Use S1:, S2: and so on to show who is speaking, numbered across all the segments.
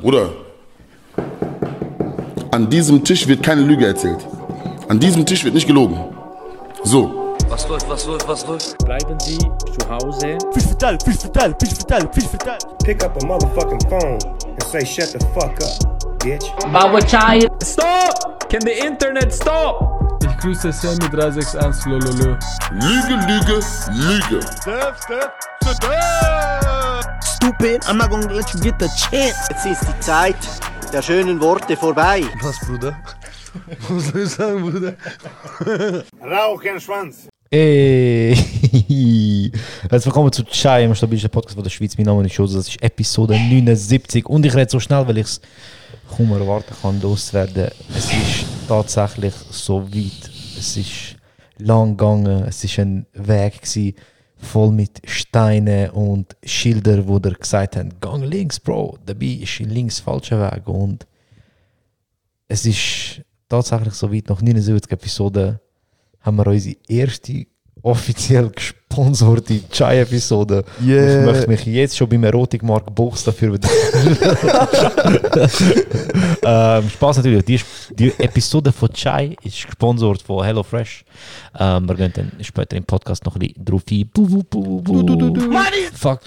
S1: Bruder, an diesem Tisch wird keine Lüge erzählt. An diesem Tisch wird nicht gelogen. So.
S2: Was läuft, was läuft, was läuft?
S3: Bleiben Sie zu Hause.
S4: Fisch verteilen, Fisch verteilen, Fisch verteilen, Fisch verteilen.
S5: pick up a motherfucking phone and say, shut the fuck up, bitch.
S6: Baba Child.
S3: Stop! Can the internet stop?
S7: Ich grüße Sammy 361 Lololo.
S1: Lüge, Lüge, Lüge.
S8: stupid. I'm not gonna let you get the chance.
S9: Jetzt ist die Zeit der schönen Worte vorbei.
S10: Was, Bruder? Was soll ich sagen, Bruder?
S11: Ey, herzlich willkommen zu Chai, im stabilen Podcast von der Schweiz. Mein Name ist Jose, das ist Episode 79 und ich rede so schnell, weil ich es kaum erwarten kann, loszuwerden. Es ist tatsächlich so weit, es ist lang gegangen, es ist ein Weg gewesen, voll mit Steinen und Schilder, wo der gesagt haben, gang links, Bro, dabei ist links falscher Weg und es ist tatsächlich so weit, nach 79 Episoden haben wir unsere erste offiziell gesponserte Chai-Episode.
S10: Yeah.
S11: Ich möchte mich jetzt schon beim Erotikmarkt Buchs dafür bedanken. ähm, Spaß natürlich. Die, die Episode von Chai ist gesponsert von HelloFresh. Ähm, wir gehen dann später im Podcast noch ein bisschen drauf ein. Bu, bu, bu, bu, bu. Fuck.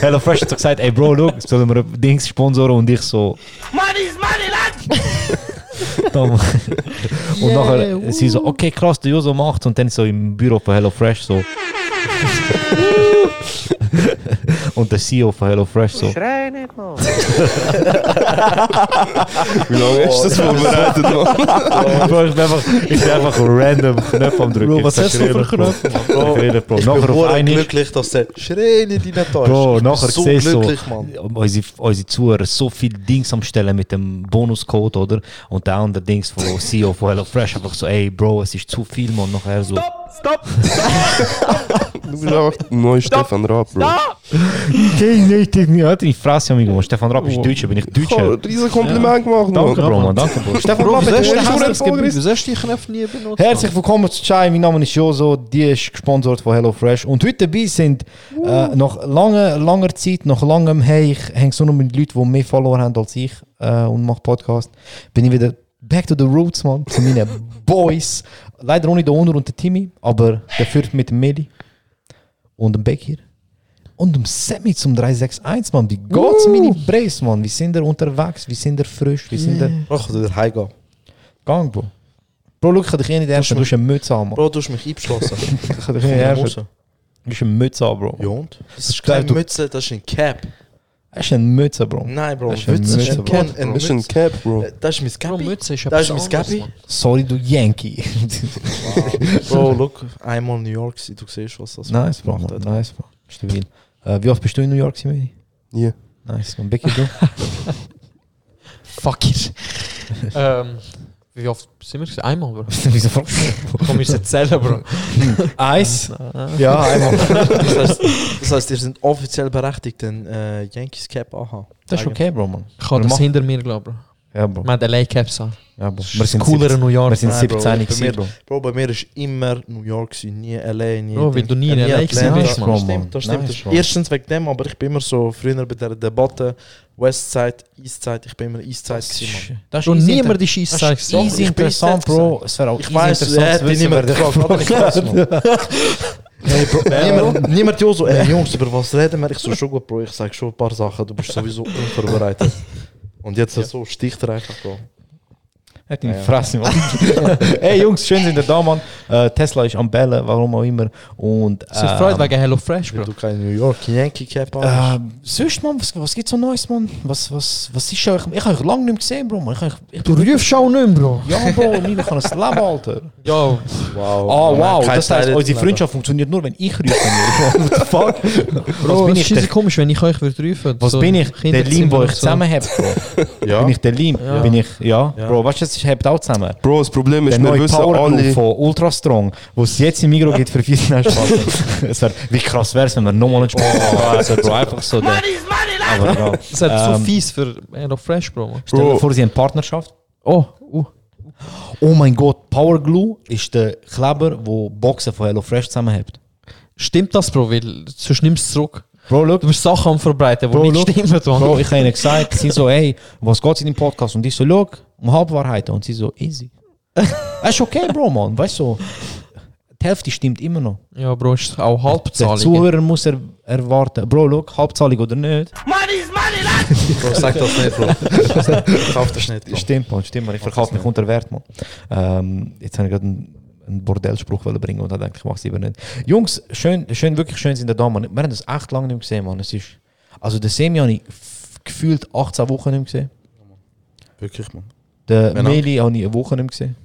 S11: HelloFresh hat so gesagt, ey Bro, look, sollen wir Dings sponsoren und ich so... Tom. Und nachher sie so, okay, krass, der Joso macht und dann so im Büro von HelloFresh so. und der CEO von HelloFresh so.
S7: Wie lange ist das vorbereitet? Mann?
S11: ich bin einfach, ich bin einfach random Knöpfe am drücken. Bro, was hast du für Knöpfe? Bro, Bro. nachher auf
S10: Ich bin
S11: einmal-
S10: glücklich, dass der Schrei nicht in den Tag
S11: Bro,
S10: ist.
S11: nachher
S10: so
S11: siehst du äh,
S10: glücklich, Mann.
S11: unsere, unsere Zuhörer so viele Dings am Stellen mit dem Bonuscode, oder? Und der andere Dings von CEO von HelloFresh einfach so, ey Bro, es ist zu viel, man. Nachher so,
S3: Stop!
S7: Du bist einfach der neue Stefan Raab, Bro.
S11: Geh nicht in die andere Fresse, amigo. Stefan Rapp ist Deutscher, bin ich
S7: Ich habe ein
S11: Deutscher.
S7: riesen Kompliment gemacht,
S11: Danke,
S7: Mann.
S11: Bro, Mann, danke, Bro. Stefan
S10: Bro,
S11: Rapp
S10: wieso hast du
S11: ist
S10: die
S11: Deutscher.
S10: Knöpfe-
S11: Erfolgreich.
S10: wieso hast du die Knöpfe nie benutzt?
S11: Herzlich willkommen zu Chai, mein Name ist Joso, die ist gesponsert von HelloFresh und heute dabei sind äh, nach langer, langer Zeit, nach langem Hey, ich hänge so nur mit Leuten, die mehr Follower haben als ich äh, und mache Podcast, bin ich wieder back to the roots, Mann, zu meinen Boys. Leider ohne den Onur und den Timmy, aber dafür mit dem Meli und dem Beck hier. Und dem Sammy zum 361, Mann. Wie geht's, meine Brace, Mann? Wie sind ihr unterwegs? Wie sind ihr frisch? Wie sind ihr...
S10: Ach, du Heiga.
S11: Gang, Bro. Bro, schau, ich kann dich eh nicht ärgern, du hast eine Mütze an, Mann.
S10: Bro, du hast mich eingeschlossen.
S11: Ich kann dich nicht ärgern. Du hast eine Mütze an, Bro.
S10: Ja und? Das ist
S11: Geil,
S10: keine
S11: du-
S10: Mütze, das ist ein Cap.
S11: Das ist eine Mütze, Bro.
S10: Nein, Bro,
S11: Das ist eine
S10: Mütze ist
S11: Mütze,
S10: ein
S11: Bro.
S10: Cap. ein
S7: Das ist ein
S10: Mütze.
S7: Cap, Bro.
S8: Eh,
S10: Das ist mein Cappy.
S8: Mütze ist
S10: Das ist mein
S8: etwas
S10: Cappy.
S8: anderes,
S11: Sorry, du Yankee.
S10: Bro, look, einmal New York, City, du siehst, was das
S11: nice, Bro. Mann. Nice, Bro. Stabil. Äh, wie oft bist du in New York, Simeni?
S7: Nie.
S11: Nice. Und Becky, du?
S8: Fuck it. ähm, wie oft sind wir? gewesen? Einmal, Bro.
S11: Wieso fragst du?
S8: Komm, wir erzählen, Bro.
S11: Eis? ja, einmal.
S10: Das heißt, das heißt, ihr sind offiziell berechtigt, den äh, Yankees Cap aha.
S11: Das ist okay, Bro, Mann.
S8: Ich habe
S11: Wir
S8: das
S11: machen-
S8: hinter mir, glaube ich, Bro.
S11: Ja, Bro.
S8: Wir haben allein Caps an.
S11: Ja, Bro.
S8: Das ist cooler in New York. Ah,
S11: Wir sind
S10: Nein,
S11: 17
S10: Bro,
S11: gewesen, Bro.
S10: Bro, bei mir ist immer New York, gewesen, nie LA, nie.
S11: Oh,
S8: Bro, weil du nie in
S10: Äh,
S8: LA gewesen
S10: Atlanta.
S8: bist, Mann.
S10: Das stimmt, das
S11: Nice,
S10: stimmt. das ist
S11: Bro.
S10: Erstens wegen dem, aber ich bin immer so früher bei der Debatte Westside, Eastside, ich bin immer Eastside gewesen, Mann.
S11: Das
S8: Bro, niemand
S11: Das
S8: ist
S11: ist
S8: Eastside.
S11: easy
S10: Ich bin
S11: interessant,
S10: selbst
S11: Bro. Es wäre auch easy
S10: Ich weiß,
S11: interessant
S10: äh,
S11: zu
S10: die
S11: wissen,
S10: niemand
S11: wer der
S10: gefragt, aber ich weiß,
S11: gefragt hat.
S10: Hey, Bro, niemand, niemand hier so, ey Jungs, über was reden wir? Ich so schon gut, Bro, ich sag schon ein paar Sachen, du bist sowieso unvorbereitet. Und jetzt so sticht er einfach, Bro.
S11: Hat ihn gefressen, Mann. Ey, Jungs, schön sind ihr da, Mann. Äh, Tesla ist am Bellen, warum auch immer. Und,
S8: Es ist
S11: ähm,
S8: Freude wegen HelloFresh,
S10: Weil
S8: Bro.
S10: du kein New York Yankee Cap hast.
S11: Ähm, sonst, Mann, was, was gibt's so Neues, Mann? Was, was, was ist euch? Ich habe euch lange nicht mehr gesehen, Bro. Mann. Ich, hab euch- ich,
S8: Du rufst auch nicht, Bro.
S11: ja, Bro, ich kann ein Leben, Alter.
S8: Ja,
S10: Wow.
S11: Oh, wow.
S10: Kein
S11: Das heißt,
S10: Teil-
S11: unsere Freundschaft funktioniert nur, wenn ich rufe. What the fuck?
S8: Bro,
S11: was bin
S8: es
S11: ich?
S8: ist
S11: Der,
S8: ich komisch, wenn ich euch würde rufen.
S11: was
S8: So
S11: bin ich? Der
S8: Kinderzimmer
S11: Lim, den
S8: und
S11: ich
S8: so.
S11: zusammen habe, Bro.
S7: Ja.
S11: Bin ich der Lim? Bin ich, ja. Bro, weißt du, es hebt auch zusammen.
S7: Bro, das Problem
S11: Der
S7: ist, wir
S11: neue
S7: wissen
S11: Power
S7: alle...
S11: von Ultra Strong, wo es jetzt im Migros gibt für 14 Jahre Spaß. Es wär, wie krass wäre es, wenn wir nochmal einen Spaß machen. Also, Bro, einfach so. Der, aber ja.
S8: Das ist halt so
S11: Ähm,
S8: fies für HelloFresh, eh, Bro. Mann.
S11: Stell dir
S7: Bro.
S11: vor, sie haben Partnerschaft.
S8: Oh, uh.
S11: Oh mein Gott, Power Glue ist der Kleber, wo Boxen von HelloFresh zusammenhält.
S8: Stimmt das, Bro? Weil sonst nimmst du es zurück.
S11: Bro, schau,
S8: Du bist Sachen am verbreiten, die
S11: Bro,
S8: nicht
S11: schau.
S8: stimmen. Mann.
S11: Bro, ich habe ihnen gesagt, sie so, hey, was geht's in dem Podcast? Und ich so, schau, um Halbwahrheiten. Und sie so, easy. Das ist okay, Bro, Mann. Weißt du, so, die Hälfte stimmt immer noch.
S8: Ja, Bro, ist auch
S11: Der
S8: Halbzahlung.
S11: Zuhörer muss er erwarten. Bro, schau, Halbzahlung oder nicht.
S10: Bro, sag das nicht, Bro. Kauf das nicht, Bro.
S11: Stimmt, Mann, stimmt, Mann. Ich verkaufe mich unter Wert, Mann. Ähm, jetzt habe ich gerade einen, einen Bordellspruch wollen bringen und dann denke ich, ich mache es lieber nicht. Jungs, schön, schön, wirklich schön sind ihr da, Mann. Wir haben das echt lange nicht mehr gesehen, Mann. Es ist, also, den Semi habe ich f- gefühlt 18 Wochen nicht mehr gesehen.
S10: Wirklich, Mann.
S11: Den
S10: Genau.
S11: Meli habe ich eine Woche nicht mehr gesehen.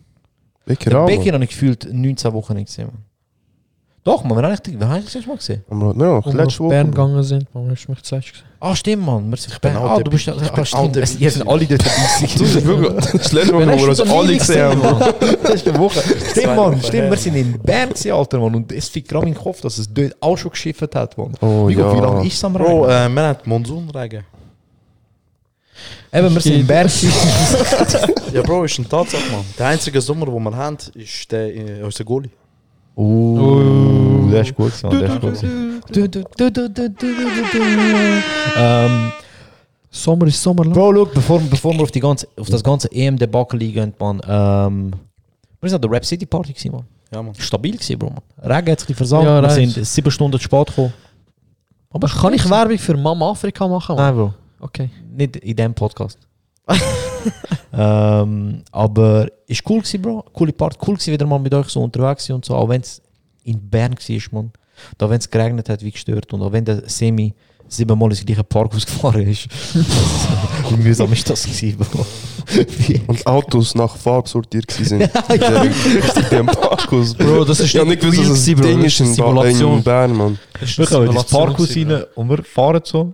S7: Lecker
S11: Den
S10: Oh.
S7: auch.
S11: Becky habe ich gefühlt 19 Wochen nicht gesehen, Mann. Doch, Mann, wir haben echt, wir haben das letzte Mal gesehen.
S7: Ja,
S8: Wo wir
S7: letzte
S8: nach Bern
S7: Woche.
S8: gegangen sind, man, hast du mich zuerst gesehen.
S11: Ah, stimmt, Mann. Wir sind ich
S10: bin auch
S11: ah, du
S10: dabei.
S11: bist
S10: Ich bin
S11: ah,
S10: auch
S11: stimmt.
S10: dabei.
S11: Ihr seid alle dort dabei.
S7: Das ist wirklich- das ist letzte Woche, wo wir uns alle gesehen haben.
S11: Letzte Woche. Stimmt, Mann.
S10: Wochen
S11: Stimmt,
S10: her.
S11: wir sind in Bern gewesen, Alter, Mann. Und es fickt gerade meinen Kopf, dass es dort auch schon geschifft hat, Mann.
S7: Oh,
S11: wie, gut, wie
S7: ja.
S11: lange ist es am Rhein?
S10: Bro, äh, wir haben Monsunregen.
S7: eh,
S11: Eben, wir sind in Bern gewesen.
S10: Ja, Bro, ist eine Tatsache, Mann. Der einzige Sommer, den wir haben, ist der, äh, unser Goalie.
S11: Uh, das ist gut, Mann. Das ist gut. Du, du, du, du, du, du, du, du. Ähm,
S8: Sommer ist Sommer lang.
S11: Bro, look, bevor, bevor wir auf, die ganze, auf das ganze E EM-Debakel eingehen, Mann. Ähm, wir sind an der Rap City Party gewesen, Mann.
S10: Ja, Mann.
S11: Stabil gewesen, Bro, Mann. Regen hat sich versagt.
S8: Ja,
S11: wir
S8: Regen.
S11: sind sieben Stunden zu spät gekommen.
S8: Aber kann ich Werbung für Mama Afrika machen?
S11: Nein,
S8: Mann?
S11: Bro.
S8: Okay.
S11: Nicht in diesem Podcast. ähm, aber ist cool gewesen, Bro. Coole Part. Cool gewesen, wieder mal mit euch so unterwegs zu sein und so. Auch wenn es in Bern war, Mann. Und Auch wenn es geregnet hat, wie gestört. Und auch wenn der Semi siebenmal ins gleiche Parkhaus gefahren ist. wie mühsam ist das gewesen, Bro? Wie-
S7: Und Autos nach Farbe sortiert gewesen sind. ja, der Parkus, Bro.
S8: das
S7: Ich hab nicht gewusst, dass das Ding ist in, ba in Bern, Mann.
S11: Wir kommen in das Parkhaus rein und wir fahren so.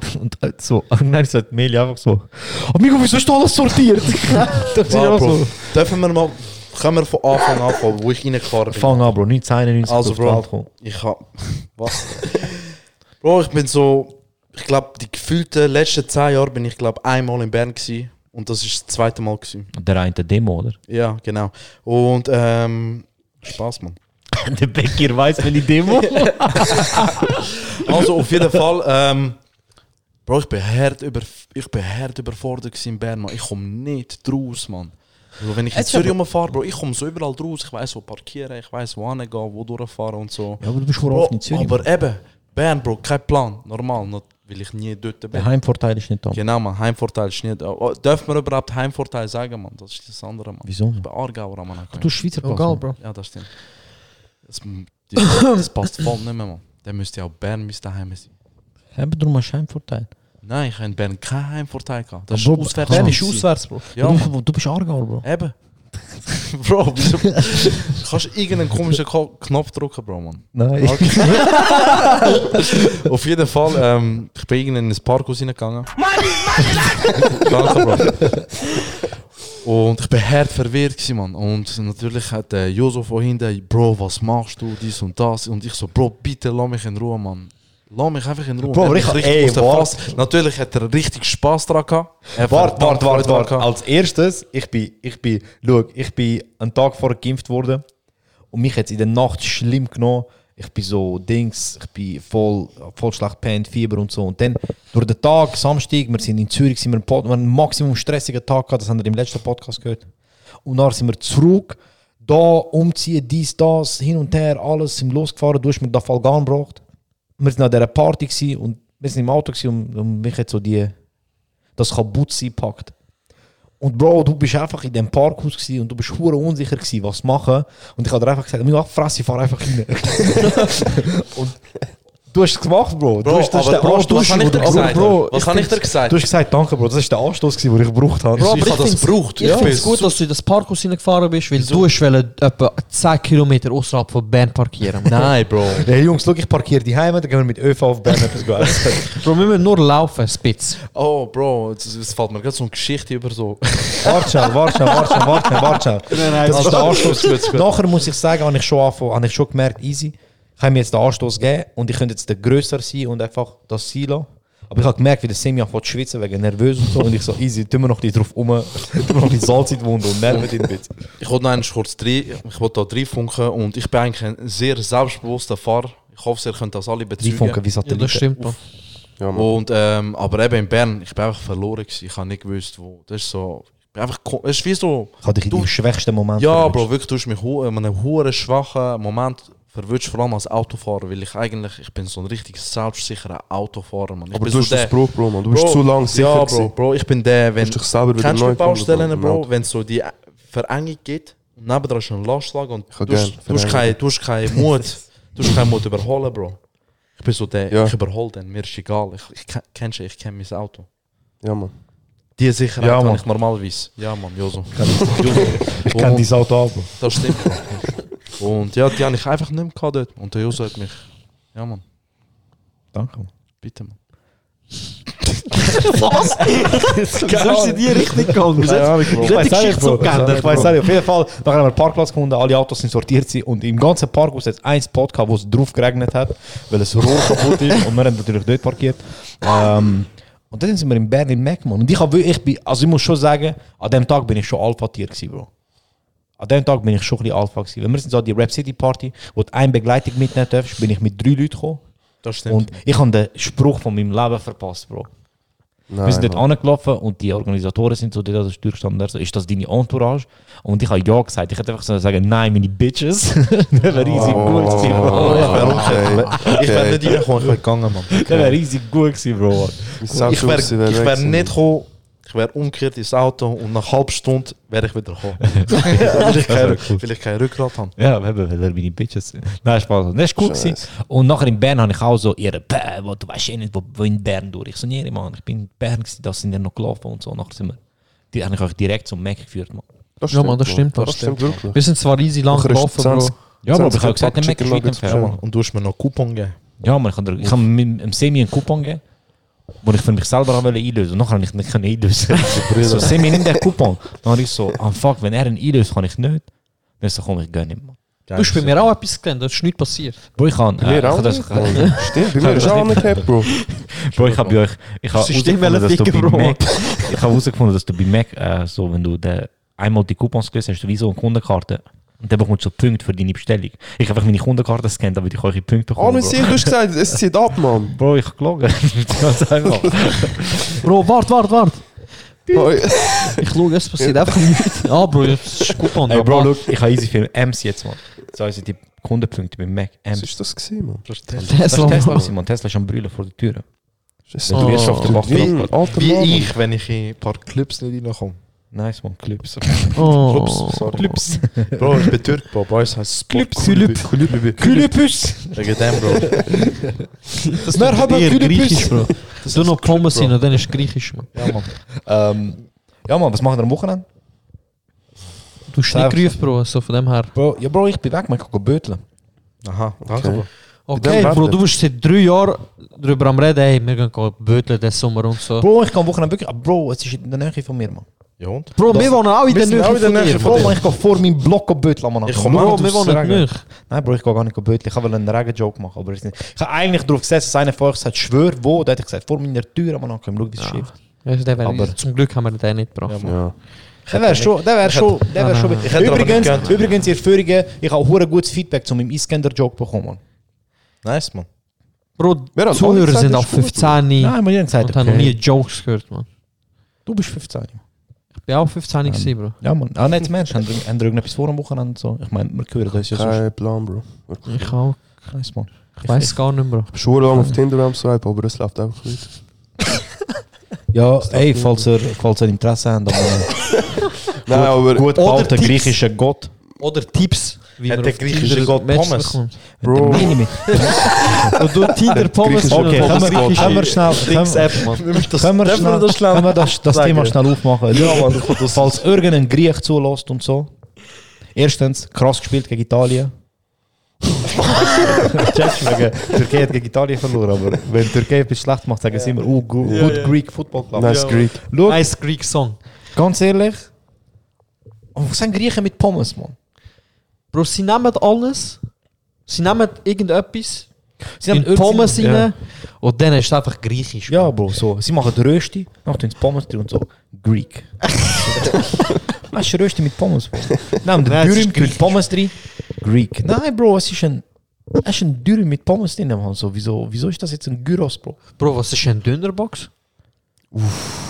S11: Und äh, so, nein, ich sagt Meli einfach so: Amigo, wieso ist alles sortiert? das ist
S10: Wow,
S11: einfach
S10: Bro.
S11: so.
S10: Dürfen wir mal, können wir von Anfang an, von wo ich reingefahren bin?
S11: Fang an, Bro, 1991
S10: Also,
S11: auf die
S10: Bro.
S11: Welt gekommen.
S10: Ich hab. Was? Bro, ich bin so. Ich glaube, die gefühlten letzten 10 Jahre bin ich, glaube einmal in Bern gewesen. Und das ist das zweite Mal gewesen.
S11: Der eine Demo, oder?
S10: Ja, genau. Und, ähm. Spaß, Mann.
S11: Der Becker weiß, welche Demo.
S10: Also, auf jeden Fall, ähm. Bro, ich bin hart, über, ich bin hart überfordert gewesen in Bern, Mann. Ich komme nicht draus, Mann. Also, wenn ich in
S11: Jetzt
S10: Zürich
S11: aber-
S10: rumfahre, Bro, ich komme so überall draus. Ich weiß, wo parkieren, ich weiß, wo hingehen, wo durchfahren und so.
S11: ja, aber du bist vor
S10: Bro,
S11: oft in Zürich.
S10: aber eben, Bern, Bro, kein Plan. Normal, not, weil ich nie dort bin.
S11: der Heimvorteil ist nicht da.
S10: Genau, man, Heimvorteil ist nicht. Oh, darf man überhaupt Heimvorteil sagen, man? Das ist das andere, man.
S11: Wieso?
S10: Bei Aargauer, man.
S11: Du hast Schweizer Pass.
S8: Egal,
S11: Mann.
S8: Bro.
S10: Ja, das stimmt. Das, das, das passt voll nicht mehr, man. Dann müsste ja auch Bern müsste daheim sein.
S11: Eben, darum hast du Heimvorteil.
S10: Nein, ich habe in Bern keinen Heimvorteil gehabt. Das ist
S11: Bro,
S10: auswärts.
S11: Bern ist
S10: gewesen.
S11: auswärts, Bro.
S10: Ja,
S11: du,
S10: Mann.
S11: du bist Aargauer, Bro.
S10: Eben. Bro, wieso? Kannst du irgendeinen komischen Ko Knopf drücken, Bro, man?
S11: Nein.
S10: Auf jeden Fall, ähm, ich bin irgendwann in das Parkhaus reingegangen. Danke, Bro. Und ich bin hart verwirrt gewesen, Mann. Und natürlich hat äh, der Josef von hinten, Bro, was machst du, dies und das. Und ich so, Bro, bitte lass mich in Ruhe, Mann. Lass mich einfach in Ruhe.
S11: Bro,
S10: Er hat
S11: ich-
S10: mich richtig
S11: ey,
S10: aus der
S11: wart.
S10: Fass- Natürlich hat er richtig Spaß dran gehabt. Er
S11: Wart, wart,
S10: Äh, verdammt
S11: wart,
S10: dran
S11: wart.
S10: gehabt.
S11: Als erstes, ich bin, ich bin, schau, ich bin einen Tag vorher geimpft worden und mich jetzt in der Nacht schlimm genommen. Ich bin so Dings, ich bin voll, voll schlecht pennt, Fieber und so. Und dann durch den Tag, Samstag, wir sind in Zürich, sind wir, im Pod, wir haben einen maximum stressigen Tag gehabt, das haben wir im letzten Podcast gehört. Und dann sind wir zurück, da umziehen, dies, das, hin und her, alles, sind losgefahren, du hast mir da Falgan gebracht. Wir sind an dieser Party gewesen und wir sind im Auto gewesen und, und mich hat so die das Kabuzi packt. Und Bro, du bist einfach in dem Parkhaus gsi und du bist hure unsicher gsi, was machen. Und ich habe dir einfach gesagt, "Mir ach, fresse, fahr einfach rein. und du hast es gemacht, Bro.
S10: Bro,
S11: du hast, das ist
S10: aber
S11: der
S10: Bro,
S11: Anstoß,
S10: was hab ich
S11: wo
S10: dir
S11: du-
S10: gesagt?
S11: Bro,
S10: Was
S11: ich
S10: hab ich
S11: find's-
S10: dir gesagt?
S11: Du hast gesagt, danke, Bro. Das ist der Anstoß gsi, den ich gebraucht habe.
S10: Bro,
S11: Ich-
S10: aber
S11: ich
S10: hab das
S11: find's-
S10: gebraucht.
S8: Ich
S10: Ich
S8: finde
S10: bin
S8: es gut,
S10: so-
S8: dass du in das Parkhaus reingefahren bist, weil du hast wollen, etwa 10 Kilometer außerhalb von Bern parkieren. Mann.
S10: Nein, Bro.
S11: Hey Jungs, schau, ich parkiere die Heime, dann gehen wir mit ÖV auf Bern etwas gehen essen.
S8: Bro, wir müssen nur laufen, Spitz.
S10: Oh, Bro, es- es fällt mir gerade so eine Geschichte über so.
S11: Warte schon, warte schon, warte schon, warte schon, warte schon. Das ist der Anstoß. Nachher muss ich sagen, habe ich schon, angefangen- habe ich schon gemerkt, easy. Ich habe mir jetzt den Anstoß gegeben und ich könnte jetzt der grösser sein und einfach das sein lassen. Aber ich habe gemerkt, wie der Semi anfängt zu schwitzen wegen nervös und so. Und ich so, easy, tun wir noch die drauf um, tun wir noch die Salz in die Wunde und nerven ihn ein bisschen.
S10: Ich wollte noch einmal kurz drei, ich wollte da drei funken und ich bin eigentlich ein sehr selbstbewusster Fahrer. Ich Ich hoffe, ihr könnt das alle
S11: Die
S10: bezeugen.
S11: funken wie Satelliten.
S8: das stimmt, man.
S7: Ja, Mann.
S10: Und, ähm, aber eben in Bern, ich bin einfach verloren. Gewesen. Ich habe nicht gewusst, wo. Das ist so. Ich bin einfach. ko- Es ist wie so.
S11: Ich habe dich in
S10: Du-
S11: die schwächsten Momente.
S10: Ja,
S11: erwischt.
S10: Bro, wirklich, du hast mich hu- äh, in einem hohen, schwachen Moment verwirrt, vor allem als Autofahrer, weil ich eigentlich, ich bin so ein richtig selbstsicherer Autofahrer, Mann. Ich
S7: Aber
S10: bin
S7: du
S10: so
S7: hast das
S10: der-
S7: Bro, Bro, Mann. Du bist
S10: Bro,
S7: zu lang sicher.
S10: Ja, Bro,
S7: gewesen.
S10: Bro, ich bin der,
S7: Du
S10: wenn...
S7: hast dich selber wieder
S10: Kennst du
S7: neu
S10: die Baustellen,
S7: gefunden,
S10: Bro,
S7: Mann.
S10: wenn so die Verengung geht und nebenan ist ein Lastwagen und
S7: hab
S10: du hast,
S7: gern
S10: du hast keinen du hast keinen Mut, du hast keinen Mut überholen, Bro. Ich bin so der,
S7: Ja.
S10: ich überhole den, mir ist egal, ich, ich ken- kennst du, ich kenne mein Auto.
S7: Ja, Mann.
S10: Die Sicherheit
S11: Ja,
S10: habe
S11: Mann.
S10: ich normalerweise. Ja, Mann, Joso.
S11: Ich kenne dein Auto auch, Bro.
S10: Das stimmt. und ja, die habe ich einfach nicht mehr gehabt dort. Und der Joso hat mich. Ja, Mann,
S11: Danke.
S10: bitte, Mann.
S11: Keine Ahnung.
S8: die Richtung gegangen.
S11: Keine Ahnung, Bro. Ich
S8: die
S11: weiß auch
S8: Geschichte
S11: nicht, Bro.
S8: so geändert.
S11: Ich weiß auch nicht. Auf jeden Fall, nachher haben wir einen Parkplatz gefunden, alle Autos sind sortiert gewesen und im ganzen Parkhaus hat es einen Spot gehabt, wo es drauf geregnet hat, weil es Rohr kaputt ist und wir haben natürlich dort parkiert. Ähm, und dann sind wir in Berlin Mac, Mann. Und ich habe wirklich, ich bin- also ich muss schon sagen, an dem Tag bin ich schon Alpha-Tier gewesen, Bro. An dem Tag bin ich schon ein bisschen Alpha gewesen. Weil wir sind so an die Rap City Party, wo du eine Begleitung mitnehmen darfst, bin ich mit drei Leuten gekommen.
S10: Das stimmt.
S11: Und ich habe den Spruch von meinem Leben verpasst, Bro. Wir sind dort
S7: Nein,
S11: angelaufen und die Organisatoren sind so dort an der Tür gestanden. und so, Ist das deine Entourage? Und ich habe ja gesagt. Ich hätte einfach so sagen, nein, meine Bitches. das wäre riesig gut gewesen,
S10: Oh,
S11: Bro.
S7: Mann. Oh, Okay.
S10: Ich werde
S7: Okay.
S10: nicht reinkommen, ich werde gegangen, Mann.
S11: Das wäre riesig gut gewesen, Bro.
S10: Ich werde ich wär nicht gekommen, ich werde umgekehrt ins Auto und nach einer halben Stunde werde ich wieder gekommen. weil, ich kein, weil ich kein Rückgrat habe.
S11: Ja, wir haben wieder meine Bitches. Nein, Spaß. Das war cool. Gewesen. Und nachher in Bern habe ich auch so, ihr, bäh, wo- du weißt eh nicht, wo, wo in Bern durch. Ich so, nee, Mann, ich bin in Bern, gewesen, da sind ja noch gelaufen und so. Nachher sind wir, die habe ich euch direkt zum Mac geführt, Mann.
S8: Ja, Mann, das stimmt,
S7: Mann.
S8: das
S7: Das stimmt wirklich.
S8: Wir sind zwar easy lang
S7: Nachher ist
S8: gelaufen, Bro.
S7: 20
S11: Ja, aber ich
S7: Sonst
S11: habe gesagt, der
S7: Chicken
S11: Mac ist weit
S7: Nuggets
S11: entfernt.
S10: Und du hast mir noch Coupon gegeben.
S11: Ja, maar ik kan, er, ik ga hem hem Semi een coupon geven. Wo ich für mich selber auch wollte einlösen. Und nachher habe ich nicht können einlösen. so, Semi, nimm den Coupon. Dann habe ich so, ah fuck, wenn er ihn einlöst, kann ich nicht. Dann so, komm, ich gönn ihm.
S8: Du hast bei mir auch etwas gelernt, da ist nichts passiert.
S11: Bro, ich kann...
S7: Bei mir auch
S11: das,
S7: nicht,
S10: Oh,
S7: Mann. Stimmt, bei mir ist auch nicht gehabt, Bro.
S11: Bro, ich habe bei euch... Ich habe
S8: System
S11: herausgefunden, dass du
S8: ficken,
S11: bei
S8: Bro.
S11: Mac... Ich habe herausgefunden, dass du bei Mac, äh, so, wenn du den, einmal die Coupons gelöst hast, hast du wie so eine Kundenkarte. Und dann bekommst du so Punkte für deine Bestellung. Ich habe einfach meine Kundenkarte gescannt, damit ich eure Punkte
S7: Ah,
S11: bekomme,
S7: mein
S11: Bro.
S7: Sinn, du hast gesagt, es zieht ab, Mann.
S11: Bro, ich habe gelogen. Ganz einfach.
S8: Bro, wart, wart, wart.
S7: Oh, ja.
S8: Ich schaue, es passiert einfach nichts. Ah, Bro, das ist gut, Mann.
S11: Ey, Bro, look, ich habe easy für M's jetzt, Mann. So heißen die Kundenpunkte beim Mac.
S7: Was
S11: M's.
S7: ist das gesehen, Mann?
S11: Das ist Tesla,
S8: Tesla.
S11: gewesen, Mann. Tesla ist am Brüllen vor der Tür.
S7: Das
S11: Wenn du jetzt auf der Bank
S7: Ding,
S11: bist.
S7: alter
S10: Wie
S7: Mann.
S10: ich, wenn ich in ein paar Clips nicht reinkomme.
S11: Nice, Mann. Clips.
S8: Oh.
S11: Clips.
S10: Bro, ich bin Türk, Bro. Bei uns heißt es Sport-
S11: Clips, Clips.
S10: Kulübe.
S11: Külepüs.
S10: Wegen dem, Bro.
S8: Das hat eher griechisch, Bro. Du noch Pommes hin und dann ist griechisch, Mann.
S11: Ja, Mann. Ähm, ja, Mann, was machen wir am Wochenende?
S8: Du hast nicht gerufen, Bro, so von dem her.
S11: Bro, ja, Bro, ich bin weg, man kann go böteln.
S10: Aha, danke, Bro.
S8: Okay,
S7: dem
S8: Bro,
S7: Wetter.
S8: du bist seit drei Jahren drüber am Reden, ey, wir gehen go böteln diesen Sommer und so.
S11: Bro, ich kann am Wochenende wirklich. aber Ah, Bro, es ist in der Nähe von mir, Mann.
S10: Ja, Nou, und?
S8: Bro, wir wohnen auch in
S10: wir
S8: der
S10: sind
S8: Nähe
S10: auch in der
S8: von
S10: Nähe
S8: dir.
S10: von
S11: Bro,
S10: dir.
S11: Mann, ich kann vor meinem Block go böteln, Mann.
S10: Ich komme
S8: Bro,
S10: auch
S8: wir wohnen nicht.
S11: Nein, Bro, ich gehe gar nicht böteln. Ich wollte einen Regen-Joke machen, aber es ist nicht. Ich habe eigentlich darauf gesetzt, dass einer von euch sagt, schwör wo. Da hätte ich gesagt, vor meiner Tür, aber dann können wir schauen, wie es schifft.
S8: Weißt du, der wäre
S11: Aber-
S8: easy. Zum Glück haben wir den nicht gebracht.
S7: Ja.
S11: Der wäre schon, der wäre schon, der wäre schon.
S10: Ich hätte aber nicht
S11: Übrigens,
S10: gekannt.
S11: übrigens, ihr Führigen, ich habe hure gutes Feedback zu meinem Iskender-Joke bekommen.
S10: Nice, Mann.
S8: Bro,
S7: Wir haben alle
S8: Zuhörer
S7: gesagt,
S8: sind
S7: das
S8: auch
S7: ist gut,
S8: 15
S11: Nein, man hat gesagt,
S8: und haben noch nie
S11: okay,
S8: Jokes gehört, man.
S11: du bist 15.
S8: Ich bin auch 15 gewesen, Bro.
S11: Ja, Mann. Ah, nein, Mensch, haben wir irgendetwas vor am Wochenende und so? Ich meine, wir hören das ja so.
S7: Kein Plan, Bro. Wirklich.
S8: Ich auch.
S11: Nice, Mann.
S8: Ich weiß gar nicht, Bro.
S7: Ich bin schon lange auf Tinder am Swipe, aber es läuft einfach nicht.
S11: Ja, ey, falls ihr, falls ihr Interesse habt, dann
S7: Nein, aber
S11: gut
S8: Oder
S11: behalten,
S8: Tipps.
S11: griechischer Gott.
S8: Oder Tipps, wie
S10: Hat
S8: man
S10: der
S8: auf
S10: griechische
S8: Tinder
S10: Gott
S8: Matches
S10: Pommes?
S8: bekommt.
S7: Bro.
S11: Nein, nicht mehr.
S8: Und du Tinder Pommes
S11: Okay,
S8: und
S11: können wir,
S8: Pommes-
S11: können wir schnell, können wir, können wir schnell, können wir das, das Thema schnell aufmachen? Ja, Mann, falls irgendein Griech zulässt und so. Erstens, krass gespielt gegen Italien. Checkst du wegen Türkei hat gegen Italien verloren, aber wenn Türkei etwas schlecht macht, sagen sie immer, oh, good, good Greek Football Club.
S7: Nice Greek.
S11: Schau,
S8: Nice Greek Song.
S11: ganz ehrlich, oh, was sind Griechen mit Pommes, Mann?
S8: Bro, sie nehmen alles. Sie nehmen irgendetwas.
S11: Sie
S8: Sie in eh,
S11: haben
S8: Pommes
S11: irgend-
S8: rein. Und dann ist es einfach griechisch.
S11: Ja, Bro, so. Sie machen Rösti, dann tun sie Pommes drin und so. Greek. Weißt du, Rösti mit Pommes, Bro? Nein, und der
S8: Nein, es ist
S11: Dürüm tun Pommes drin. Greek. Nein, Bro, es ist ein Das ist ein Dürre mit Pommes drin, Mann. So, wieso, wieso ist das jetzt ein Gyros, Bro?
S8: Bro, was ist ein Dönerbox? Uff.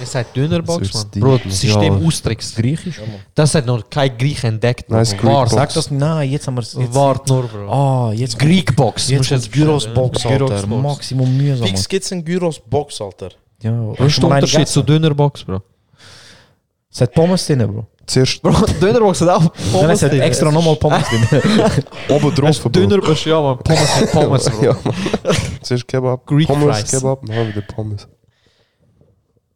S8: Ihr seid Dönerbox,
S7: Das
S8: Mann.
S7: ist
S8: Bro,
S7: die-
S8: das System
S7: ja.
S8: Austricks.
S11: Griechisch?
S8: Das hat noch kein Griech entdeckt.
S7: Nice
S8: Bro.
S7: Greek
S8: Wart,
S7: Box.
S11: Sag das, nein, jetzt haben wir es. jetzt-
S8: Wart nur, Bro.
S11: Ah, jetzt.
S8: Greekbox.
S11: Jetzt ist Gyros-Box, Alter. Maximum mühsam. Mann.
S10: Fix gibt's in Gyros Box, Alter.
S11: Ja,
S8: Was ist der Unterschied zu Dönerbox, Bro?
S11: Es hat Pommes drin, Bro.
S7: Zuerst
S8: Bro, Dönerbox hat auch
S11: Dann ist es extra nochmal Pommes drin.
S7: oben drauf, Bro.
S8: Dönerbox, ja, man. Pommes mit Pommes, Bro.
S7: Ja, Mann. Zuerst Kebab,
S8: Greek
S7: Pommes,
S8: fries.
S7: Kebab, dann wieder Pommes.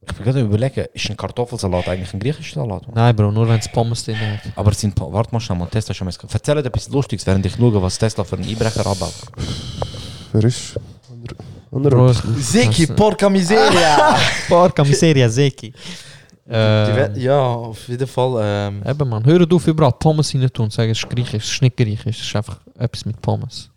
S11: Ich bin gerade überlegen, ist ein Kartoffelsalat eigentlich ein griechischer Salat? Mann?
S8: Nein, Bro, nur wenn es Pommes drin hat.
S11: Aber es sind, Pa- warte mal schnell, mal Tesla schon mal. Erzähl etwas Lustiges, während ich schaue, was Tesla für einen Einbrecher abbaut.
S7: Wer ist?
S8: Bro,
S7: Andere.
S10: Zeki, porca miseria!
S8: Porca miseria, Zeki. Ähm,
S10: ja, auf jeden Fall. Ähm,
S8: eben, man. Hör auf, überall Pommes rein tun. Sagen, es ist griechisch, es ist nicht griechisch. Es ist einfach etwas mit Pommes.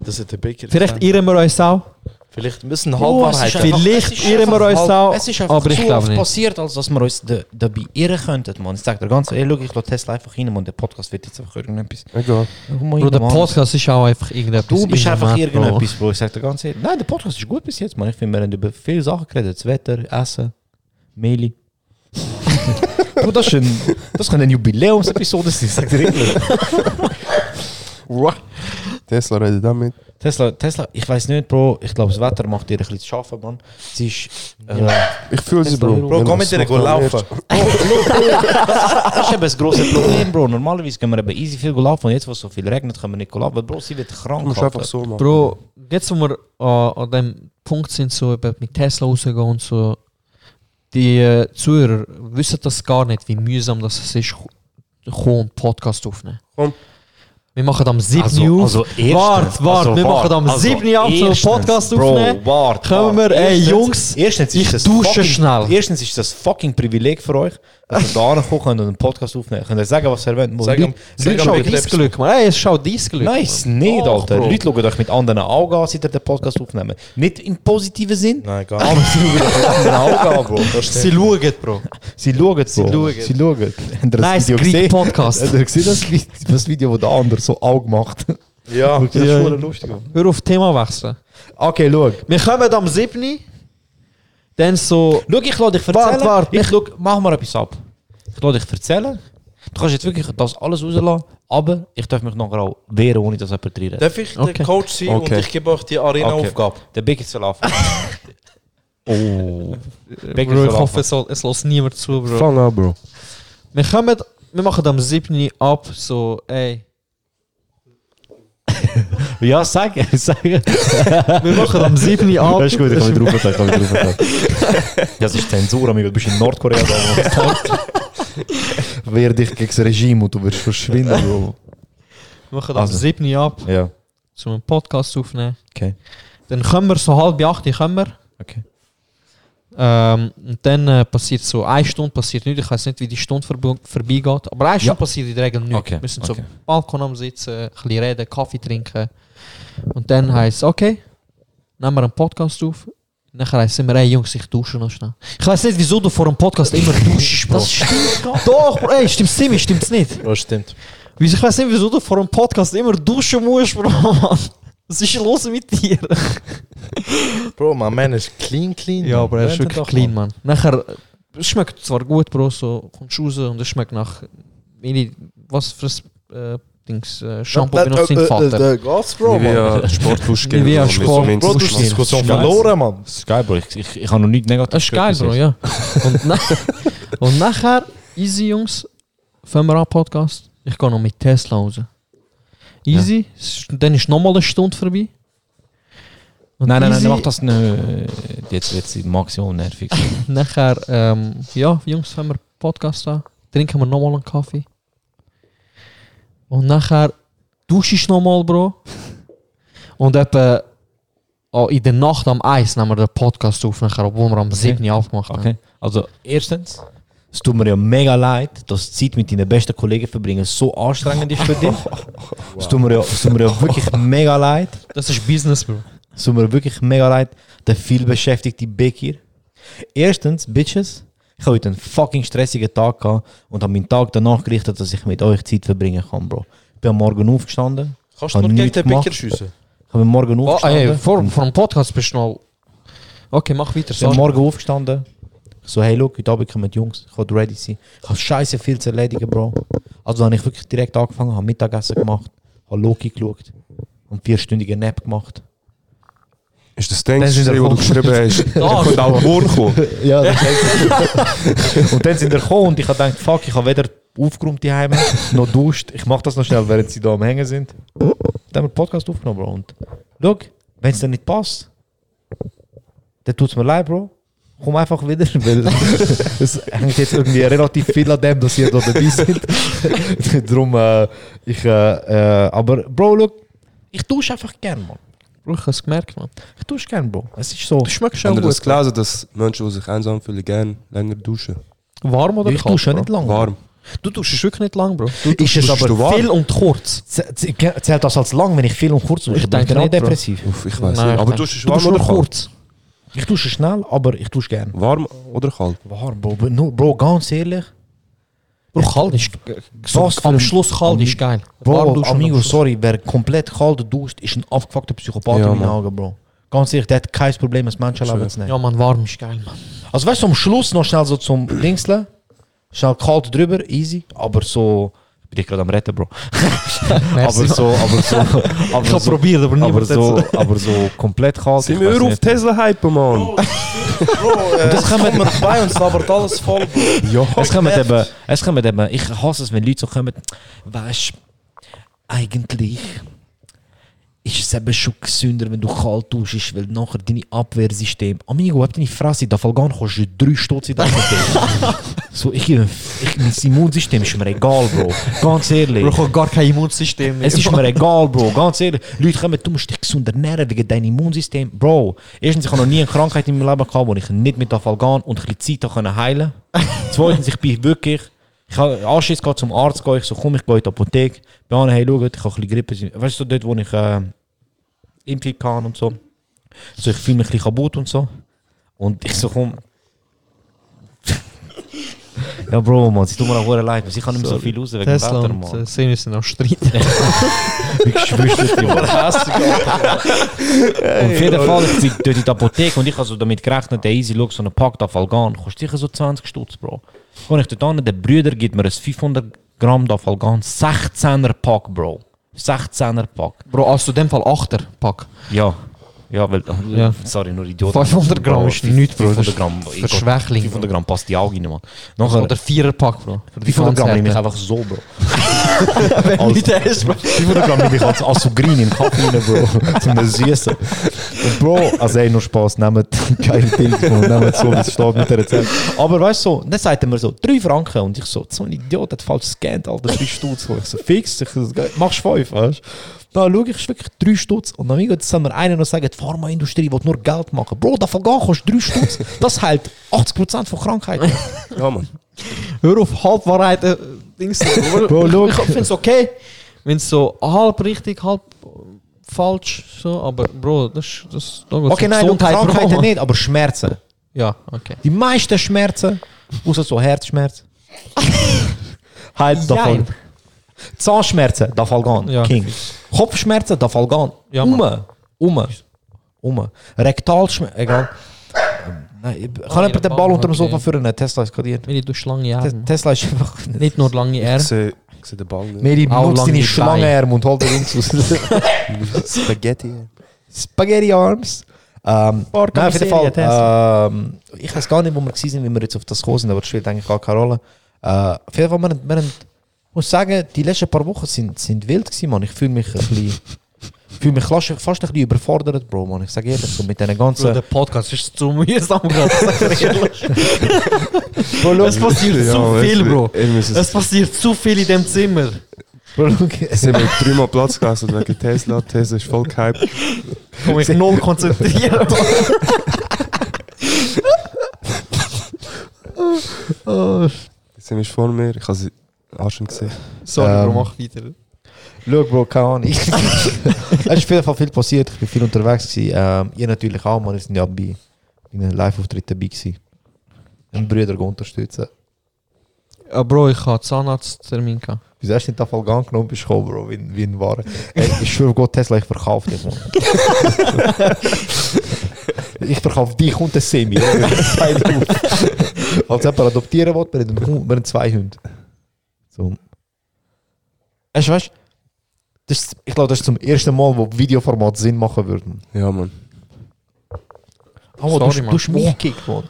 S10: das ist der Baker.
S8: Vielleicht irren wir uns auch.
S10: Vielleicht müssen Halbwahrheiten.
S8: einfach- Vielleicht irren wir uns auch,
S11: Es ist einfach
S8: aber ich
S11: so
S8: glaube
S11: oft
S8: nicht.
S11: passiert, als dass wir uns da- dabei irren könnten, Mann. Ich sag dir ganz ehrlich, schau, ich lasse Tesla einfach rein, Mann. Der Podcast wird jetzt einfach irgendetwas.
S7: Egal.
S11: Guck mal
S8: Bro,
S11: rein,
S8: der
S11: Mann.
S8: Podcast ist auch einfach irgendetwas.
S11: Du bist
S8: in-
S11: einfach
S8: Mann,
S11: irgendetwas, Bro. Ich sag dir ganz ehrlich. Nein, der Podcast ist gut bis jetzt, Mann. Ich finde, wir haben über viele Sachen geredet. Das Wetter, Essen, Meli. Bro, das, ist ein, das kann eine Jubiläumsepisode sein, sag dir ehrlich.
S7: Tesla redet damit.
S11: Tesla, Tesla, ich weiß nicht, Bro. Ich glaube, das Wetter macht dir ein bisschen zu schaffen, Mann. Sie ist. Äh,
S7: Ich fühle sie, Bro.
S10: Bro, komm mit dir, go laufen.
S11: Das ist eben das grosse Problem, Bro. Normalerweise können wir eben easy viel laufen und jetzt, wo es so viel regnet, können wir nicht laufen. Bro, sie wird
S7: Du
S11: krank.
S7: musst
S11: Alter.
S7: einfach so machen.
S8: Bro, jetzt wo wir äh, an dem Punkt sind, so eben mit Tesla rausgehen und so, die äh, Zuhörer wissen das gar nicht, wie mühsam das es ist, kommen und Podcast aufnehmen.
S7: Komm.
S8: Wir machen am 7.
S11: Also-
S8: Uhr.
S11: also erstens.
S8: wart, wart,
S11: Also
S8: wir
S11: wart.
S8: machen am
S11: Also
S8: 7. Uhr so einen
S11: erstens,
S8: Podcast
S11: Bro,
S8: aufnehmen.
S11: wart, wart.
S8: Können wir, ey,
S11: Erstens-
S8: Jungs,
S11: erstens ist
S8: ich
S11: das
S8: dusche
S11: fucking,
S8: schnell.
S11: Erstens ist das fucking Privileg für euch, dass ihr da ankommen könnt und einen Podcast aufnehmen könnt. Ihr sagen, was ihr wollt. Mo,
S10: Sag
S11: Leute-
S10: ihm- sag ihm
S11: Leute
S8: Leute,
S11: schauen
S8: schau
S10: bitte
S11: dich-
S8: dein Glück, man. Ey, es schau dein Glück.
S11: Nein,
S8: Mann.
S11: ist nicht,
S10: Doch,
S11: Alter.
S10: Bro.
S11: Leute schauen euch mit anderen Augen an, seit ihr den Podcast aufnehmen. Nicht im positiven Sinn,
S10: Nein, gar
S11: aber
S10: nicht.
S11: sie schauen euch mit anderen Augen an, Bro.
S8: Sie schauen, Bro.
S11: Sie schauen, sie
S8: schauen.
S11: Sie schauen. Habt ihr
S8: Nice Greek Podcast.
S11: Habt ihr gesehen, das, Vi- das Video, wo der andere so Auge macht?
S10: Ja, das ist
S11: Ja.
S10: schon lustig.
S8: Hör auf, Thema wechseln.
S11: Okay, schau.
S8: Wir kommen am 7. Uhr, Dann so.
S11: Schau, ich lasse dich erzählen.
S8: Wart, wart,
S11: ich schau, mach mal etwas ab. Ich lasse dich erzählen. Du kannst jetzt wirklich das alles rauslassen, aber ich darf mich nachher auch wehren, ohne dass jemand redet.
S10: Darf ich
S8: Okay.
S10: der Coach sein
S7: Okay.
S10: und ich gebe euch die Arena-Aufgabe?
S11: Der Big ist auf. oh. Big
S8: Bro, ich hoffe, es, es lässt niemand zu, Bro.
S7: Fang an, Bro.
S10: Ah,
S8: Wir kommen, wir machen am 7. Uhr ab, so, ey.
S11: Ja, sag, sag.
S8: Wir machen am 7. Uhr ab.
S11: gut, ich kann mich drauf ich kann mich drauf Das ist Zensur, amigo. Du bist in Nordkorea. Wehr dich gegen das Regime und du wirst verschwinden, Bro.
S8: Wir machen am
S11: Also.
S8: 7. Uhr ab,
S11: Ja,
S8: um einen Podcast aufnehmen.
S11: okay.
S8: Dann kommen wir so halb acht, Uhr kommen wir.
S11: Okay.
S8: Ähm, und dann äh, passiert so, eine Stunde passiert nichts. Ich weiß nicht, wie die Stunde vorbe- vorbeigeht. Aber eine Stunde passiert in der Regel nichts.
S11: Okay,
S8: Wir müssen so
S11: okay.
S8: am Balkon am sitzen, ein bisschen reden, Kaffee trinken. Und dann heißt es, okay, nehmen wir einen Podcast auf. Nachher heißt es immer, ey Jungs, ich dusche noch schnell. Ich weiß nicht, wieso du vor einem Podcast immer duschst, Bro. Das stimmt gar nicht. Doch, Bro, ey, stimmt's ziemlich, stimmt's nicht.
S10: Ja, stimmt.
S8: Wieso- Ich weiß nicht, wieso du vor einem Podcast immer duschen musst, Bro. Mann. Was ist los mit dir?
S10: Bro, mein Mann ist clean, clean.
S8: Ja,
S10: man.
S8: aber er ist
S10: Rennt
S8: wirklich
S10: doch,
S8: clean,
S10: man.
S8: Mann. Nachher, äh, es schmeckt zwar gut, Bro, so kommst raus und es schmeckt nach, wenig- was für ein äh, Dings, äh, Shampoo
S10: Da-
S8: benutzt
S10: äh,
S8: sein
S10: äh,
S8: Vater.
S10: äh, Da geht's, Bro, man.
S7: Sportbusch
S8: gehen, Nivea Bro, mit so Sport- Minze.
S10: Bro, du hast die Diskussion verloren, man.
S11: Das ist geil, Bro. Ich, ich, ich habe noch nichts negativ
S8: Das ist geil, Bro, ja. Und, na und nachher, easy Jungs, fangen wir an Podcast. Ich gehe noch mit Tesla raus. Easy, s- dann ist nochmal eine Stunde vorbei. Und
S11: Nein, nein, nein,
S8: easy,
S11: mach das nicht. Äh, Jetzt wird sie maximal nervig.
S8: Nachher, ähm, ja, Jungs, fangen wir Podcast an. Trinken wir nochmal einen Kaffee. Und nachher duschst du nochmal, Bro. Und etwa oh, in der Nacht am Eis nehmen wir den Podcast auf, nachher, obwohl wir am 7. Uhr aufgemacht haben.
S11: Okay. Also, erstens, es tut mir ja mega leid, dass die Zeit mit deinen besten Kollegen verbringen so anstrengend ist für dich. Es tut mir ja, es tut mir ja wirklich mega leid.
S8: Das ist Business, Bro.
S11: Es tut mir wirklich mega leid, der vielbeschäftigte Big hier. Erstens, Bitches, ich habe heute einen fucking stressigen Tag gehabt und habe meinen Tag danach gerichtet, dass ich mit euch Zeit verbringen kann, Bro. Ich bin am Morgen aufgestanden.
S10: Kannst
S11: Hab
S10: du nur gegen
S11: nichts
S10: den Bäcker
S11: gemacht.
S10: schiessen?
S11: Ich bin am Morgen
S8: Oh, ey,
S11: aufgestanden.
S8: vor, vor dem Podcast bist du noch. Okay, mach weiter.
S11: Ich bin am
S8: Sorry.
S11: Morgen aufgestanden. Ich so, hey, look, heute Abend kommen die Jungs. Ich wollte ready sein. Ich habe scheiße viel zu erledigen, Bro. Also habe ich wirklich direkt angefangen, habe Mittagessen gemacht, habe Loki geschaut und vierstündigen Nap gemacht.
S7: Ist das
S11: Das
S7: Thanks,
S11: ist
S7: was
S11: der
S7: du
S11: Punkt.
S7: geschrieben hast? Da
S8: Ah,
S7: könnte auch morgen kommen.
S11: Ja, das Und dann sind er gekommen und ich habe gedacht, fuck, ich habe weder aufgeräumt die Heime noch duscht. Ich mache das noch schnell, während sie da am Hängen sind. Dann haben wir den Podcast aufgenommen, Bro. Und schau, wenn es dir nicht passt, dann tut es mir leid, Bro. Komm einfach wieder, weil es hängt jetzt irgendwie relativ viel an dem, dass ihr da dabei seid. Darum, äh, ich, äh, äh, aber Bro, schau, ich dusche einfach gern, Mann.
S8: Bro, ich hab's gemerkt, man.
S11: Ich dusche gern, Bro. Es ist so.
S8: Du schmeckst
S7: Habt
S8: schon
S7: ihr
S8: gut.
S7: das gelesen, dass Menschen, die sich einsam fühlen, gerne länger duschen?
S8: Warm oder
S11: Ich
S8: kalt,
S11: dusche
S8: Bro?
S11: nicht lange.
S7: Warm.
S8: Du duschst wirklich nicht lang, Bro. Du
S11: Ist es
S8: duschst
S11: aber
S8: du warm? viel und kurz.
S11: Z- z- ge- Zählt das als lang, wenn ich viel und kurz dusche?
S8: Ich
S11: Bin
S8: denke
S11: genau
S8: nicht, Bro.
S11: depressiv.
S7: Uff, ich weiß
S8: Nein,
S7: nicht.
S8: ich
S7: Aber
S8: denke-
S7: du duschst
S8: Du
S7: warm
S8: duschst
S7: oder
S8: nur
S7: kalt?
S8: kurz.
S11: Ich dusche schnell, aber ich dusche gerne.
S7: Warm eh, oder kalt?
S11: Warm, Bro. Aber nur- Bro, ganz ehrlich.
S8: Bro, kalt ist. So,
S11: für
S8: am
S11: ein-
S8: Schluss kalt ist geil. Warm
S11: Bro,
S8: duschen am
S11: Amigo,
S8: Schluss.
S11: sorry, wer komplett kalt duscht, ist ein abgefuckter Psychopath
S7: Ja,
S11: in meinen
S7: Mann.
S11: Augen, Bro. Ganz ehrlich, der hat kein Problem, das Menschenleben zu nehmen.
S8: Ja, man, warm ist geil, man.
S11: Also weißt du, am Schluss noch schnell so zum Dingseln. Schnell kalt drüber, easy. Aber so... Ich bin dich gerade am retten, Bro. aber
S8: Merci,
S11: so, aber so... Aber
S8: Ich hab
S11: so,
S8: probiert, aber niemand
S11: aber
S8: hat's.
S11: so, aber so komplett kalt. ich
S7: Sind wir
S11: weiß
S7: hör auf
S11: nicht.
S7: Tesla-Hype, Mann?
S10: Das kommen wir vorbei und sabbert alles voll.
S11: Ja, es kommen eben, es kommen eben, ich hasse es, wenn Leute so kommen, weißt eigentlich ist es eben schon gesünder, wenn du kalt duschst, weil nachher deine Abwehrsystem, amigo, hab deine Fresse, da Falgan kostet drei Stutz in der Apotheke. So, ich, gebe- ich, mein Immunsystem ist mir egal, Bro. Ganz ehrlich.
S8: Bro, ich hab gar kein Immunsystem mehr.
S11: Es ist mir egal, Bro. Ganz ehrlich. Leute kommen, du musst dich gesund ernähren wegen deinem Immunsystem. Bro, erstens, ich habe noch nie eine Krankheit in meinem Leben gehabt, wo ich nicht mit Afalgan und ein bisschen Zeit habe heilen konnte. Zweitens, ich bin wirklich... Ich habe Anschiss gehabt, zum Arzt zu gehen. Ich so, komm, ich gehe in die Apotheke. Bei anderen, hey, schau, ich habe ein bisschen Grippe. Weißt du, dort, wo ich äh, Impfung kann und so. So, ich fühle mich ein bisschen kaputt und so. Und ich so, komm... ja, Bro, man, sie tut mir auch verdammt leid, aber ich kann nicht mehr so viel raus wegen dem
S8: Tesla
S11: Wetter,
S8: und
S11: man.
S8: äh, Sinus sind am Streiten.
S11: Ich schwör's dir, Junge. Auf jeden Fall, ich bin durch die Apotheke und ich habe so damit gerechnet, der Easy Look, so ein Pack Dafalgan, kostet sicher so 20 Stutz, Bro. Und ich dort an, der Brüder gibt mir ein 500 Gramm Dafalgan, 16er Pack, Bro. 16er Pack.
S8: Bro, also in dem Fall Achter, pack.
S11: Ja. Ja, weil,
S8: Ja.
S11: sorry, nur Idioten.
S8: 500 Gramm ist nichts, Bro. Das
S11: 500
S8: ist
S11: Gramm,
S8: für Schwächling,
S11: 500 Gramm passt die Augen nicht, Mann.
S8: Oder
S11: Nachher,
S8: Viererpack, Bro. Für die
S11: 500 Gramm
S8: ganze
S11: nehme ich
S8: Härte.
S11: einfach so, Bro.
S8: Wenn nicht der ist, Bro.
S11: 500 Gramm nehme ich als Assugrin in den Kaffee rein, Bro. Zum Süßen. Und Bro, also ey, nur Spaß, nehmt keine Dings, Bro. Nehmt so, wie es steht mit der Rezept. Aber weißt du, so, dann sagt er mir so, 3 Franken. Und ich so, so ein Idiot hat falsch gescannt, Alter, 3 Stutz. Ich so, fix, ich so, machst 5, weißt du. Da schau ich, ist wirklich 3 Stutz. Und dann geht soll mir einer noch sagen, die Pharmaindustrie will nur Geld machen. Bro, davon gehen kostet 3 Stutz. Das heilt 80% von Krankheiten.
S7: Ja, Mann.
S8: Hör auf, Halbwahrheiten. Dings. eh, Bro,
S11: schau.
S8: Ich find's okay, wenn es so halb richtig, halb äh, falsch, so, aber Bro, das, das, da geht's
S11: Okay,
S8: um
S11: nein, schau,
S8: Bro.
S11: Krankheiten nicht, aber Schmerzen.
S8: Ja, okay.
S11: Die meisten Schmerzen, außer so Herzschmerz, halt davon.
S8: Jein.
S11: Zahnschmerzen, da Falgan,
S8: Ja.
S11: King. Kopfschmerzen, da Falgan.
S8: Ja,
S11: ume, ume, ume. Rektalschmerzen, egal. Ähm, Nein, ich- kann jemand den Ball unter dem Sofa führen? Tesla ist kadiert.
S8: Wenn ich durch lange Jahre.
S11: Tesla ist einfach nicht.
S8: Nicht nur lange
S7: Ich
S8: Jahre.
S7: sehe ich sehe den Ball nicht.
S11: Meri,
S8: Auch
S11: nutzt
S8: lange
S11: deine
S8: Beine.
S11: Schlangenarm und hol den Wings raus.
S7: Spaghetti.
S11: Spaghetti Arms. Ähm, nein, auf jeden
S8: Miseria,
S11: Fall. Ähm, ich weiß gar nicht, wo wir waren, wie wir jetzt auf das gekommen sind, aber das spielt eigentlich gar keine Rolle. Äh, auf jeden Fall, wir, haben- wir, haben- ich muss sagen, die letzten paar Wochen sind, sind wild gewesen, Mann. Ich fühle mich ein bisschen, ich fühle mich fast, fast ein bisschen überfordert, Bro, Mann. Ich sage ehrlich, so mit diesen ganzen...
S8: Podcast ist zu mühsam gerade. Es passiert
S7: Ja,
S8: zu
S7: es-
S8: viel, Bro.
S7: ihr müsst es-
S8: Es passiert zu viel in dem Zimmer.
S11: Bro, okay.
S7: Sie haben dreimal Platz gelassen wegen Tesla. Tesla ist voll gehypt.
S8: Kann mich null konzentrieren.
S7: Sie ist vor mir. Ich habe sie Arsch im Gesicht.
S8: Sorry, Bro,
S11: Ähm.
S8: mach weiter.
S11: Schau, Bro, keine Ahnung. es ist auf jeden Fall viel passiert. Ich bin viel unterwegs. Gewesen. Ähm, ihr natürlich auch, man. Ihr sind ja bei meinen Live-Auftritten dabei gewesen. Einen Brüder unterstützen.
S8: Ja, Bro, ich hatte Zahnarzttermin. gehabt.
S11: Wieso hast du nicht den Falgan genommen? Bist gekommen, Bro, wie, ein- wie ein Ware. Ey, ich schwöre Gott, Tesla, ich verkaufe dich, Mann. ich verkaufe dich und den Semi. oder? Zwei drauf. Als jemand adoptieren will, wir haben einen Hund- wir haben zwei Hunde. So. Weißt du, weißt du, das ist, ich glaube, das ist zum ersten Mal, wo Videoformat Sinn machen würde. Mann.
S7: Ja, Mann.
S11: Oh, Mann,
S8: Sorry,
S11: du,
S8: Mann.
S11: du hast mich gekickt, Mann.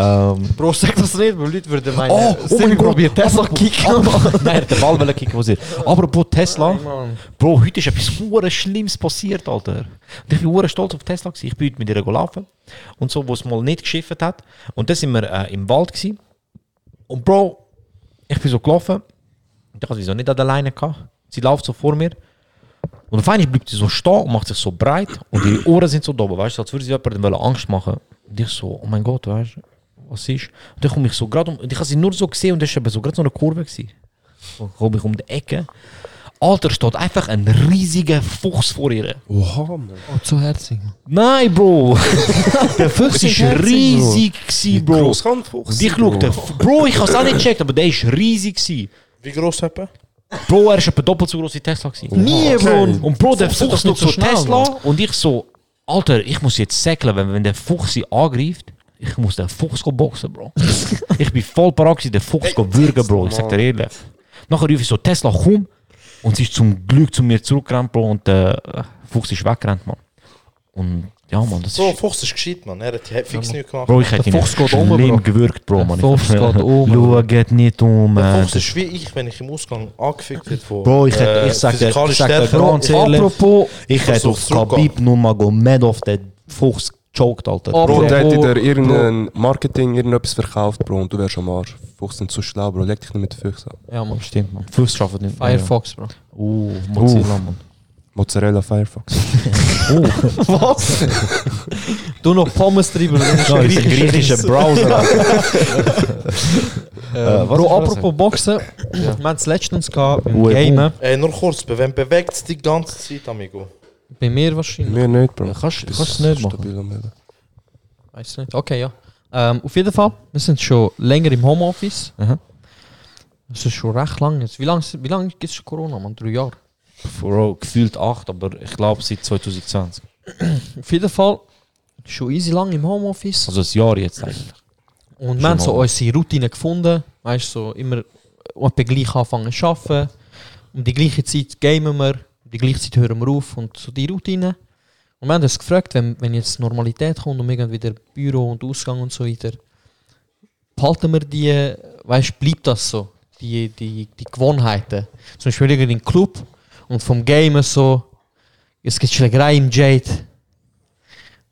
S11: Ähm,
S8: Bro, sag das nicht, weil Leute würden meinen,
S11: Oh,
S8: äh,
S11: oh
S8: Simi
S11: mein Gott.
S8: probiert Tesla kicken.
S11: Nein, er hat den Ball wollen kicken, wo sie. Apropos Tesla.
S8: Mann.
S11: Bro, heute ist etwas hure Schlimmes passiert, Alter. Und ich bin hure stolz auf Tesla. Gewesen. Ich bin heute mit ihr gelaufen. Und so, wo es mal nicht geschifft hat. Und dann sind wir äh, im Wald. Gewesen. Und Bro, ich bin so gelaufen. Und ich hatte wieso nicht an der Leine. Gehabt. Sie läuft so vor mir. Und auf einmal bleibt sie so stehen und macht sich so breit. Und ihre Ohren sind so dober, weißt du, als würde sie jemandem wollen Angst machen. Und ich so, oh mein Gott, weißt du, was ist? Und dann komme ich so gerade um. Und ich habe sie nur so gesehen und das war eben so gerade so eine Kurve. Gewesen. Dann komme ich um die Ecke. Alter, steht einfach ein riesiger Fuchs vor ihr.
S8: Oh, zu herzig.
S11: Nein, Bro. der Fuchs ist riesig, gsi, Bro.
S10: Großhandfuchs.
S11: Und ich schaue, der F- Bro, ich hab's auch nicht gecheckt, aber der ist riesig. gsi.
S10: Wie groß etwa?
S11: Bro, er ist etwa doppelt so groß wie Tesla. gsi.
S8: Nie, Bro.
S11: Und Bro, der
S8: Fuchs sind
S11: Fuchs noch
S8: doch nicht so
S11: zu
S8: schnell,
S11: Tesla
S8: Mann.
S11: und ich so, Alter, ich muss jetzt säckeln, wenn, wenn der Fuchs sie angreift. Ich muss den Fuchs go boxen, Bro. ich bin voll parat, gewesen, den Fuchs go würgen, Bro. Ich sag dir ehrlich. Nachher rief ich so, Tesla, komm. Und sie ist zum Glück zu mir zurückgerannt, Bro. Und der Fuchs ist weggerannt, Mann. Und ja, Mann, das
S10: So,
S11: ist...
S10: Fuchs ist gescheit, Mann. Er hat die fix nicht gemacht.
S11: Bro, ich hätte ihn
S8: Fuchs geht um,
S11: schlimm
S8: Bro.
S11: gewürgt, Bro, Mann.
S8: Fuchs geht um, Bro.
S11: Schaut nicht um.
S10: Der
S11: äh,
S10: Fuchs ist wie ich, wenn ich im Ausgang angefickt werde von...
S11: Bro, ich, hätte, ich sag dir, ich
S10: physikalisch
S11: sag dir
S10: stärker-
S11: ganz
S10: eh, Bro,
S11: ehrlich,
S8: Apropos-
S11: ich hätte auf
S10: zurückgehen.
S11: Khabib nur mal go mad auf den Fuchs gechoked, Alter.
S8: Apropos-
S7: Bro, der hätte
S8: Bro,
S7: dir irgendein Marketing, irgendetwas verkauft, Bro, und du wärst am Arsch. Fuchs sind so schlau, Bro. Leg dich nicht mit den Füchsen an.
S8: Ja, Mann.
S11: Stimmt, man. Fuchs schaffen nicht mehr.
S8: Firefox, Bro.
S11: Uh, Mozilla, man.
S7: Mozzarella Firefox.
S8: Was? du noch Pommes drüber.
S11: Ja, ist ein griechischer Browser. Alter. Äh, was
S8: Bro,
S11: soll ich
S8: apropos Boxen. Wir haben es letztens gehabt beim
S11: Ue,
S8: Gamen.
S10: Ey, nur kurz, bei wem bewegt es die ganze Zeit, Amigo?
S8: Bei mir wahrscheinlich.
S7: Mir nicht, Bro.
S11: kannst-
S7: Bist
S11: kannst du nicht machen.
S7: stabil am Leben.
S8: Weiß nicht. Okay, ja. Ähm, auf jeden Fall, wir sind schon länger im Homeoffice.
S11: Aha.
S8: Das ist schon recht lang jetzt. Wie lange wie lang gibt es schon Corona, Mann? Drei Jahre.
S11: Bro, gefühlt 8, aber ich glaube seit 2020.
S8: Auf jeden Fall, schon easy lang im Homeoffice.
S11: Also ein Jahr jetzt eigentlich.
S8: Und wir haben so
S11: mal.
S8: unsere Routine gefunden. Weißt du, so immer etwa gleich anfangen zu arbeiten. Um die gleiche Zeit gamen wir, um die gleiche Zeit hören wir auf und so die Routine. Und wir haben uns gefragt, wenn, wenn jetzt Normalität kommt und wir gehen wieder Büro und Ausgang und so weiter, behalten wir die, weißt du, bleibt das so? Die, die, die Gewohnheiten. Zum Beispiel in den Club und vom Gamen so, es gibt Schlägerei im Jade.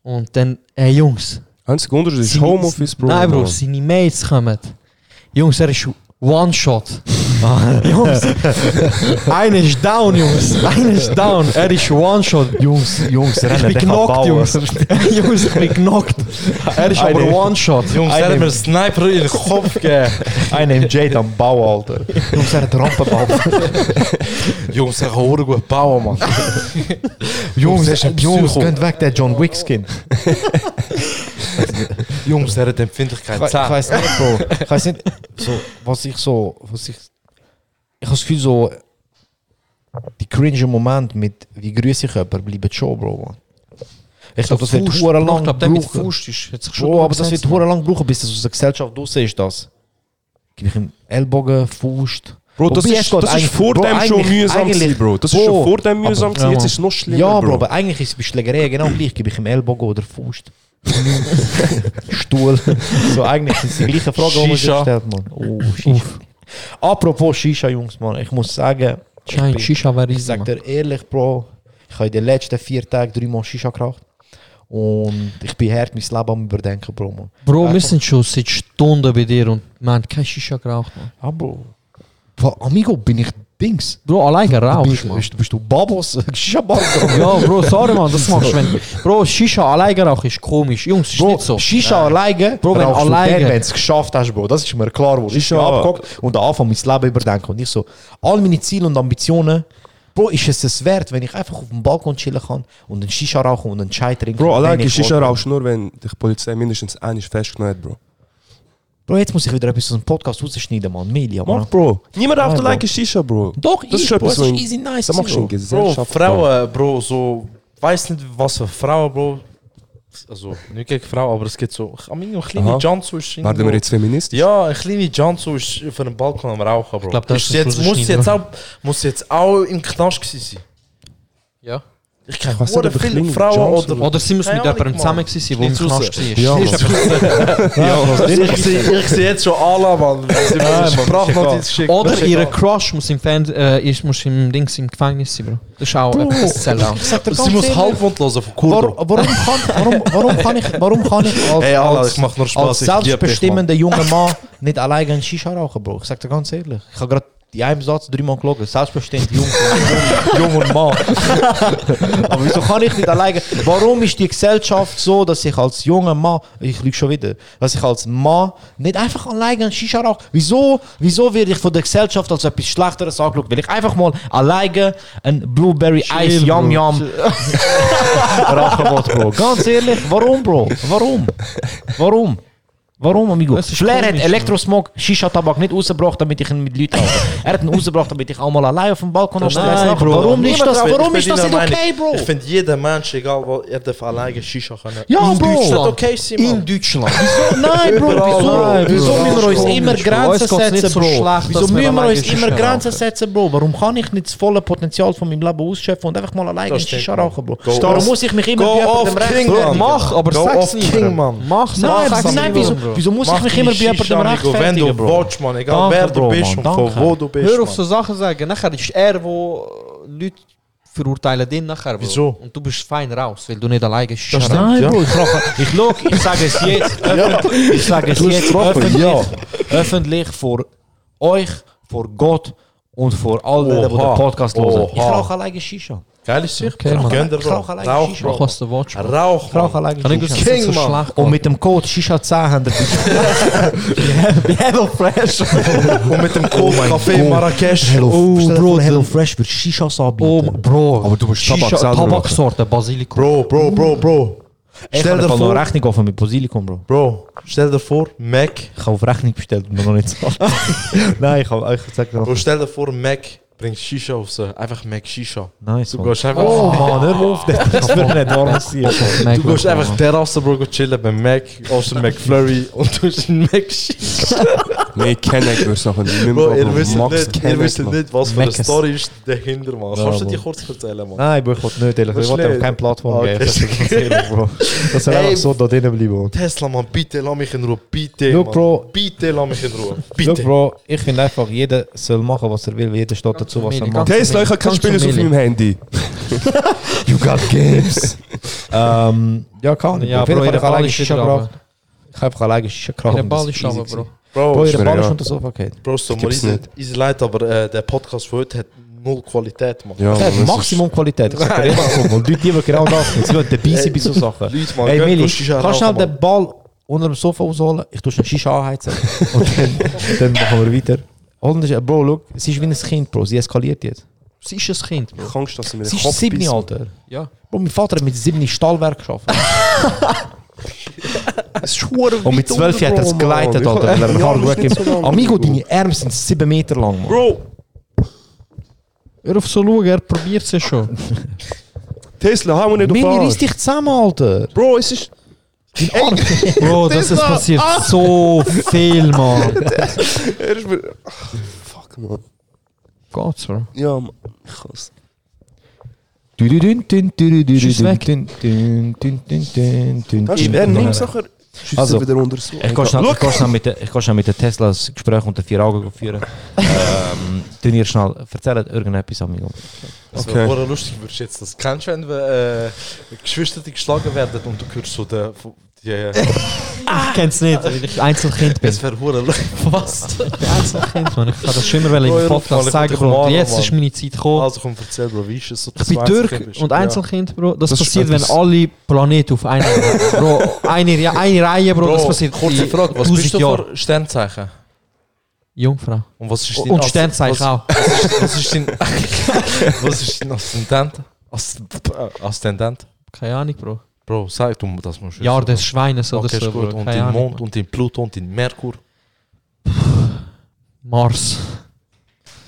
S8: Und dann, ey Jungs,
S7: Einziger Unterschied ist
S8: Seine-
S7: Homeoffice, Bro.
S8: Nein, Bro,
S7: Mann.
S8: seine Mates kommen. Jungs, er ist One-Shot. Jungs, einer ist down, Jungs. Einer ist down. Er ist One-Shot. Jungs,
S11: Jungs,
S8: ich bin genockt, Jungs. Jungs, ich bin genockt. Er ist aber
S11: Einer-
S8: One-Shot.
S10: Jungs, er hat mir einen Sniper in den Kopf gegeben.
S11: Einer im Jade am Bau, Alter. Jungs, er hat Rampenbau.
S10: Jungs, er kann auch gut bauen, Mann.
S11: Jungs,
S10: er
S7: eh,
S10: ist ein
S11: Jungs,
S10: Psycho.
S11: könnt weg, der John Wick-Skin.
S10: Jungs, er hat Empfindlichkeit.
S11: Ich weiß nicht, Bro. Ich weiß nicht, so, was ich so, was ich. Ich habe das Gefühl, so. Die cringe Moment mit wie grüße ich jemanden, bleiben schon, Bro. Mann. Ich glaube, das wird hure lang brauchen.
S8: Fuß ist jetzt schon
S11: Bro, aber das wird
S8: durchgesetzt.
S11: hure lang brauchen, bis das aus der Gesellschaft draussen ist. Das. Gib ich ihm Ellbogen, Fuß.
S7: Bro, das
S11: Wobei, es
S7: ist,
S11: geht
S7: das ist
S11: eigentlich-
S7: vor
S11: Bro,
S7: dem schon
S11: eigentlich-
S7: mühsam
S11: eigentlich-
S7: gewesen, Bro. Das ist
S11: Bro,
S7: schon vor dem mühsam gewesen.
S11: aber-
S8: Ja,
S7: Jetzt
S8: Mann.
S7: ist es noch schlimmer,
S11: Ja, Bro,
S7: Bro.
S11: aber eigentlich ist es bei Schlägerei genau gleich. Gebe ich ihm Ellbogen oder Fuß. Stuhl. So, eigentlich sind es die gleichen Fragen, die man sich
S10: Shisha.
S11: stellt, Mann. Oh, Shisha. Apropos Shisha, Jungs, Mann. Ich muss sagen, ich,
S8: Schein,
S11: bin-
S8: Shisha wäre
S11: ich
S8: easy,
S11: sag
S8: Mann.
S11: dir ehrlich, Bro, ich habe in den letzten vier Tagen dreimal Shisha geraucht. Und ich bin hart mein Leben am Überdenken, Bro, Mann.
S8: Bro, wir sind schon seit Stunden bei dir und wir haben keine Shisha geraucht, Mann.
S11: Ah, Bro. Amigo, bin ich Dings?
S8: Bro, allein
S11: Bin
S8: geraucht,
S11: ich,
S8: Mann.
S11: bist, bist du Babos? Shisha-Bar, Bro.
S8: Ja, Bro, sorry, Mann, das machst du. wenn- Bro, Shisha allein geraucht ist komisch. Jungs, ist
S11: Bro,
S8: nicht so.
S11: Shisha alleine,
S8: Bro, wenn
S11: brauchst du
S8: alleine-
S11: dann, wenn es geschafft hast, Bro. Das ist mir klar, wo ich
S7: Shisha-
S11: mir abgehockt und am Anfang mein Leben überdenke. Und ich so, all meine Ziele und Ambitionen, Bro, ist es das wert, wenn ich einfach auf dem Balkon chillen kann und einen Shisha rauchen und einen Chai trinken?
S7: Bro, allein
S11: wenn ich
S7: ist Shisha
S11: will, Bro.
S7: rausch nur, wenn dich die Polizei mindestens einmal festgenommen hat, Bro.
S11: Bro, jetzt muss ich wieder etwas aus dem Podcast rausschneiden, Mann. Media, Mann.
S7: Mach, Bro. Niemand darf
S11: Nein,
S7: dir
S11: Bro.
S7: like Shisha, Bro.
S11: Doch,
S7: Das ist
S11: ich, Bro,
S7: etwas,
S11: das ist
S7: was-
S11: easy nice.
S7: Das machst du in
S11: Bro.
S10: Bro,
S7: Gesellschaft.
S10: Frauen, Bro, so. Weiß nicht, was für Frauen, Bro. Also, nicht gegen Frauen, aber es gibt so. Ich meine, eine
S7: Aha.
S10: kleine Janzo ist.
S7: Bro.
S10: irgendwo-
S7: Werden wir jetzt feministisch?
S10: Ja, eine kleine Janzo ist auf einem Balkon am Rauchen, Bro.
S8: glaub, das
S10: Ist
S8: ist
S10: jetzt,
S8: ein
S10: muss,
S8: Schnitt,
S10: jetzt auch, muss jetzt auch im Knast gewesen sein.
S8: Ja. Oh,
S10: Ich kenne
S7: weiß nicht,
S10: hure
S7: ob ich
S10: viele
S7: kleine
S10: Frauen
S7: Janzo-
S10: oder.
S8: Oder sie muss mit
S10: Keine Ahnung,
S8: jemandem
S10: Mann.
S8: zusammen gewesen sein, der im
S10: Schneid's raus.
S8: Knast war.
S7: Ja,
S10: Ich sehe ich sehe jetzt schon alle, Mann. Sie haben Sprachnotiz geschickt.
S8: Oder ihre Crush muss im, Fan, äh, ist, muss im, Dings, im Gefängnis sein, Bro. Das ist auch etwas Sellout.
S10: Sie muss halbwund hören von
S11: Warum,
S10: Kurdo.
S11: warum, kann, warum, warum kann ich, warum kann ich als,
S10: Hey, Allah,
S11: als,
S10: ich mach nur Spaß.
S11: als
S10: ich lieb dich,
S11: selbstbestimmender junger Mann nicht alleine einen Shisha rauchen, Bro? Ich sag dir ganz ehrlich. Ich habe gerade in einem Satz dreimal gelogen. Selbstbestimmt, jung, jung, jung und Mann. Aber wieso kann ich nicht alleine? Warum ist die Gesellschaft so, dass ich als junger Mann, ich lüge schon wieder, dass ich als Mann nicht einfach alleine einen Shisha rauche? Wieso, wieso werde ich von der Gesellschaft als etwas Schlechteres angeschaut? Weil ich einfach mal alleine einen Blueberry Ice Yum Yum Rachenbot, Bro. Ganz ehrlich, warum, Bro? Warum? Warum? Warum, amigo?
S8: Das ist
S11: Flair
S8: komisch,
S11: hat Elektrosmog, Shisha-Tabak nicht rausgebracht, damit ich ihn mit Leuten habe. er hat ihn rausgebracht, damit ich auch mal allein auf dem Balkon auf Stress
S8: Nein,
S11: mache.
S8: Bro.
S11: Warum
S10: Niemand
S11: ist das,
S10: darf- ich
S11: warum
S10: bin
S11: ist das nicht
S10: deiner
S11: okay,
S10: Meinung.
S11: Bro?
S10: Ich finde, jeder Mensch, egal wo, er darf alleine Shisha können.
S11: Ja,
S8: In
S11: Bro.
S8: Deutschland.
S10: Okay, Simon.
S11: In Deutschland. Wieso? Nein, Bro,
S10: Überall,
S11: wieso,
S10: nein,
S11: wieso
S10: überall.
S11: müssen wir uns immer
S8: Komisch, Bro.
S11: Grenzen
S8: Uns geht's nicht
S11: setzen,
S8: so
S11: Bro?
S8: schlecht,
S11: wieso
S8: dass wir
S11: müssen wir
S8: alleine
S11: uns
S8: Shisha
S11: immer Grenzen
S8: rauchen?
S11: setzen, Bro? Warum kann ich nicht das volle Potenzial von meinem Leben ausschöpfen und einfach mal alleine
S10: Das
S11: Shisha
S10: stimmt,
S11: rauchen, Bro?
S10: Go
S11: Warum
S10: off-
S11: muss ich mich immer
S10: Go
S11: bei
S10: off
S11: jemandem
S10: King, Mann.
S11: rechtfertigen?
S8: Mach, aber
S10: Go
S8: sag's
S10: off
S8: nicht.
S10: King, Mann.
S8: Mach,
S11: Nein,
S8: sag's
S11: nein,
S8: nicht,
S11: wieso,
S8: Bro.
S11: wieso muss ich
S10: Mach
S11: mich
S10: die
S11: immer bei jemandem
S10: Shisha, Nico, Wenn
S11: rechtfertigen,
S10: du
S11: Bro?
S10: willst, Mann. Egal
S11: Danke,
S10: wer du
S11: Bro,
S10: bist
S11: Mann,
S10: und von
S11: danke.
S10: wo du bist,
S8: Hör auf
S10: Mann.
S8: so Sachen sagen. Nachher ist er, wo Leute verurteilen den nachher. Bro.
S10: Wieso?
S8: Und du bist fein raus, weil du nicht alleine Shisha
S11: Das
S8: rauchst.
S11: Nein,
S10: ja.
S11: Bro, ich rauche. Ich schau, ich sage es jetzt. öffentlich- Ich sage es
S1: Du hast
S11: jetzt
S1: getroffen,
S11: öffentlich,
S1: ja.
S11: öffentlich vor euch, vor Gott und vor all denen, die
S10: Oha.
S11: den Podcast hören. Ich
S10: Oha.
S11: rauche alleine Shisha.
S10: Geil ist sicher.
S8: Okay, Mann.
S10: Gönn dir,
S11: Ich
S10: Bro.
S11: rauche alleine
S10: Rauch,
S11: Shisha.
S8: Mach,
S10: Bro.
S8: was du willst, Bro.
S10: Rauch,
S11: Ich rauche
S10: Mann.
S11: alleine
S8: Kann ich das
S11: Shisha.
S8: King,
S10: King,
S8: so
S10: Mann.
S8: schlecht
S11: Und mit dem Code Shisha 200 Hello Fresh.
S10: Und mit dem Cold Café in Marrakesch.
S11: Hello, oh, Bro, Hello Fresh wird Shishas anbieten.
S8: Bro. Aber du bist
S7: Shisha-
S8: Tabak
S7: Tabaksorte,
S8: Tabaksorte, Basilikum.
S10: Bro, Bro, Bro, Bro.
S11: ich kann
S10: Stell dir
S11: dir
S10: vor,
S11: Rechnung offen mit Basilikum, Bro.
S10: Bro, stell dir vor, Mac.
S11: Ich habe auf Rechnung bestellt und noch nicht zahlt. Nein, ich habe euch gesagt,
S10: Bro, stell dir vor, Mac bringt Shisha auf sie. Einfach Mac Shisha.
S11: nice.
S10: Du
S11: Mann.
S10: gehst einfach.
S11: Oh Mann, hör auf, das ist mir nicht warm gewesen.
S10: Du gehst einfach Terrasse, Bro, go chillen bei Mac, aus dem McFlurry und du hast einen Mac Shisha.
S7: Nee, Kenneck wirst du nachher nicht mehr
S10: Bro, ihr
S7: brauchen.
S10: wisst
S7: Max
S10: nicht, ihr
S7: Kenneck,
S10: wisst
S7: Mann.
S10: nicht, was für eine
S11: Mac ist-
S10: Story ist dahinter, Mann.
S11: Ja,
S10: Kannst du
S11: Bro.
S10: die kurz erzählen, Mann?
S11: Nein, Bro, ich wollte nicht, ehrlich.
S10: Das
S11: Ich wollte ihm
S10: schlägt.
S11: keine Plattform
S10: Ah, Okay.
S11: geben. Das ist ganz ehrlich, Bro. Dass er
S10: Hey.
S11: einfach so da drinnen bleiben
S10: Tesla, Mann, bitte lass mich in Ruhe. Bitte,
S11: Look,
S10: Mann.
S11: Bro.
S10: Bitte lass mich in Ruhe.
S11: Look,
S10: Bitte.
S11: Bro, ich finde einfach, jeder soll machen, was er will. Jeder steht dazu, was er
S8: Familie,
S11: macht.
S7: Tesla, ich habe kein
S8: Kannst du
S7: Spiel auf
S8: Milli?
S7: meinem Handy.
S11: You got games. ähm, ja, kann ich.
S8: Ja,
S11: Auf jeden
S8: Bro,
S11: Fall habe
S8: ihre
S11: ich
S8: Ball
S11: alleine
S8: ist
S11: Shisha
S8: wieder
S11: geraucht.
S8: aber.
S11: Ich habe einfach alleine Shisha geraucht.
S8: Ihre
S11: und das
S8: Ball
S11: ist
S8: ist
S11: easy
S8: aber,
S11: gewesen.
S8: Bro.
S11: Bro, ihre
S7: mir
S11: Ball ist
S7: egal.
S11: unter das Oberkett.
S10: Bro, so,
S7: gibt's
S10: Maurice,
S7: nicht.
S10: ist leid, aber äh, der Podcast von heute hat null Qualität, Mann.
S7: Ja, Mann,
S11: Ich habe
S7: es ist-
S11: Äh, Maximum Qualität. Ich sage dir immer, guck mal, die Leute lieber genau das. Sie wollen dabei sein bei so Sachen.
S10: Leute, Mann,
S11: Ey,
S10: geht
S11: Mili,
S10: kurz Shisha
S11: kannst du schnell
S10: rauchen,
S11: den Ball unter dem Sofa rausholen? Ich tue schon Shisha anheizen. Und dann, dann machen wir weiter. Und das ist- Bro, look, sie ist wie ein Kind, Bro. Sie eskaliert jetzt.
S8: Sie ist ein Kind, Bro.
S7: Ich hab Angst, dass sie mir
S11: Sie
S7: den
S11: ist
S7: Kopf
S11: sieben,
S7: bissen.
S11: Alter.
S8: Ja.
S11: Bro, mein Vater hat mit sieben in Stahlwerk geschafft.
S7: Es ist verdammt
S11: Und mit
S7: weit
S11: zwölf hat er es
S7: unten, Bro, Mann.
S11: geleitet,
S7: Ich-
S11: Alter. Weil
S7: Ja,
S11: er mir
S7: das
S11: hart
S7: ist
S11: gut
S7: nicht so
S11: gegeben.
S7: lang,
S11: Amigo,
S7: Bro.
S11: deine Arme sind sieben Meter lang, Mann.
S10: Bro,
S8: Hör auf so schauen, er probiert es ja schon.
S7: Tesla, hau mir nicht auf
S11: Mili,
S7: Arsch.
S11: reiss dich zusammen, Alter.
S7: Bro, es ist...
S8: Bro, das ist passiert so viel, Mann.
S7: Er ist mir... Ach, Fuck, Mann.
S8: Geht's, Bro.
S7: Ja, Mann. Ich hasse...
S11: Schuss
S8: Schuss weg.
S7: Weißt du, er nimmt es
S11: weg.
S7: nachher... Schießt
S11: Also,
S7: also, wieder unter so.
S11: Ich kann schnell, ich kann schnell mit, der- ich kann schnell mit der Tesla das Gespräch unter vier Augen führen. ähm, tun ihr schnell, erzählt irgendetwas, Amigo.
S10: Das
S7: Okay.
S10: wäre hure lustig, würdest du jetzt das kennst, wenn wir, äh, Geschwister die geschlagen werden und du hörst so den. von- Die, äh,
S8: Ich kenn's nicht, weil ich Einzelkind bin.
S10: es wäre hure lustig. Was?
S8: Einzelkind, Mann. Ich kann das schon immer wollen
S10: Bro,
S8: im
S10: hör auf, Mann,
S8: Podcast
S10: ich
S8: zeigen,
S10: komm
S8: Bro.
S10: an,
S8: Und Jetzt
S10: Mann.
S8: ist meine Zeit gekommen.
S10: Also komm, erzähl mal, wie ist es?
S8: Ich bin Türk und Einzelkind, Bro. Das,
S7: Das ist
S8: passiert, wenn
S7: etwas-
S8: alle Planeten auf einer Bro, eine, eine Reihe, Bro,
S10: Bro,
S8: das passiert
S10: kurze
S8: in
S10: Frage, was
S8: 1000
S10: bist du
S8: Jahren.
S10: für Sternzeichen?
S8: Jungfrau.
S10: Und was ist dein
S8: Und
S10: Aszen-
S8: Sternzeichen
S10: was,
S8: auch.
S10: Was ist dein, was ist dein Aszendent? Aszendent? Aszendent?
S8: Keine Ahnung, Bro.
S10: Bro, sag du, das musst du
S8: Jahr
S10: wissen.
S8: des Schweines oder
S10: Okay, ist
S8: so,
S10: gut.
S8: Bro.
S10: Und
S8: Keine
S10: den
S8: Ahnung.
S10: Mond
S8: Bro.
S10: und den Pluto und den Merkur.
S8: Mars.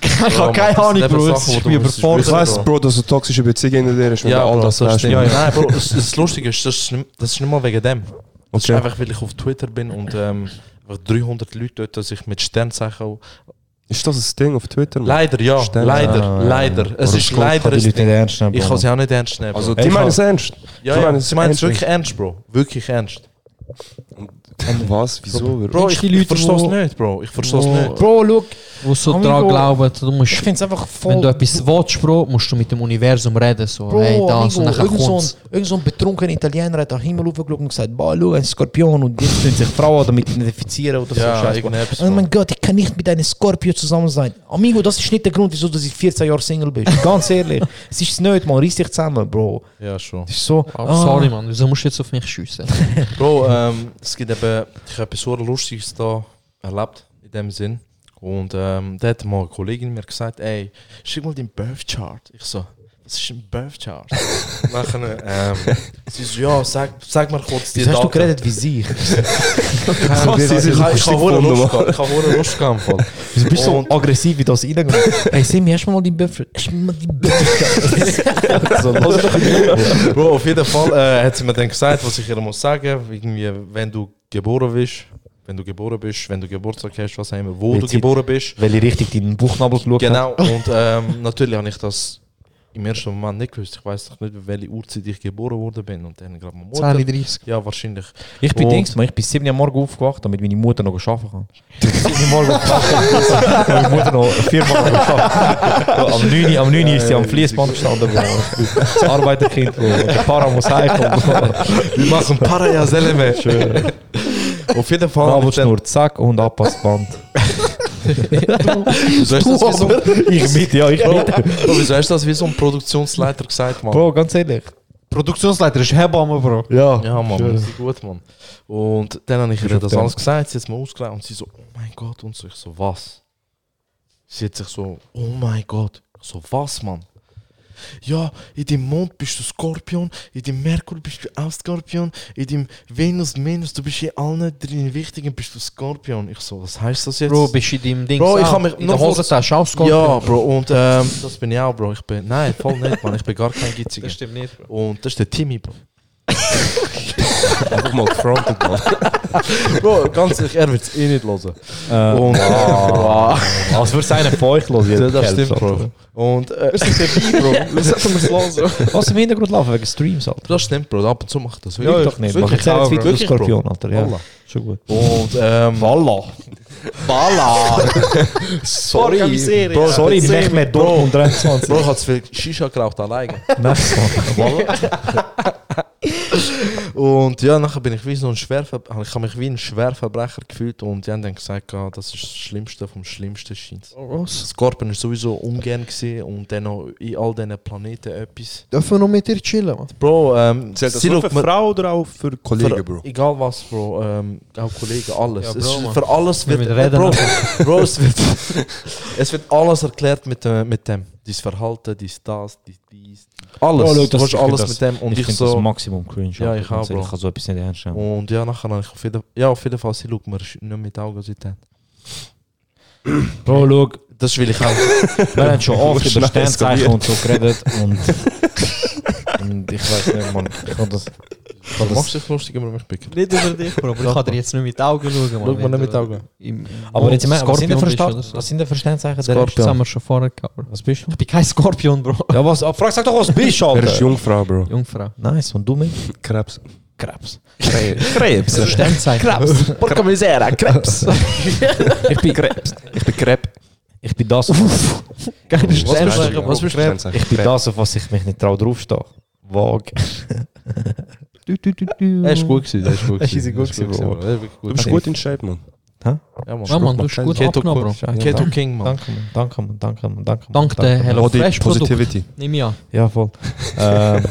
S8: ich habe keine
S10: das
S8: Ahnung,
S10: sind
S8: Bro.
S10: eben
S8: Das
S10: Sachen,
S8: ist
S10: wo
S8: wie
S10: du
S8: überfordert.
S10: musst
S7: Ich weiß, Bro, dass du toxische Beziehungen in dir ist, wenn
S10: Ja,
S7: du all
S10: Bro,
S7: das
S10: das
S7: lässt.
S10: stimmt. Ja, Nein, Bro, das, das Lustige ist, das ist, nicht, das ist nicht mal wegen dem. Das
S7: Okay.
S10: ist einfach, weil ich auf Twitter bin und ähm, einfach 300 Leute dort, dass ich mit Sternzeichen. auch-
S7: Ist das ein Ding auf Twitter? Mann?
S10: Leider, ja.
S7: Stern-
S10: Leider,
S11: Ah,
S10: leider. Es ist
S11: Bro, ich kann
S10: leider ein
S11: die Leute
S10: Ding.
S11: nicht ernst nehmen,
S10: Ich
S11: Bro.
S10: kann sie auch nicht ernst nehmen. Bro.
S7: Also,
S10: ja,
S7: die
S11: Ich
S7: meinen
S11: hab-
S7: es ernst. die
S10: ja,
S7: meinen
S10: sie meinen es
S7: ernst.
S10: wirklich ernst, Bro. Wirklich ernst.
S7: Was? Wieso?
S10: Bro,
S8: Kennst
S10: ich,
S8: du die
S10: ich
S8: Leute,
S10: verstehe es
S8: wo-
S10: nicht, Bro. Ich verstehe es
S8: wo-
S10: nicht.
S11: Bro, schau.
S8: Wo so
S11: Amigo.
S8: dran glauben, du musst.
S11: Ich finde es einfach voll...
S8: Wenn du etwas willst, Bro, musst du mit dem Universum reden. So,
S11: Bro,
S8: hey, das
S11: Amigo,
S8: und nachher
S11: irgend so ein,
S8: kommt's.
S11: irgend so ein betrunkener Italiener hat am Himmel hochgeschaut und gesagt, boah, schau, ein Skorpion. Und jetzt tun sich Frauen damit identifizieren oder
S10: Ja,
S11: so. Scheiß, Bro.
S10: irgendetwas,
S11: oh
S10: Bro.
S11: mein Gott, ich kann nicht mit einem Skorpion zusammen sein. Amigo, das ist nicht der Grund, wieso du seit 14 Jahren Single bist. Ganz ehrlich. es ist nicht, man. Reiss dich zusammen, Bro.
S10: Ja, schon.
S11: Es ist so...
S8: Oh, Sorry, Mann, wieso musst du jetzt auf mich schiessen?
S10: Bro, ähm, es gibt eben, ich habe etwas so Lustiges da erlebt, in dem Sinn. Und ähm, da hat mal eine Kollegin mir gesagt, ey, schick mal den Birth-Chart. Ich so, was ist ein Birth-Chart? Nachher, ähm, sie so, ja, sag, sag mal kurz die
S11: Wieso hast du
S10: Daten.
S11: geredet wie sie?
S10: Krass,
S7: Sie sind
S10: Ich habe
S7: lustig
S10: hohe
S7: gefunden,
S10: Lust gehabt, ich habe hohe Lust gehabt. im Fall.
S11: Wieso bist du
S10: Und-
S11: so aggressiv wie das reingegangen? Ey, Sammy, hast du mir mal die Böffel? Hast du mir mal die Böffel? so, lass doch
S10: Bro, auf jeden Fall äh, hat sie mir dann gesagt, was ich ihr muss sagen. Irgendwie, wenn du geboren bist, wenn du geboren bist, wenn du Geburtstag hast, was auch immer, wo
S11: Wenn
S10: du
S11: sie-
S10: geboren bist.
S11: Weil ich richtig deinen Bauchnabel geschaut habe.
S10: Genau, und ähm, natürlich habe ich das im ersten Moment nicht gewusst. Ich weiß noch nicht, welche Uhrzeit ich geboren worden bin. Und dann gerade meine Mutter.
S8: 10.30
S10: Ja, wahrscheinlich.
S11: Ich bin
S10: Und-
S11: Dings, man, ich bin 7 Uhr morgen aufgewacht, damit meine Mutter noch arbeiten kann. 7 Uhr morgen aufgewacht, meine Mutter noch viermal geschafft. Am 9 Uhr, am 9 Uhr ist sie am Fließband gestanden, Bro. Das Arbeiterkind, Bro. Der Para muss heimkommen.
S10: Wir machen Parajaselle mehr. Auf jeden Fall. habe ich dann-
S11: Nabelschnur, zack, und Abpassband.
S10: Wieso hast du das wie so,
S11: Ich mit, ja, ich mit.
S10: Bro, Oh, wieso hast du das wie so ein Produktionsleiter gesagt, Mann?
S11: Bro, ganz ehrlich.
S8: Produktionsleiter ist Hebamme, Bro.
S11: Ja.
S10: Ja, Mann, das ist gut, Mann. Und dann habe ich ihr das
S11: dem.
S10: alles gesagt, sie hat es mir ausgelegt und sie so, oh mein Gott, und so, ich so, was? Sie hat sich so, oh mein Gott, ich so, was, Mann? Ja, in dem Mond bist du Skorpion, in dem Merkur bist du auch Skorpion, in dem Venus, Minus, du bist in allen drei Wichtigen bist du Skorpion. Ich so, was heißt das jetzt?
S8: Bro, bist du in deinem Ding?
S10: Bro, ich hab mich
S8: in
S10: noch
S8: der Hosentasche auch
S10: ja, Bro, und ähm, das bin ich auch, Bro. Ich bin, nein, voll nicht, Mann, ich bin gar kein Gitziger.
S8: Das stimmt nicht, Bro.
S10: Und das ist der Timmy, Bro.
S7: Einfach mal gefrontet, Mann.
S10: Bro, ganz ehrlich, er wird es eh nicht hören.
S11: Äh,
S10: Und, wow.
S11: als würde es einer von euch los.
S10: das, stimmt, Bro. Und, äh,
S11: Was im Hintergrund laufen wegen Streams, Alter.
S10: das stimmt, Bro. Ab und zu macht das
S11: Ja, ich doch nicht. Mach ich jetzt weiter
S10: Wirklich, Bro.
S11: Skorpion, Alter. Ja,
S10: Wallah.
S11: schon gut.
S10: Und, ähm, Walla. Walla. Sorry. Bro,
S11: Sorry, Mehmet Dortmund 23.
S10: Bro hat viel Shisha geraucht, alleine. und ja, nachher bin ich wie so ein Schwerverbrecher, ich habe mich wie ein Schwerverbrecher gefühlt und die haben dann gesagt, ah, das ist das Schlimmste vom Schlimmsten scheint. Skorpion ist sowieso ungern gesehen und dann noch in all diesen Planeten etwas.
S2: Dürfen wir noch mit dir chillen, Mann?
S10: Bro, ähm,
S7: Zählt das
S10: sie
S7: nur
S10: schaut
S7: für
S10: mir-
S7: Frau oder auch für Kollegen,
S10: Für-
S7: Bro?
S10: Egal was, Bro. Ähm, auch Kollegen, alles.
S8: Ja,
S10: Es
S8: Bro,
S10: ist-
S8: Mann.
S10: für alles
S8: Wir
S10: wird.
S8: müssen reden
S10: Bro, Bro es, wird, es wird alles erklärt mit, äh, mit dem. Dein Verhalten, dein das, dein dies. Alles.
S11: Oh,
S10: du
S11: look, das-
S10: hast
S11: ich
S10: alles
S11: find
S10: mit
S11: das-
S10: dem. Und ich,
S11: find das
S10: so.
S11: dus Maximum cringe.
S10: Ja,
S11: Alter.
S10: ich auch,
S11: Ganz ehrlich,
S10: Bro.
S11: Ich kann so etwas nicht ernst nehmen.
S10: Und ja, nachher habe ich auf jeden, ja, auf jeden Fall, sie schaut mir sch- nicht mit Augen seitdem. Oh.
S11: Bro, schau,
S10: Das will ich auch.
S11: wir haben schon oft über
S7: Schnell
S11: Sternzeichen und so geredet und, und ich weiß nicht, man. Ich kann das, ich kann
S10: Du machst
S11: das.
S10: dich lustig über mich, Pick.
S8: Nicht über dich, Bro. Aber ich kann dir jetzt nicht mit den Augen schauen, Mann.
S10: Schau mir nicht mit den Augen.
S8: Ah,
S11: Aber jetzt, was sind denn für Sta- was
S8: Skorpion.
S11: sind denn für Sternzeichen? der
S8: Das haben
S11: Rest?
S8: wir schon vorher gehabt, Bro.
S11: Was bist du?
S8: Ich bin kein Skorpion, Bro.
S11: Ja, was? Ah, Frag, sag doch, was bist du,
S7: Er ist
S11: Alter?
S7: Jungfrau, Bro.
S8: Jungfrau.
S11: Nice, und du mit?
S7: Krebs.
S11: Krebs.
S7: Krebs.
S8: Das ist Sternzeichen.
S11: Krebs. Porca misera, Krebs. ich bin Krebs.
S7: Ich bin Krebs.
S11: Ich bin das,
S8: Keine
S7: Sternzeichen,
S8: Sternzeichen,
S7: Bro.
S8: Bro.
S7: Sternzeichen.
S11: ich bin das, auf was ich mich nicht trau draufstehe. Vag.
S10: Er ist gut gewesen, er ist gut gewesen.
S11: gut
S10: Er ist
S11: gewesen,
S10: Er ist wirklich
S7: Du
S10: gut
S7: bist
S10: gewesen.
S7: gut in Shape, Mann.
S10: Ja, Mann.
S8: Ja, Mann, du hast gut
S10: Keto
S8: abgenommen, Bro.
S11: Scheiße.
S10: Keto King, Mann.
S11: Danke, Mann. Danke, Mann. Danke, Mann. Danke, Mann.
S8: Dank der
S11: Mann.
S8: Hello Fresh Produkt.
S7: Positivity.
S8: Nimm ich an.
S11: Ja, Ehm, voll. ähm,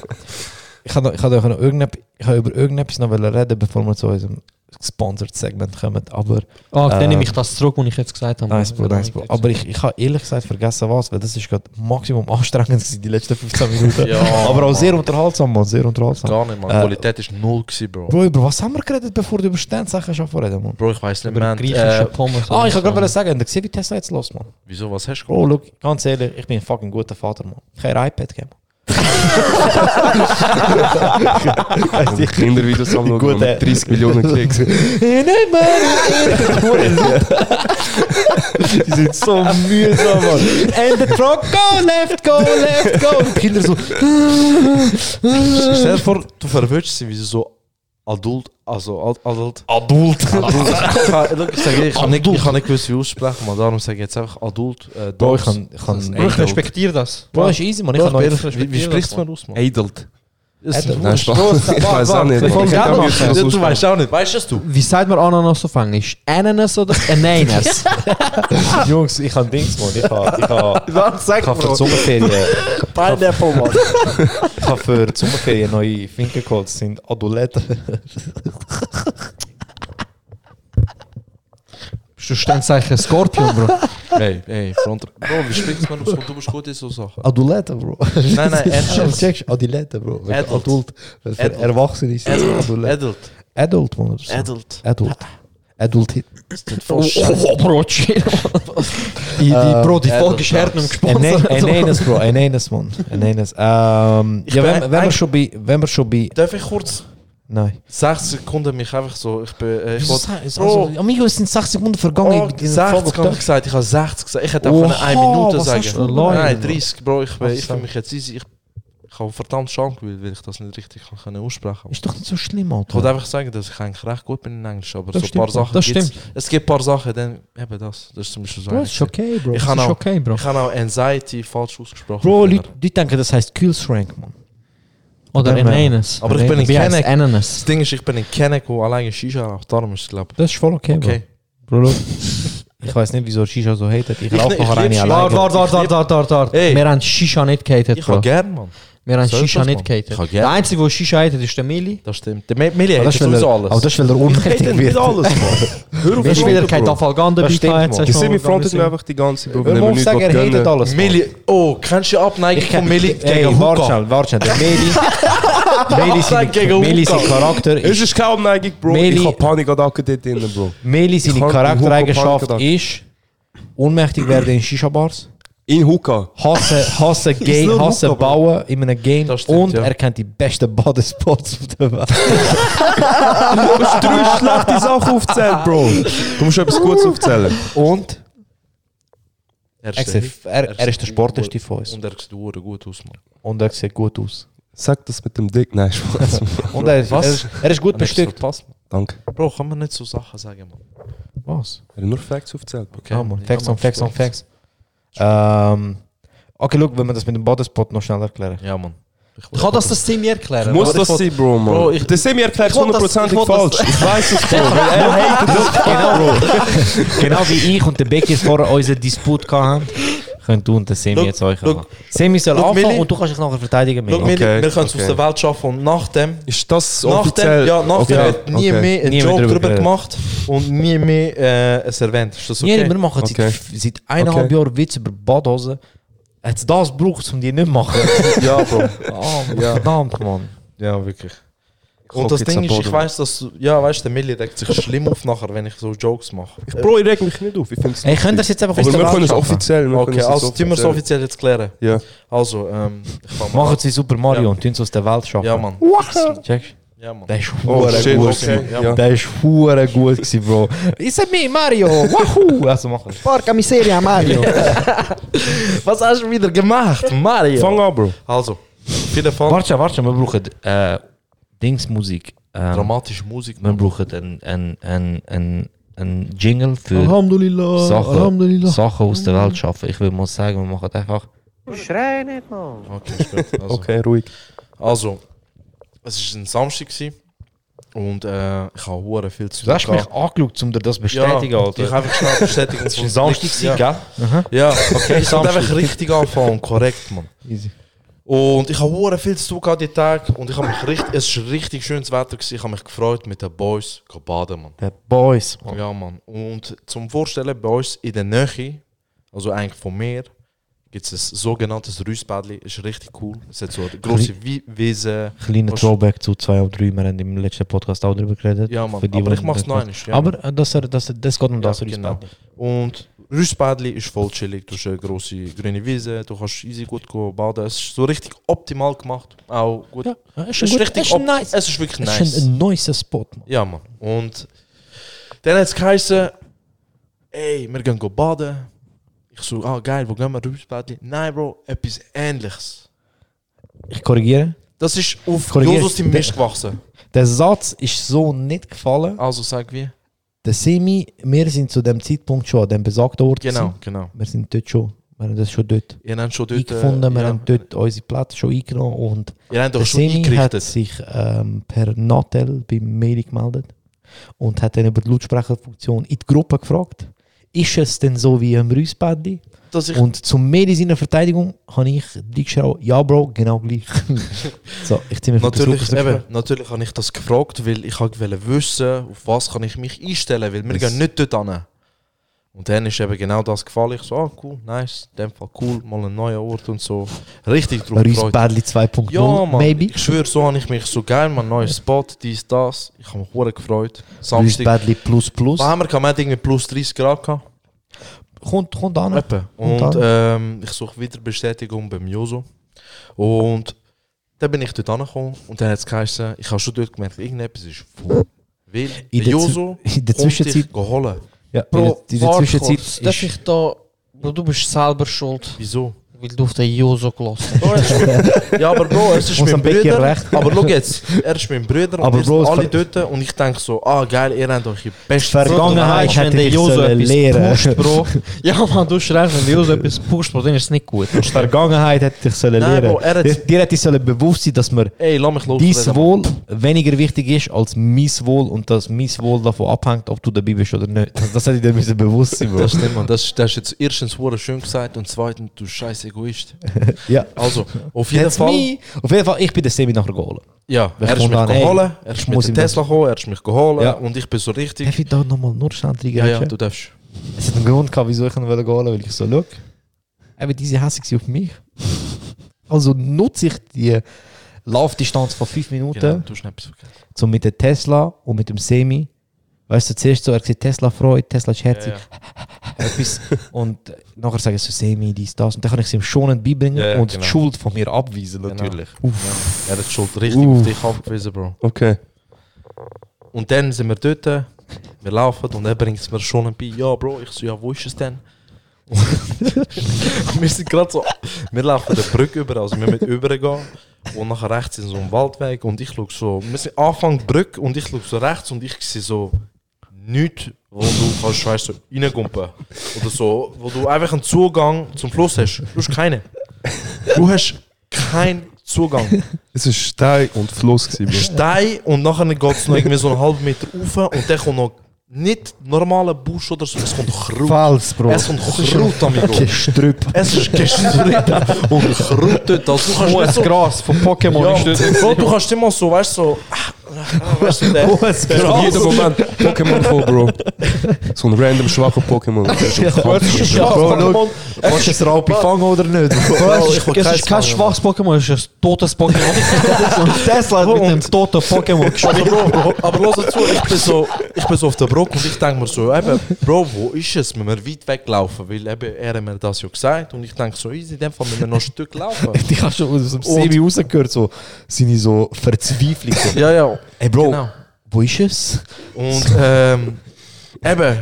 S11: ich hatte ich hatte euch noch irgendetwas, ich habe über irgendetwas noch wollen reden, bevor wir zu unserem Sponsored Segment kommen, aber
S8: Ah, dann
S11: Ähm,
S8: nehme ich das zurück, was ich jetzt gesagt habe.
S11: Nice, Bro, nice, Bro. Aber ich, ich habe ehrlich gesagt vergessen, was, weil das ist gerade Maximum anstrengend gewesen, die letzten 15 Minuten.
S10: Ja,
S11: aber auch
S10: Mann.
S11: sehr unterhaltsam, Mann, sehr unterhaltsam.
S10: Gar nicht, man.
S11: Äh,
S10: Qualität ist null gewesen, eh, Bro.
S11: Bro, über was haben wir geredet, bevor du über Sternzeichen schon vorreden, Mann?
S10: Bro, ich weiß nicht,
S8: Über
S10: man.
S8: griechische
S10: Äh,
S8: Pommes.
S11: Ah, ich kann gerade sagen, ich sehe, wie Tesla jetzt los, Mann.
S10: wieso, was hast du
S11: Bro, look, ganz ehrlich, ich bin ein fucking guter Vater, Mann. Ich kann ihr iPad geben.
S7: Und Kindervideos haben noch
S11: Gut, äh.
S7: mit 30 Millionen Klicks.
S11: Nein, Mann! Die sind so mühsam, Mann. And the truck, go left, go left, go! Und die Kinder so.
S10: Stell dir vor, du verwirrst sie, wie sie so adult, also ad, adult.
S11: Adult.
S10: adult. ich kann, look, ich, sag, ehrlich, ich, kann nicht, ich kann nicht gewiss wie aussprechen, man. Darum sage ich jetzt einfach adult. Äh,
S11: Bro, ich
S10: Dogs.
S11: kann. Ich kann
S8: Bro, ich respektiere das.
S11: Bro, ist easy, Mann. Ich
S10: Bro,
S11: kann
S10: ich bin
S11: euch.
S10: ehrlich, wie, wie
S8: respektiere
S10: sprichst
S8: das,
S10: man aus, man?
S7: Adult. Nein,
S11: Adult.
S7: Spaß. Ich weiß auch nicht.
S11: Voll
S7: Ich hätte
S11: gerne
S7: auch
S11: machen.
S7: gewusst, wie das
S10: Ja, du
S7: ausspricht.
S10: weißt auch nicht, weißt das du?
S8: Wie sagt man Ananas auf Englisch? Ananas oder Ananas?
S11: Jungs, ich kann Dings, Mann. Ich kann. Ich kann
S10: Dann sag
S11: Ich habe für die Sommerferien. Pineapple, Mann. Ich habe für die Sommerferien neue Finken geholt. Das sind Aduletten.
S8: Bist du Sternzeichen Skorpion, Bro?
S10: Hey, hey, Fronter. Bro, wie sprichst man aus? Du bist gut in so Sachen.
S11: Aduletten, Bro.
S10: Nein, nein, ernsthaft.
S11: Checkst Aduletten, Bro. Weil
S10: Adult.
S11: Adult. weil Für
S10: Adult.
S11: Erwachsene sind Aduletten.
S10: Adult.
S11: Adult, Mann. oder so.
S10: Adult.
S11: Adult. Adult Hit.
S8: Oh, oh, Bro, chill. Die, die,
S10: Ähm,
S8: Bro, die Folge ist hart und
S11: Ein
S8: gesponsert.
S11: eines, Bro. Ein eines, Mann. Ein eines. Ähm,
S10: Ich
S11: ja,
S10: bin
S11: wenn, wenn, wir
S10: eigentlich-
S11: schon bei, wenn wir schon bei...
S10: Darf ich kurz
S11: Nein.
S10: 6 Sekunden mich einfach so, ich bin, äh, ich wollte...
S11: Also, Amigo, es sind 60 Sekunden vergangen.
S10: Oh,
S11: mit diesem
S10: 60 habe
S11: Vorgeschmack.
S10: ich gesagt, ich habe 60 gesagt. Ich hätte auch
S11: Oha,
S10: können 1 Minute
S11: was hast du
S10: sagen
S11: für Leute?
S10: Nein, 30, Bro, ich, bin,
S11: Was
S10: ich fühle
S11: sag-
S10: mich jetzt easy. Ich, ich habe verdammt Scham gewählt, weil ich das nicht richtig kann, können aussprechen
S11: Ist doch nicht so schlimm,
S10: Ich wollte
S11: Alter.
S10: einfach sagen, dass ich eigentlich recht gut bin in Englisch, aber
S11: Das
S10: so ein paar
S11: stimmt,
S10: Sachen
S8: das
S10: gibt's-
S8: stimmt.
S10: Es gibt ein paar Sachen, dann eben das. Das ist zum Beispiel so
S11: Bro,
S10: eine
S11: es ist
S10: Sache.
S11: okay, Bro.
S10: Ich
S8: Das
S10: habe
S8: ist
S10: auch,
S8: okay, Bro.
S10: ich habe auch nou Anxiety falsch ausgesprochen.
S11: Bro,
S10: früher.
S11: Leute, Leute denken, das heisst Kühlschrank, Mann.
S8: Oder
S11: Nein, nein.
S8: Ananas.
S10: Aber ich bin in
S8: Wie heisst
S10: Kenneck.
S8: Ananas.
S10: Das Ding ist, ich bin in Kenneck, wo alleine Shisha raucht, darum ist es, glaube
S11: Das ist voll okay,
S10: ich, okay.
S11: Bro. Bro, ich weiß nicht, wieso Shisha so hatet.
S10: Ich-
S11: Ich rauche
S10: ich
S11: noch
S10: lieb
S11: eine
S10: Shisha.
S11: alleine.
S10: Warte, warte, warte,
S8: warte, warte.
S10: Ey.
S8: Wir haben Shisha nicht gehatet,
S10: Ich habe
S8: Bro.
S10: gern, Mann.
S8: Wir haben
S10: Soll
S8: Shisha
S10: das,
S8: nicht
S10: Mann?
S8: gehatet.
S10: Ich hab gern.
S8: Der Einzige, der Shisha hatet, ist der Mili.
S10: Ah, Das stimmt. Der Me- Meli
S11: Aber
S10: hat
S11: das, ist, weil
S10: sowieso
S11: er,
S10: alles.
S11: aber das ist, weil er unnötig
S10: Hatet
S11: wird.
S10: alles, Mann. Hör
S8: Wir haben wieder kein Afalgan dabei
S11: stimmt,
S8: gehabt,
S11: Mann.
S8: jetzt
S7: Die
S8: hast du
S7: Simi
S8: mal-
S7: frontet mir einfach die ganze Zeit, wenn
S11: Hör
S7: wir
S11: auf
S7: nicht
S11: zu sagen, er hatet
S7: gönnen.
S11: alles, Mann.
S10: Meli, oh, kennst du die Abneigung
S11: Ich
S10: von Meli gegen
S11: Ey, warte
S10: Huka?
S11: schnell, warte schnell. Der Meli... Meli
S10: Absage
S11: seine-
S10: gegen
S11: Meli,
S10: Huka.
S11: sein Charakter
S7: Es
S11: ist...
S7: ist keine Abneigung, Bro.
S11: Meli-
S7: Ich habe Panikattacken dort drin, Bro.
S11: Meli, seine
S7: Ich hab-
S11: Charaktereigenschaft
S7: Huka Panik
S11: ist... Ohnmächtig werden in Shisha-Bars.
S7: In Huka.
S11: Hassen, hassen, gay,
S7: nur
S11: hassen,
S7: Huka, Bro.
S11: bauen in einem Game.
S10: Das stimmt,
S11: und
S10: ja.
S11: er kennt die besten Badespots auf der Welt.
S7: Du musst drei schlechte Sachen aufzählen, Bro. Du musst etwas Gutes aufzählen.
S11: Und
S10: Er
S11: er, sieht, er, er ist der sportlichste von uns.
S10: Und er sieht verdammt gut aus, Mann.
S11: Und er sieht gut aus.
S7: Sag das mit dem Dick. Nein, Spaß.
S11: Und er, er,
S10: Was?
S11: ist- er ist gut
S10: Hat nichts
S11: bestückt.
S10: verpasst, Mann.
S7: Danke.
S10: Bro, kann man nicht so Sachen sagen, Mann.
S11: Was?
S7: Er hat nur Facts aufgezählt, Bro.
S10: Okay?
S11: Ja, man.
S10: Ja,
S11: Facts
S10: Mann,
S11: on Facts on
S10: Sport.
S11: Facts. Ähm, okay, look, wenn wir das mit dem Badespot noch schnell erklären.
S10: Ja, Mann. Ich
S8: Kann das das Simi erklären?
S7: Muss
S8: Oder?
S7: das sein, Bro, Mann?
S10: Bro, ich-
S7: das sind mir erklärt
S8: Ich wollt das- ich
S7: hundertprozentig
S8: wollt das-
S7: falsch. Ich weiß es, Bro. Weil er hatet das.
S11: genau, genau wie ich und der Becky vorher unseren Disput hatten. Könnt du und der Semi
S10: Look,
S11: jetzt euch
S10: look.
S11: machen. Semi soll
S10: Look,
S11: anfangen
S10: Milli.
S11: und du kannst dich nachher verteidigen. Milli.
S10: Schau, Meli,
S7: Okay,
S10: wir können es aus
S7: okay.
S10: der Welt schaffen. Und nach dem...
S7: Ist das
S10: Nach dem,
S7: offiziell?
S10: ja, nach dem
S7: Okay,
S10: hat nie
S7: okay.
S10: mehr einen
S11: Nie mehr
S10: Joke
S11: drüber
S10: drüber
S11: geredet.
S10: gemacht und nie mehr äh, es erwähnt. Ist das okay?
S11: Nee, wir machen
S7: Okay.
S11: seit, seit eineinhalb
S7: Okay.
S11: Jahren Witze über Badhosen. Hat das gebraucht, um die nicht zu machen?
S10: ja, Bro.
S11: oh, verdammt, Mann.
S10: Ja, wirklich.
S7: hock
S10: Und das
S7: jetzt am
S10: Ding ist, ich
S7: Boden.
S10: weiß, dass du- ja, weißt, der Milli regt sich schlimm auf nachher, wenn ich so Jokes mache.
S7: Bro, ich reg mich nicht auf. Ich finde es
S11: Ey, könnt ihr das jetzt einfach
S7: Aber wir können es
S11: schaffen?
S7: offiziell. wir
S10: Okay,
S7: können es
S10: also tun wir es offiziell jetzt klären.
S7: Ja.
S10: Also, ähm, ich fang mal.
S11: Machen sie Super Mario
S10: Ja.
S11: und tun es aus der Welt schaffen.
S10: Ja, Mann.
S11: Checkst
S10: Ja, Mann.
S11: Der ist
S7: Oh,
S11: hure
S7: shit,
S11: gut.
S7: okay.
S11: gewesen.
S7: Ja.
S11: Der ist hure gut gewesen, Bro. Is it me, Mario? Wahoo! Also machen wir.
S8: Porca miseria, Mario.
S10: Was hast du wieder gemacht, Mario?
S7: Fang an, Bro.
S10: Also, auf jeden Fall.
S11: Warte, schon, warte, schon, wir brauchen äh, Dingsmusik. Ähm,
S10: Dramatische Musik. ne?
S11: wir brauchen einen ein, ein, ein, ein Jingle für
S8: Alhamdulillah.
S11: Sachen,
S10: Oh.
S8: Alhamdulillah.
S11: Sachen aus der Welt schaffen. Ich will mal sagen, wir machen einfach.
S10: Okay, ist gut. Also,
S7: Okay, ruhig.
S10: also, es war ein Samstag gewesen und äh, ich habe hure viel zu
S11: Du hast mich
S10: gehabt.
S11: angeschaut, um dir das bestätigen,
S10: ja,
S11: Alter.
S10: Ich habe einfach schnell bestätigen.
S11: Das war ein Samstag,
S10: Ja,
S11: gell?
S10: ja okay. Ich sollte
S11: Samstag.
S10: einfach richtig anfangen, korrekt, Mann.
S11: Easy.
S10: Und ich habe hure viel zu tun gehabt den Tag. Und ich habe mich richtig, es war richtig schönes Wetter. Gewesen. Ich habe mich gefreut mit den Boys zu baden, Mann.
S11: Der Boys. Mann.
S10: Ja, Mann. Und zum Vorstellen, bei uns in der Nähe, also eigentlich von mir, gibt es ein sogenanntes Rüssbädli. Ist richtig cool. Es hat so eine grosse Wi- Wiese.
S11: Kleiner
S10: Was-
S11: Throwback zu 2 und 3. Wir haben im letzten Podcast auch darüber geredet.
S10: Ja, Mann.
S11: Für die,
S10: Aber
S11: die
S10: ich mach's
S11: nicht-
S10: noch eins, nou ja.
S11: Aber äh, das, das, das, das geht um das.
S10: Ja,
S11: Rüspädli.
S10: genau. Und Rüssbädli ist voll chillig. Du hast eine grosse grüne Wiese, du kannst easy gut go baden. Es ist so richtig optimal gemacht. Auch gut.
S11: Ja, ja,
S10: es
S11: ist ein
S10: ist
S11: gut-
S10: richtig
S11: ist ein
S10: op-
S11: nice.
S10: Es ist wirklich
S11: Das
S10: nou. nice.
S11: ist ein, ein nicer Spot, Mann.
S10: Ja, man. Und dann hat es geheißen, ey, wir gehen go baden. Ich so, ah, geil, wo gehen wir rüber? Nein, Bro, etwas Ähnliches.
S11: Ich korrigiere.
S10: Das ist auf
S11: Korrigier-
S10: Josos im Mist gewachsen.
S11: Der Satz ist so nicht gefallen.
S10: Also sag wie?
S11: Der Semi, wir sind zu dem Zeitpunkt schon an dem besagten Ort.
S10: Genau,
S11: gewesen.
S10: genau.
S11: Wir sind dort schon. Wir haben das schon dort,
S10: Ihr habt schon dort... äh,
S11: eingefunden. Wir
S10: ja,
S11: haben dort unsere Plätze schon eingenommen. Und
S10: Ihr habt
S11: der
S10: doch schon
S11: Semi hat
S10: eingerichtet.
S11: sich ähm, per Natel bei Meli gemeldet und hat dann über die Lautsprecherfunktion in die Gruppe gefragt. Ist es denn so wie im Rüssbädli?
S10: Dass ich,
S11: Und zum Meli seiner Verteidigung habe ich reingeschraubt, ja Bro, genau gleich. so, ich ziehe mir von der
S10: natürlich,
S11: Suche-
S10: eben, natürlich habe ich das gefragt, weil ich halt wollte wissen, auf was kann ich mich einstellen, weil wir
S11: Das-
S10: gehen nicht dort hin. Und dann ist eben genau das gefallen. Ich so, ah, cool, nice, in dem Fall cool, mal ein neuer Ort und so. Richtig drauf gefreut.
S11: Rüssbädli 2.0,
S10: Ja, Mann.
S11: maybe.
S10: Ich schwöre, so habe ich mich so geil, mein neuer Spot, dies, das. Ich habe mich hure gefreut. Samstag.
S11: Rüssbädli plus plus.
S10: Was haben wir? gehabt? Wir hatten irgendwie plus 30 Grad gehabt.
S11: Kommt, kommt an.
S10: Etwa.
S11: Und
S10: Und
S11: dann?
S10: ähm, ich suche wieder Bestätigung beim Joso. Und dann bin ich dort angekommen und dann hat es geheißen, ich habe schon dort gemerkt, irgendetwas ist voll. Weil der
S11: der Zwi-
S10: Joso
S11: in der Zwischenzeit-
S10: geholen.
S11: Ja, in der, in der
S8: warte
S11: Zwischenzeit
S8: kurz.
S11: ist
S8: Darf ich da... Bro, du bist selber schuld,
S10: Wieso?
S8: weil du auf den Joso gelassen hast.
S10: ja, aber Bro, es ist
S11: Muss
S10: mein
S11: am Becken
S10: Bruder.
S11: recht.
S10: Aber schau jetzt, er ist mein Bruder
S11: Aber
S10: und
S11: Bro,
S10: wir
S11: es
S10: sind alle
S11: ver-
S10: dort und ich denke so, ah geil, ihr habt euch die beste
S11: Ver- Vergangenheit
S8: Bro, du weißt,
S11: hätte
S8: wenn der
S11: ich
S8: Joso
S11: sollen
S8: etwas
S11: lehren.
S8: pusht, Bro. Ja, man, du schreibst, wenn der Joso etwas pusht, Bro, dann ist es nicht gut.
S11: die Vergangenheit hätte ich sollen
S10: Nein,
S11: lernen.
S10: Bro, er hat-
S11: Dir- Dir hätte ich sollen bewusst sein, dass mir
S10: Ey, lass mich los.
S11: dein Wohl weniger wichtig ist als mein Wohl und dass mein Wohl davon abhängt, ob du dabei bist oder nicht. Das, das hätte ich dir müssen bewusst sein, Bro.
S10: Das stimmt, man. Das, das ist jetzt erstens hure schön gesagt und zweitens, du scheiß Egoist.
S11: Ja.
S10: Also, auf jeden
S11: That's
S10: Fall.
S11: me. Auf jeden Fall, ich bin der Semi nachher geholt.
S10: Ja,
S11: Wir
S10: er ist
S11: kommen
S10: mich
S11: an, ey,
S10: geholt, er
S11: ich
S10: ist mit
S11: muss
S10: dem
S11: ihm
S10: Tesla gekommen, er ist mich geholt
S11: Ja.
S10: und ich bin so
S11: Darf
S10: richtig.
S11: ich da nochmal nur schnell
S10: Ja, ja,
S11: reingehen?
S10: du darfst.
S11: Es hat einen Grund gehabt, wieso ich ihn wollte holen, weil ich so, schau, eben diese hässig sind auf mich. Also nutze ich die Laufdistanz von 5 Minuten,
S10: Genau, du hast nicht etwas vergessen.
S11: um mit dem Tesla und mit dem Semi, weißt du, zuerst so, er sieht Tesla freut, Tesla ist herzig,
S10: Ja, ja.
S11: etwas. Und nachher sagen sie so, Semi, dies, das. Und dann kann ich es ihm schonend beibringen
S10: Ja, ja,
S11: und
S10: genau.
S11: die Schuld von mir abweisen,
S10: Genau.
S11: natürlich.
S10: Er hat die Schuld richtig
S11: Uff.
S10: auf dich abgewiesen, Bro.
S7: Okay.
S10: Und dann sind wir dort, wir laufen und er bringt es mir schon ein bei. Ja, Bro, ich so, ja, wo ist es denn? Und wir sind gerade so, wir laufen der Brücke über, also wir müssen übergehen. Und nachher rechts in so einem Waldweg und ich schaue so, wir sind Anfang Brücke und ich schaue so rechts und ich sehe so nichts, wo du kannst, weißt so reingumpen. Oder so, wo du einfach einen Zugang zum Fluss hast. Du hast keinen. Du hast keinen Zugang.
S7: Es war Stein und Fluss. Gewesen,
S10: Dus
S7: Bro.
S10: Stein und nachher geht es noch irgendwie so einen halben Meter rauf und dann kommt noch nicht normaler Busch oder so, es kommt Kraut.
S11: Falsch, Bro.
S10: Es kommt Kraut, Amigo.
S11: Gestrüpp.
S10: Es ist gestritten und Kraut dort. Also du kannst nicht so,
S11: Gras von Pokémon
S10: ja, Bro, du kannst immer so, weißt du, so, ah, ah, weißt du, der,
S11: Hohes
S10: der
S7: In
S10: Gras.
S7: jedem Moment Pokémon voll, Bro. So ein random schwacher Pokémon.
S10: Schwarz, Pokémon.
S11: Kannst du es Raupi fangen oder nicht?
S10: Bro, ich will
S8: Es
S10: keins
S8: ist
S10: fangen,
S8: kein schwaches Pokémon, es ist ein totes Pokémon. Tesla hat mit einem toten Pokémon
S10: Also,
S8: gespielt.
S10: Bro, aber lass zu, ich bin so, ich bin so auf der Brücke und ich denke mir so, eben, Bro, wo ist es? Müssen wir weit weglaufen? Weil eben, er hat mir das ja gesagt und ich denke so, easy, in dem Fall müssen wir noch ein Stück laufen.
S11: Die hast schon aus dem
S10: Und-
S11: Semi rausgehört, so seine so Verzweiflung. So,
S10: Ja, ja.
S11: Ey Bro,
S10: Genau.
S11: wo ist es?
S10: Und ähm, eben,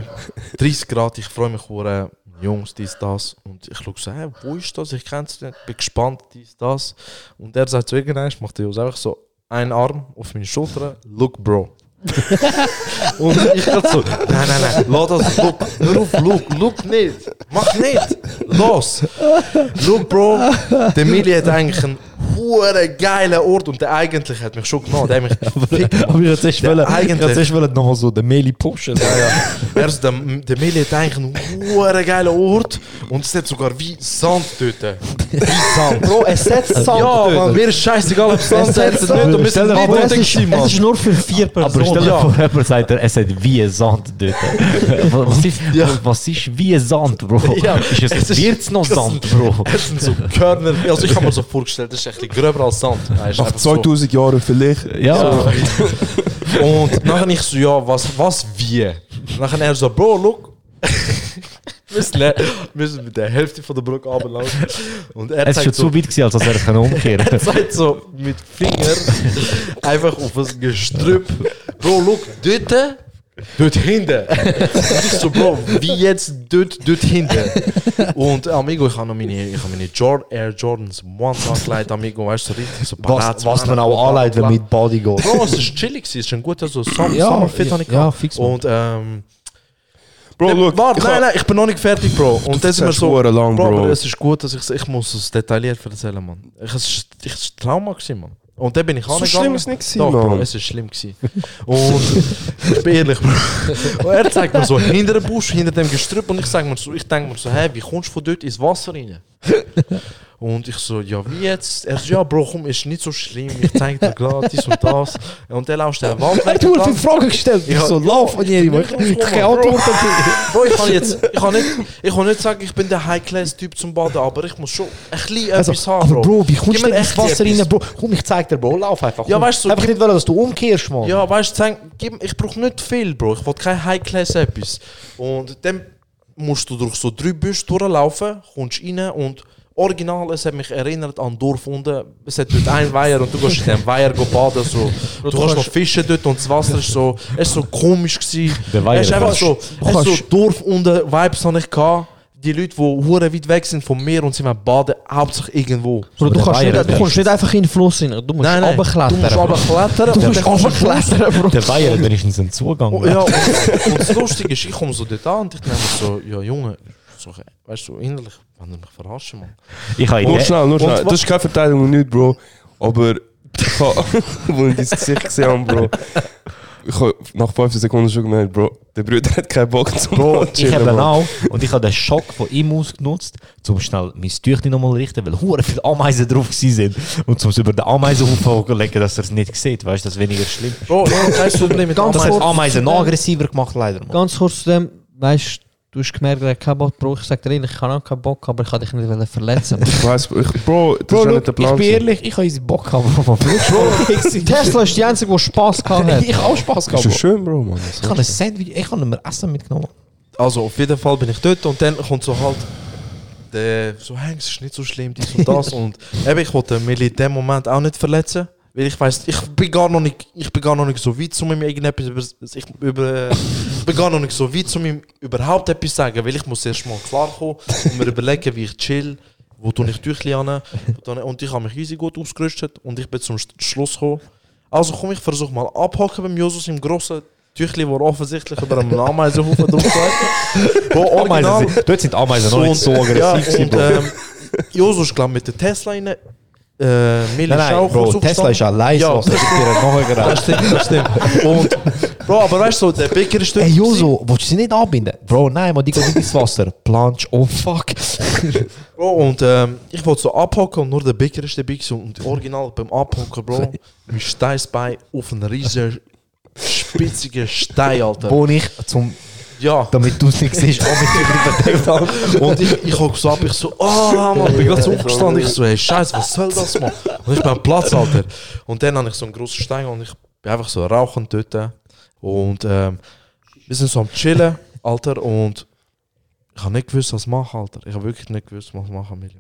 S10: 30 Grad, ich freue mich hure Jungs, dies, das. Und ich schaue so, hey, wo ist das? Ich kenne es nicht, bin gespannt, dies, das. Und er sagt zu irgendwann, macht der Jungs einfach so einen Arm auf meine Schulter, look, Bro. Und ich dachte so, nein, nein, nein, lass das, look, hör auf, look, look nicht, mach nicht, los. Look, Bro, der Mili hat eigentlich einen hure geiler Ort und der eigentlich hat mich schon genommen. Der hat mich gefickt.
S11: Aber ich hätte echt
S10: Der
S11: wollen, ich
S10: eigentlich-
S11: hätte echt wollen nochmal so den Meli pushen.
S10: Ja, ja. Also, der, der Meli hat eigentlich einen hure geilen Ort und es hat sogar wie Sand dort. Wie Sand.
S8: Bro, es setzt Sand.
S10: Ja, man, mir ist scheißegal, ob Sand
S8: Es
S10: setzt
S8: setzt
S10: oder
S8: Sand.
S10: nicht. Und wir sind
S11: Aber
S10: nicht
S8: es ist,
S10: gewesen, Mann.
S8: es ist nur für
S10: Ah,
S8: vier
S11: Aber stell
S8: Personen.
S11: dir
S10: ja.
S11: vor, jemand sagt er, es hat wie ein Sand dort. was, ist,
S10: Ja.
S11: was ist wie ein Sand, Bro?
S10: Ja,
S11: Ist es,
S10: es ist-
S11: wird's noch
S10: das
S11: Sand,
S10: sind-
S11: Bro?
S10: Es sind so Körner. Also ich habe mir so vorgestellt, das ist echt gröber als Sand. Weißt,
S7: Nach
S10: einfach
S7: 2000 Jahren vielleicht.
S11: Ja.
S10: So. Und nachher ich so, ja, was, was wie? Nachher er so, Bro, look. wir sind le- wir sind mit der Hälfte von der Brücke runterlaufen. Und er
S11: Es ist schon
S10: zeigt so,
S11: zu weit gewesen, als dass er es kann umkehren
S10: er zeigt so mit Finger einfach auf ein Gestrüpp. Bro, look, dort, dort hinten. Und ich so, Bro, wie jetzt dort, dort hinten? Und Amigo, ich habe noch meine, ich habe meine Jordan, Air Jordans Once angelegt, Amigo, weißt du, so richtig so parat.
S11: Was, was man auch anlegt, wenn man mit Body geht.
S10: Bro, es ist chillig, gewesen, es ist ein guter so Summer,
S11: Ja,
S10: Summerfit,
S11: ja,
S10: habe ich
S11: ja,
S10: gehabt.
S11: fix, Mann.
S10: Und, ähm,
S7: Bro,
S10: Nee,
S7: look,
S10: warte,
S7: ich
S10: nein,
S7: hab-
S10: nein, ich bin noch nicht fertig, Bro. Und das ist mir
S7: erzählst
S10: so.
S7: verdammt lang, Bro.
S10: aber es ist gut, dass ich ich muss es detailliert erzählen, Mann. Ich es ich es ist Trauma gewesen, Mann. Und dann bin ich
S7: So schlimm ist nicht gewesen,
S10: Doch, Bro,
S7: Mann.
S10: es ist schlimm gewesen. Und ich bin ehrlich, Bro. Und er zeigt mir so hinter dem Busch, hinter dem Gestrüpp und ich sag mir so, ich denke mir so, hey, wie kommst du von dort ins Wasser rein? Und ich so, ja, wie jetzt? Er so, ja, Bro, komm, ist nicht so schlimm, ich zeig dir gleich dies und das. Und dann laufst du den Wald
S11: Er
S10: weg
S11: hat mir
S10: und
S11: viele
S10: dann-
S11: Fragen gestellt.
S10: Ja.
S11: so, lauf, an
S10: Ja,
S11: jemand.
S10: ich komm,
S11: Ich kann keine
S10: Bro.
S11: Antwort dafür.
S10: Bro, ich kann jetzt, ich kann nicht, ich kann nicht sagen, ich bin der High-Class-Typ zum Baden, aber ich muss schon ein bisschen
S11: Also,
S10: etwas haben, Bro.
S11: aber Bro, wie
S10: Gib
S11: kommst du
S10: mir
S11: denn ins
S10: echt
S11: Wasser
S10: etwas.
S11: rein, Bro? Komm, ich zeig dir, Bro, lauf einfach.
S10: Ja,
S11: Komm.
S10: weißt du, so-
S11: Einfach nicht wollen, dass du umkehrst, Mann.
S10: Ja, weißt du, gib, ich brauche nicht viel, Bro. Ich will kein High-Class etwas. Und dann musst du durch so drei Büsche durchlaufen, kommst rein und original, es hat mich erinnert an Dorf unten. Es hat dort einen Weiher und du gehst in dem Weiher go baden. So. Du, kannst noch fischen dort und das Wasser ist so, es ist so komisch gewesen.
S11: Der Weiher.
S10: Es ist einfach so, es ist so
S11: kannst-
S10: Dorf unten Vibes habe ich gehabt. Die Leute, die hure weit weg sind vom Meer und sie wollen baden, hauptsächlich irgendwo.
S8: Bro, du,
S11: der
S8: kannst
S11: Weiher
S8: nicht, du
S11: ist
S8: kommst nicht einfach in den Fluss rein. Du musst
S10: Nein, nein.
S8: runterklettern.
S10: Du musst runterklettern. und dann kommst du-
S8: Bro.
S11: Der Weiher, der ist in seinen Zugang.
S10: Oh, ja, und, und das Lustige ist, ich komme so dort an und ich denke so, ja Junge, so, weißt du, so innerlich, wenn du mich verarschen, Mann.
S11: Ich habe
S7: Nur
S11: Idee.
S7: schnell, nur schnell.
S10: Und-
S7: Das ist keine Verteidigung und nicht, Bro. Aber ich habe, wo ich dein Gesicht gesehen habe, Bro. Ich habe nach 15 Sekunden schon gemerkt, Bro, der Bruder hat keinen Bock zum
S11: Bro, ich habe
S7: Mann.
S11: den auch und ich habe den Schock von ihm ausgenutzt, um schnell mein Tüchlein nochmal zu richten, weil hure viele Ameisen drauf gewesen sind. Und um es über den Ameisenhaufen zu legen, dass er es nicht sieht, weißt du, das ist weniger schlimm.
S10: Bro, no, kein Problem mit
S11: Das
S10: Ameisen.
S11: hat
S8: kurz-
S11: Ameisen noch aggressiver gemacht, leider. Mann.
S8: Ganz kurz zu dem, weißt du, hast gemerkt, er hat keinen Bock, Bro. Ich sag dir ehrlich, ich habe auch keinen Bock, aber ich kann dich nicht wollen verletzen.
S7: Ich weiss, ich, Bro, das
S11: Bro,
S7: ist ja
S11: look,
S7: nicht der Plan.
S11: ich bin
S7: gewesen.
S11: ehrlich, ich habe unseren Bock gehabt, Bro. Mann. Bro.
S8: Tesla ist die einzige, die Spass gehabt hat.
S11: ich habe auch Spaß
S7: Ist
S11: gehabt.
S7: ja
S11: Bro.
S7: schön, Bro, Mann.
S11: Ich habe ein Sandwich, ich habe mir Essen mitgenommen.
S10: Also auf jeden Fall bin ich dort und dann kommt so halt der, so hey, es ist nicht so schlimm, dies und das und eben, ich wollte Milli in dem Moment auch nicht verletzen, weil ich weiß, ich bin gar noch nicht, ich bin gar noch nicht so weit, um ihm irgendetwas über, ich, über, ich bin gar noch nicht so weit, um ihm überhaupt etwas zu sagen, weil ich muss erst mal klarkommen und mir überlegen, wie ich chill, wo tue ich Tüchli an, wo tue ich- und ich habe mich easy gut ausgerüstet und ich bin zum Sch- Schluss gekommen. Also komm, ich versuche mal abhaken beim Josus im grossen Tüchli, wo er offensichtlich über einem Ameisenhaufen drauf liegt. Wo original-
S11: Ameisen, sind- dort sind Ameisen noch
S10: genau. und- äh,
S11: nicht so aggressiv.
S10: ja,
S11: gewesen,
S10: und,
S11: Bro.
S10: ähm, Josus glaub mit der Tesla rein. Äh, Milli
S11: nein, nein,
S10: auch kurz
S11: Bro, Tesla
S10: aufgestanden.
S11: ist allein.
S10: Ja,
S11: Ja, das ist dir nachher gerade.
S10: das stimmt, das stimmt. Und, Bro, aber weißt du, so, der Bäcker ist dort
S11: Ey, Joso, willst du sie nicht anbinden? Bro, nein, man, die geht nicht ins Wasser. Plansch, oh fuck.
S10: Bro, und ähm, ich wollte so abhocken und nur der Bäcker ist dabei gewesen. Und original beim Abhocken, Bro, mein Steißbein auf einen riesen, spitzigen Stein, Alter.
S11: Wo ich, zum,
S10: ja.
S11: damit du es nicht siehst, auch mit überdeckt habe.
S10: Und ich, ich hock so ab, ich so, ah, Mann, ich bin gerade so aufgestanden. Ich so, ey, Scheiße, was soll das, Mann? Und ich bin am Platz, Alter. Und dann habe ich so einen großen Stein und ich bin einfach so rauchend dort. Und ähm, wir sind so am Chillen, Alter. Und ich habe nicht gewusst, was ich mache, Alter. Ich habe wirklich nicht gewusst, was ich machen will.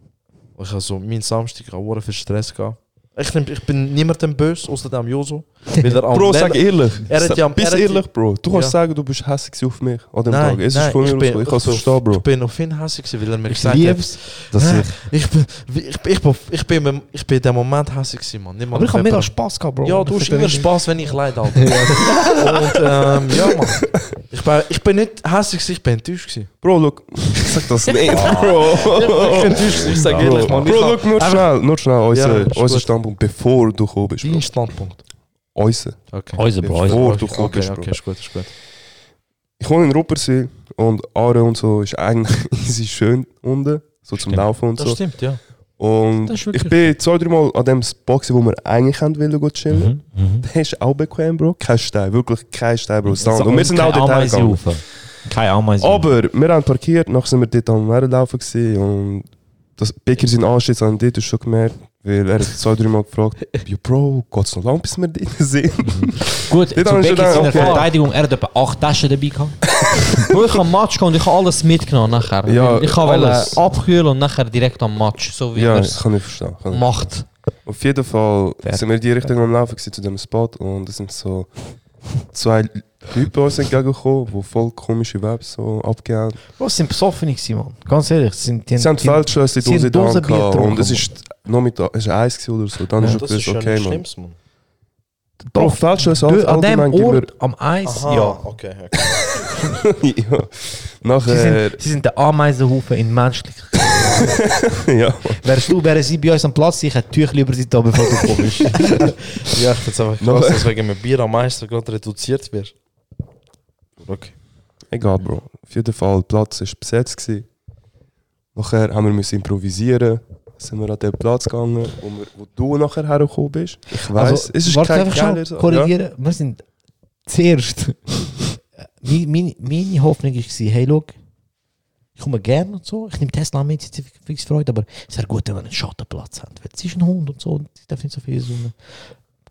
S10: Und ich habe so meinen Samstag auch sehr viel Stress gehabt. Ich, nehm- ich bin niemandem böse, außer dem Joso. Wieder am
S7: Bro, sag
S10: Lellen.
S7: ehrlich.
S10: Er hat ja-
S7: Bist
S10: er hat-
S7: ehrlich, Bro. Du kannst
S10: Ja.
S7: sagen, du bist hässlich auf mich an dem
S10: Nein,
S7: Tag. Es
S10: nein,
S7: ist von
S10: ich
S7: mir
S10: bin-
S7: aus, ich kann es verstehen, Bro.
S10: Ich bin auf ihn hässlich, gewesen, weil er mir
S11: Ich
S10: gesagt hat,
S11: lieb's, dass
S10: Hä? Äh,
S11: ich...
S10: ich bin, ich, bin- ich, bin- ich, bin, im- ich bin in dem Moment hässlich, gewesen, Mann. Nicht mal
S11: Aber ich
S10: mit
S11: habe mega
S10: jemandem.
S11: Spaß gehabt, Bro.
S10: Ja, du hast
S11: Ich bin
S10: immer
S11: irgendwie-
S10: Spaß, wenn ich leid habe. Und ähm, ja, Mann. Ich bin, ich bin nicht hässlich, gewesen, ich bin enttäuscht. Gewesen.
S7: Bro, look. Sag das nicht, Bro.
S10: Ich bin enttäuscht, gewesen, ich sage ehrlich, Mann. Ich
S7: Bro,
S10: hab-
S7: look, nur
S10: Einfach-
S7: schnell, nur schnell. Unser,
S10: Ja, ist
S7: unser
S10: gut.
S7: Standpunkt, bevor du gekommen bist, Bro.
S10: Dein Standpunkt.
S7: Unser.
S10: Okay.
S2: Unser Bro, unser
S7: Bevor
S10: Okay,
S7: du gekommen bist,
S10: okay,
S7: Bro.
S10: okay, ist gut, ist gut.
S7: Ich wohne in Ruppersee und Aare und so ist eigentlich easy schön unten, so zum
S2: Stimmt.
S7: Laufen und
S10: Das
S7: so.
S10: stimmt, ja.
S7: Und
S8: Das ist
S7: ich
S8: wirklich-
S7: bin zwei, dreimal an dem Spot, gewesen, wo wir eigentlich haben wollen gehen chillen.
S2: Mhm, mhm.
S7: Der ist auch bequem, Bro. Kein Stein, wirklich kein Stein,
S8: Mhm.
S7: Bro. Sand.
S8: Also
S11: So,
S7: und wir sind auch
S11: keine
S7: dort
S11: Ameisen
S7: hergegangen.
S11: rauf. Keine Ameisen rauf.
S7: Aber wir haben parkiert, nachher sind wir dort am Herlaufen gewesen und das Bäcker sein Anschluss an dort ist schon gemerkt, weil er hat zwei, dreimal gefragt, «Jo, Bro, geht's noch lang, bis wir dort sind?»
S2: Gut,
S7: Dit
S2: zu Beckett seiner
S7: haben wir schon gedacht, okay.
S2: Verteidigung, er hat etwa acht Taschen dabei gehabt.
S8: Bro, ich am Match gehabt und ich habe alles mitgenommen nachher.
S7: Ja,
S8: ich habe
S7: alles.
S8: alles abkühlen und nachher direkt am Match, so wie
S7: Ja,
S8: er
S7: das
S8: es
S7: kann ich verstehen. Kann ich.
S8: macht.
S7: Auf jeden Fall
S11: Fair.
S7: sind wir in die Richtung am Laufen gewesen, zu dem Spot und es sind so zwei Leute bei uns entgegengekommen, die voll komische Webs so abgegeben haben.
S11: Bro, sie Oh, sind besoffen gewesen, Mann. Ganz ehrlich, sie sind... die-
S7: Sie haben
S11: die-
S7: Feldschlösser in
S11: sie
S7: unsere
S11: haben Dosen
S7: Dame
S11: Bier
S7: gehabt
S11: getrunken,
S7: und es ist Nachmittag, es ist eins gewesen oder so. Dann
S11: Ja,
S7: ist
S10: Das
S7: es
S10: ist ja
S7: okay,
S10: nichts
S7: Mann.
S10: Schlimmes, Mann.
S7: Doch, Feldschlösser
S11: Dö, An dem
S7: allgemein
S11: Ort, am Eis,
S10: Aha,
S11: ja.
S10: okay. okay.
S7: immer... ja. eh,
S11: Sie
S7: Nachher...
S11: sind, sie sind der Ameisenhaufen in menschlich.
S7: ja.
S11: Wärst du, wären sie bei uns am Platz, ich hätte Tüchli über sie da, bevor du kommst.
S10: Ja, ich find's einfach
S7: Nog-
S10: krass, dass wegen einem Bier am meisten gerade reduziert wird. Okay.
S7: Egal, Bro. Auf jeden Fall, der Platz war besetzt. Gewesen. Nachher haben wir müssen improvisieren. Sind wir an den Platz gegangen, wo, wir, wo du nachher hergekommen bist. Ich weiss, es ist
S11: warte
S7: kein
S11: einfach schon,
S7: geiler Sa- Ja.
S11: korrigieren. Wir sind zuerst. meine, meine, meine Hoffnung war, hey, schau, ich komme gerne und so. Ich nehme Tesla mit, sie hat fix Freude, aber es wäre gut, wenn wir einen Schattenplatz haben. Weil es ist ein Hund und so und ich darf nicht so viel Sonne.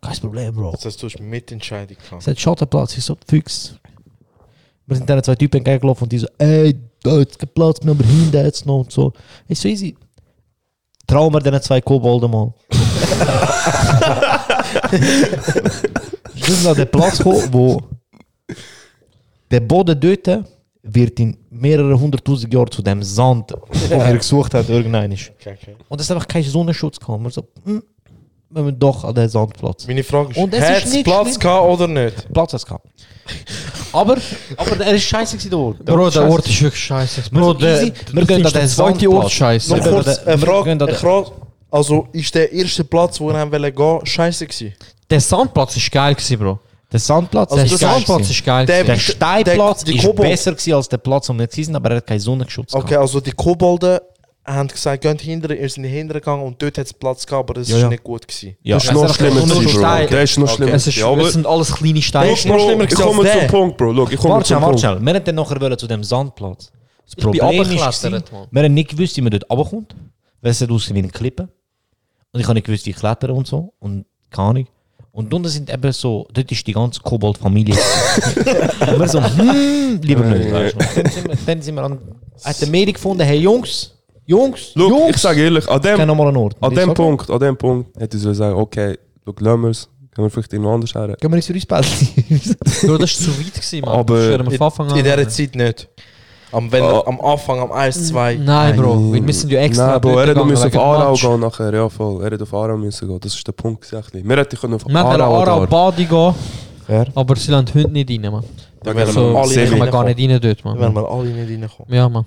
S11: Kein Problem, Bro.
S10: Das heißt, du hast Mitentscheidung
S11: Es
S10: gehabt.
S11: hat Schattenplatz, ich so, fix. Wir sind dann zwei Typen entgegengelaufen und die so, ey, da ist kein Platz mehr, aber hinten jetzt noch und so. Ist so easy. Trauen wir diesen zwei Kobolden mal. Wir sind an den Platz gekommen, wo der Boden dort wird in mehreren hunderttausend Jahren zu dem Sand, den wir gesucht haben, irgendein ist.
S10: Okay, okay.
S11: Und es hat einfach keinen Sonnenschutz gehabt. Wir so, hm, wenn wir doch an den Sandplatz.
S10: Meine Frage ist,
S11: Und es
S10: hat's
S11: ist nicht
S10: Platz
S11: schlimm.
S10: gehabt oder nicht?
S11: Platz hat's gehabt. aber, aber er ist scheiße gewesen, der Ort.
S8: Bro, der
S11: ist
S8: Ort ist wirklich scheiße.
S11: Wir
S8: Bro,
S11: sind
S8: der,
S11: easy. Wir
S8: wir
S11: gehen an
S8: gehen an
S11: den
S8: den zweiten
S11: Sandplatz.
S8: Ort scheiße.
S10: Noch
S11: Wir
S10: Äh,
S11: gehen
S10: kurz,
S11: an den-
S10: eine
S11: wir
S10: Frage,
S11: gehen an
S10: eine
S11: den-
S10: Frage. Also, ist der erste Platz, wo wir haben wollen gehen, scheiße gewesen?
S8: Der Sandplatz ist geil gewesen, Bro.
S11: Der Sandplatz
S8: Der
S10: Also
S11: ist geil
S8: Sandplatz
S11: gewesen.
S8: ist geil
S10: Der-
S8: gewesen.
S11: Der Steinplatz
S10: der- die
S11: ist
S10: Kobold.
S11: besser gewesen als der Platz, um nicht zu sein, aber er hat keinen Sonnenschutz
S10: Okay,
S11: gehabt.
S10: also die Kobolde haben gesagt, geht hinterher, ihr sind hinterher gegangen und dort hat es Platz gehabt, aber das
S11: Ja,
S10: ist
S11: ja.
S10: nicht gut gewesen.
S11: Ja.
S7: Das ist noch
S8: Also,
S7: schlimmer
S8: das ist
S7: gewesen,
S8: noch
S7: Bro.
S8: Stein.
S7: Der ist noch schlimmer.
S8: Es, ist,
S7: Ja, aber-
S8: es sind alles kleine Steine.
S10: Noch- noch schlimmer
S7: ich
S10: gewesen
S7: komme
S10: als
S7: zum
S10: der.
S7: Punkt, Bro. Look, ich komme zum
S11: Warte schnell, warte
S7: Punkt.
S11: schnell. Wir hätten nachher wollen zu dem Sandplatz. Das Problem ist, gewesen,
S8: runtergeklettert, Mann.
S11: wir haben nicht gewusst, wie man dort runterkommt, weil es hat ausgesehen wie eine Klippe. Und ich habe nicht gewusst, wie ich klettern und so. Und keine Ahnung. Und unten sind eben so, dort ist die ganze Kobold-Familie. und wir so, hm, lieber nicht. weißt du. Dann sind wir, dann sind wir an, hat der Mädchen gefunden, hey Jungs, Jungs,
S7: Look,
S11: Jungs,
S7: ich sage ehrlich, an
S11: ich
S7: dem,
S11: kenne nochmal einen Ort.
S7: an
S11: Ich so,
S7: dem
S11: okay.
S7: Punkt, an dem Punkt hätte ich sollen sagen, okay, look, lassen wir es. Können wir vielleicht irgendwo anders her.
S11: Gehen wir ins Rüspelz.
S8: Bro, das ist zu weit gewesen, Mann.
S7: Aber-
S8: Das wären wir von Anfang
S10: In dieser
S8: an.
S10: Zeit nicht. Am, wenn,
S7: Oh.
S10: am Anfang, am 1, 2.
S8: Nein, Bro, wir müssen ja extra.
S7: Nein, Bro,
S8: dort
S7: er hätte
S8: gegangen
S7: müssen auf
S8: wegen dem
S7: Aarau
S8: Match.
S7: gehen nachher. Ja, voll. Er hätte auf Aarau müssen gehen. Das ist der Punkt. gesagt. Wir hätten können auf
S8: Wir haben
S7: Aarau
S8: Aarau
S7: gehen.
S8: Badi gehen,
S11: Fair.
S8: aber sie lassen die Hunde nicht rein, Mann.
S10: Dann wären
S8: So,
S10: wir alle
S8: sie
S10: nicht
S8: kommen gar
S10: reingekommen.
S8: nicht rein dort,
S10: Dann wären
S8: Mann.
S10: wir alle nicht reingekommen.
S8: Ja, Mann.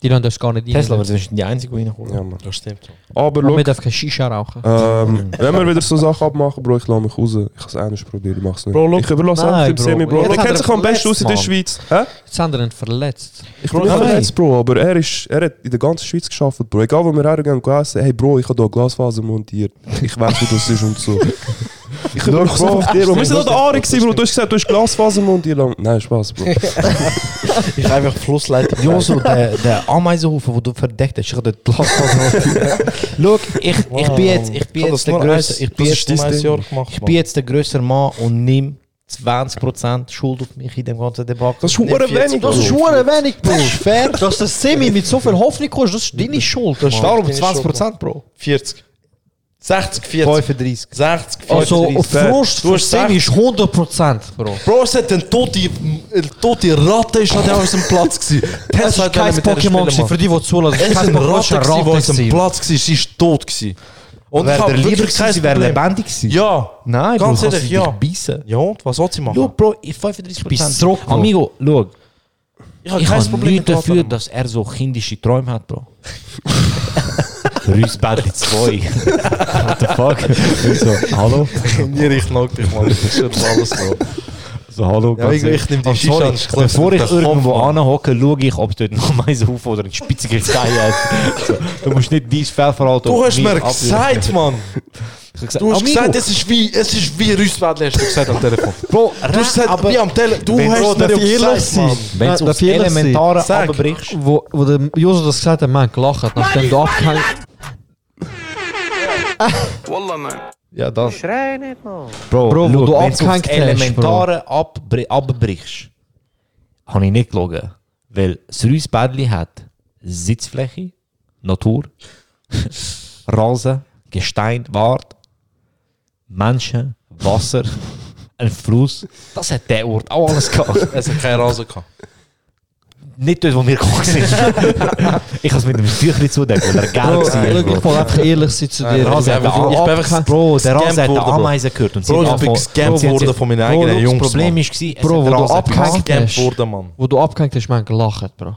S8: Die dus lassen uns gar nicht rein.
S11: Tesla, wir
S8: dort.
S11: sind die Einzigen, die reinkommen.
S7: Ja, Mann.
S10: Das stimmt.
S7: Aber
S8: Und
S7: look,
S8: wir dürfen keine Shisha rauchen.
S7: ähm, wenn wir wieder so Sachen abmachen, Bro, ich lasse mich raus. Ich kann es anders probieren, ich mach's nicht.
S10: Bro, look.
S7: ich überlasse
S8: Nein,
S7: einfach dem
S8: Bro.
S7: Semi, Bro.
S8: Jetzt
S7: Er
S8: hat
S7: kennt
S8: er
S7: sich am besten aus in der
S8: verletzt,
S7: Schweiz. Hä?
S8: Jetzt haben wir ihn verletzt.
S7: Ich bin nicht
S11: nein.
S7: verletzt, Bro, aber er, ist, er hat in der ganzen Schweiz geschafft, Bro. Egal, wo wir hergehen, essen, hey, Bro, ich habe hier Glasfaser montiert. Ich weiß, wie das ist und so. Ich höre Bro auf dir, Bro. Wir sind an der Aare gewesen, Bro. Du hast gesagt, du hast Glasfaser montiert. lang- Nein, Spaß, Bro.
S10: Ich habe einfach Flussleitung.
S11: Joso, der, der Ameisenhaufen, wo du verdeckt hast, ich habe dort Platz Schau, ich, ich bin jetzt, ich bin jetzt der grösste, ich bin jetzt,
S10: das
S7: dein
S10: ist
S7: Ding.
S10: Jahr gemacht,
S11: ich
S10: Mann.
S11: bin jetzt der grössere Mann und nimm 20% Schuld auf mich in dem ganzen Debakel.
S7: Das ist hure wenig, Bro.
S8: schwere wenig, Bro. Fair. Dass das Semi mit so viel Hoffnung kommst, das ist deine Schuld.
S10: Das
S8: Mann.
S10: stimmt.
S11: Darum
S10: Bin ich schon
S11: 20%, Bro.
S10: 40. 60, 40.
S11: 35.
S10: 60, 40.
S8: Also,
S7: Fett,
S8: Frost
S10: Du hast
S8: verstehen
S10: gesagt-
S8: ist 100%, Bro.
S10: Bro, es hat eine tote, eine tote Ratte ist an aus dem Platz gewesen.
S8: Das ist kein Pokémon, gewesen, für die, die zulassen.
S10: Es
S8: Das
S10: ist
S8: ist
S10: ein
S8: kein Pokémon, das ist
S10: Ratte, gewesen,
S8: ein
S10: die aus dem
S8: gewesen.
S10: Platz gewesen. Sie ist tot gewesen. Und
S11: Wäre
S10: hab
S11: der lieber
S10: wirklich kein
S11: gewesen, sie wäre
S10: Problem.
S11: lebendig gewesen.
S10: Ja.
S8: Nou,
S11: Nein,
S10: Ganz
S11: Bro,
S10: ehrlich,
S11: kannst du
S10: ja.
S11: dich beißen.
S10: Ja, und was soll sie machen?
S11: Ja, Bro, ich 35
S8: Bist zurück, Bro.
S11: Amigo, schau.
S10: ich habe
S11: Ich
S10: kein
S11: habe
S10: Problem
S11: nichts
S10: mit
S11: dafür,
S10: Ratten.
S11: dass er so kindische Träume hat, Bro. Rüssbändli 2. What the fuck? Und so, hallo?
S10: Nee, nou ich knock dich, Mann. Das ist alles so.
S11: So, hallo?
S10: Ja, ich- ich nehm die
S11: Oh,
S10: Shisha
S11: sorry.
S10: und schlag
S11: Bevor
S10: mit
S11: ich
S10: dem
S11: irgendwo
S10: Kopf, Mann.
S11: anhocke, schaue ich, ob dort noch Meisenhaufen oder ein spitziger Stein hat. So, du musst nicht dein halt Fehlverhalten
S10: Du
S11: auf
S10: hast
S11: mich
S10: mir
S11: ablegen.
S10: gesagt, Mann.
S11: Ich hab gesagt,
S10: Du hast
S11: Amigo,
S10: gesagt, es ist wie, es ist wie Rüsswädel, hast du gesagt am Telefon.
S11: Bro,
S10: Du hast
S8: Ah,
S10: gesagt, wie am Telefon. Du hast es mir ja gesagt, Mann.
S11: Wenn du
S8: Nein,
S11: aufs
S8: darf ich ehrlich
S11: Elementare
S10: sein? Sag.
S11: abbrichst.
S8: Wo, wo der Joso das gesagt hat, man gelacht hat, nachdem du abgehangen
S11: Ja, das. Bro,
S8: Bro, wo
S11: schau, wenn
S8: du
S11: aufs
S8: abgehängt hast,
S11: Elementare abbri abbrichst, habe ich nicht gelogen. Weil das Reusbädli hat Sitzfläche, Natur, Rasen, Gestein, Wart, Menschen, Wasser, ein Fluss. Das hat der Ort auch alles gehabt.
S10: Es hat keine Rasen gehabt.
S11: nicht dort, wo wir gekommen sind. ich habe es mit einem Tüchlein zudecken, weil er geil
S8: Bro, schau,
S11: war.
S8: ich will einfach ehrlich sein zu dir.
S10: Nein,
S11: Rase hat
S10: Ich bin
S11: den
S10: einfach
S11: Ab- Bro, der
S10: gescampt
S11: Rase hat den
S10: worden, Bro.
S11: Ameisen gehört. Und sie
S10: Bro,
S11: hat
S10: ich bin
S11: angefangen-
S10: gescampt
S11: Bro, sie hat
S10: worden
S11: sich-
S10: von meinen
S11: Bro,
S10: eigenen
S11: schau,
S10: Jungs,
S11: Das Problem
S10: Mann.
S11: ist, gewesen, es
S8: Bro,
S11: hat
S8: wo
S11: der
S8: du
S11: Rase
S8: abgehängt
S11: gemacht.
S10: Camp
S8: hast.
S10: worden, Mann.
S8: Wo du abgehängt hast, man gelacht, Bro.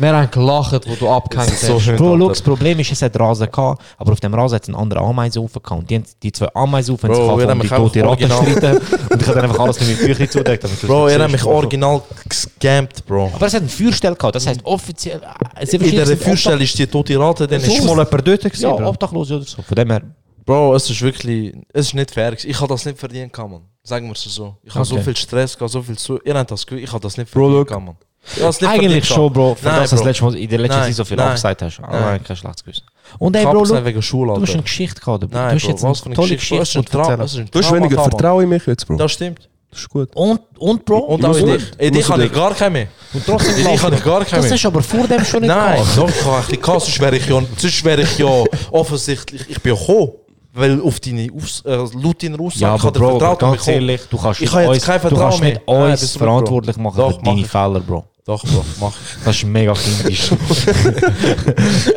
S8: Wir haben gelacht, wo du abgehängt hast.
S10: So schön.
S11: Bro,
S10: Alter.
S11: schau, das Problem ist, es hat Rasen gehabt, aber auf dem Rasen hat es einen anderen Ameisen aufgekannt. Die, haben- die zwei Ameisen auf, haben
S10: Bro,
S11: sich
S10: wir haben
S11: angefangen, um die
S10: mich auch
S11: tote Ratte
S10: original-
S11: streiten. Und ich habe dann einfach alles mit meinem Tüchlein zudeckt. damit du
S10: Bro,
S11: das
S10: er hat
S11: siehst,
S10: mich
S11: Bro.
S10: original gescampt, Bro.
S11: Aber es hat einen Feuerstell gehabt, das heisst offiziell... äh, sie
S10: In der
S11: sind
S10: Feuerstelle ist die tote Ratte, dann
S8: Ist
S10: ist
S8: mal jemand dort gewesen,
S11: Obdach- Ja,
S8: Bro?
S11: obdachlos oder so. Von dem her...
S10: Bro, es ist wirklich, es ist nicht fair. gewesen. Ich habe das nicht verdient, gehabt, Mann. Sagen wir es so. Ich habe so
S11: Okay.
S10: viel Stress, gehabt, so viel zu. Ihr habt das Gefühl, ich habe das nicht
S11: Bro,
S10: verdient,
S11: look.
S10: gehabt, Mann. Ich habe es nicht verdient
S11: Eigentlich schon,
S10: gehabt.
S11: Bro, für
S10: Nein,
S11: das, dass
S10: Bro.
S11: letztes Mal, in der letzten
S10: Nein,
S11: Zeit so viel
S10: nein.
S11: abgesagt hast. Aber
S10: Nein.
S11: kein schlechtes Gewissen. Und ey,
S10: Ich
S11: Bro,
S10: habe
S11: schau,
S10: gesagt wegen Schule,
S11: Du hast eine
S10: Alter.
S11: Geschichte gehabt. Du,
S10: Nein,
S11: du hast
S10: Bro,
S11: jetzt
S10: was für
S11: eine
S10: eine
S11: tolle
S10: Geschichte. Was
S11: Geschichte.
S10: für ein
S11: zu erzählen.
S10: Trauma. Das ist ein
S7: Du hast
S10: Trauma,
S7: weniger
S10: Mann.
S7: Vertrauen in mich jetzt, Bro.
S10: Das stimmt.
S7: Das ist gut.
S11: Und, und Bro,
S10: Und auch in
S7: Muss
S10: dich. In dich
S7: muss
S10: habe
S7: ich-
S10: ich gar keine mehr.
S11: und trotzdem
S10: Ich
S11: lachen.
S10: hatte gar keine
S11: Das
S10: mehr.
S11: hast du aber vor dem schon nicht
S10: Nein,
S11: gehabt.
S10: doch, ich habe ein bisschen gehabt, sonst wäre ich ja, sonst wäre ich ja offensichtlich, ich bin ja gekommen, weil auf deine Aus, äh, laut deiner Aussage,
S11: Ja,
S10: ich
S11: aber
S10: habe dir
S11: Bro, aber
S10: Vertrauen
S11: ganz
S10: bekommen.
S11: ehrlich, du
S10: Ich
S11: kannst nicht
S10: habe jetzt
S11: uns,
S10: kein
S11: du kannst
S10: Vertrauen mehr.
S11: nicht
S10: Nein,
S11: uns
S10: bist du nicht,
S11: verantwortlich machen
S10: Doch,
S11: für deine
S10: mach ich.
S11: Fehler, Bro.
S10: Doch, Bro, mach ich.
S11: Das ist mega kindisch.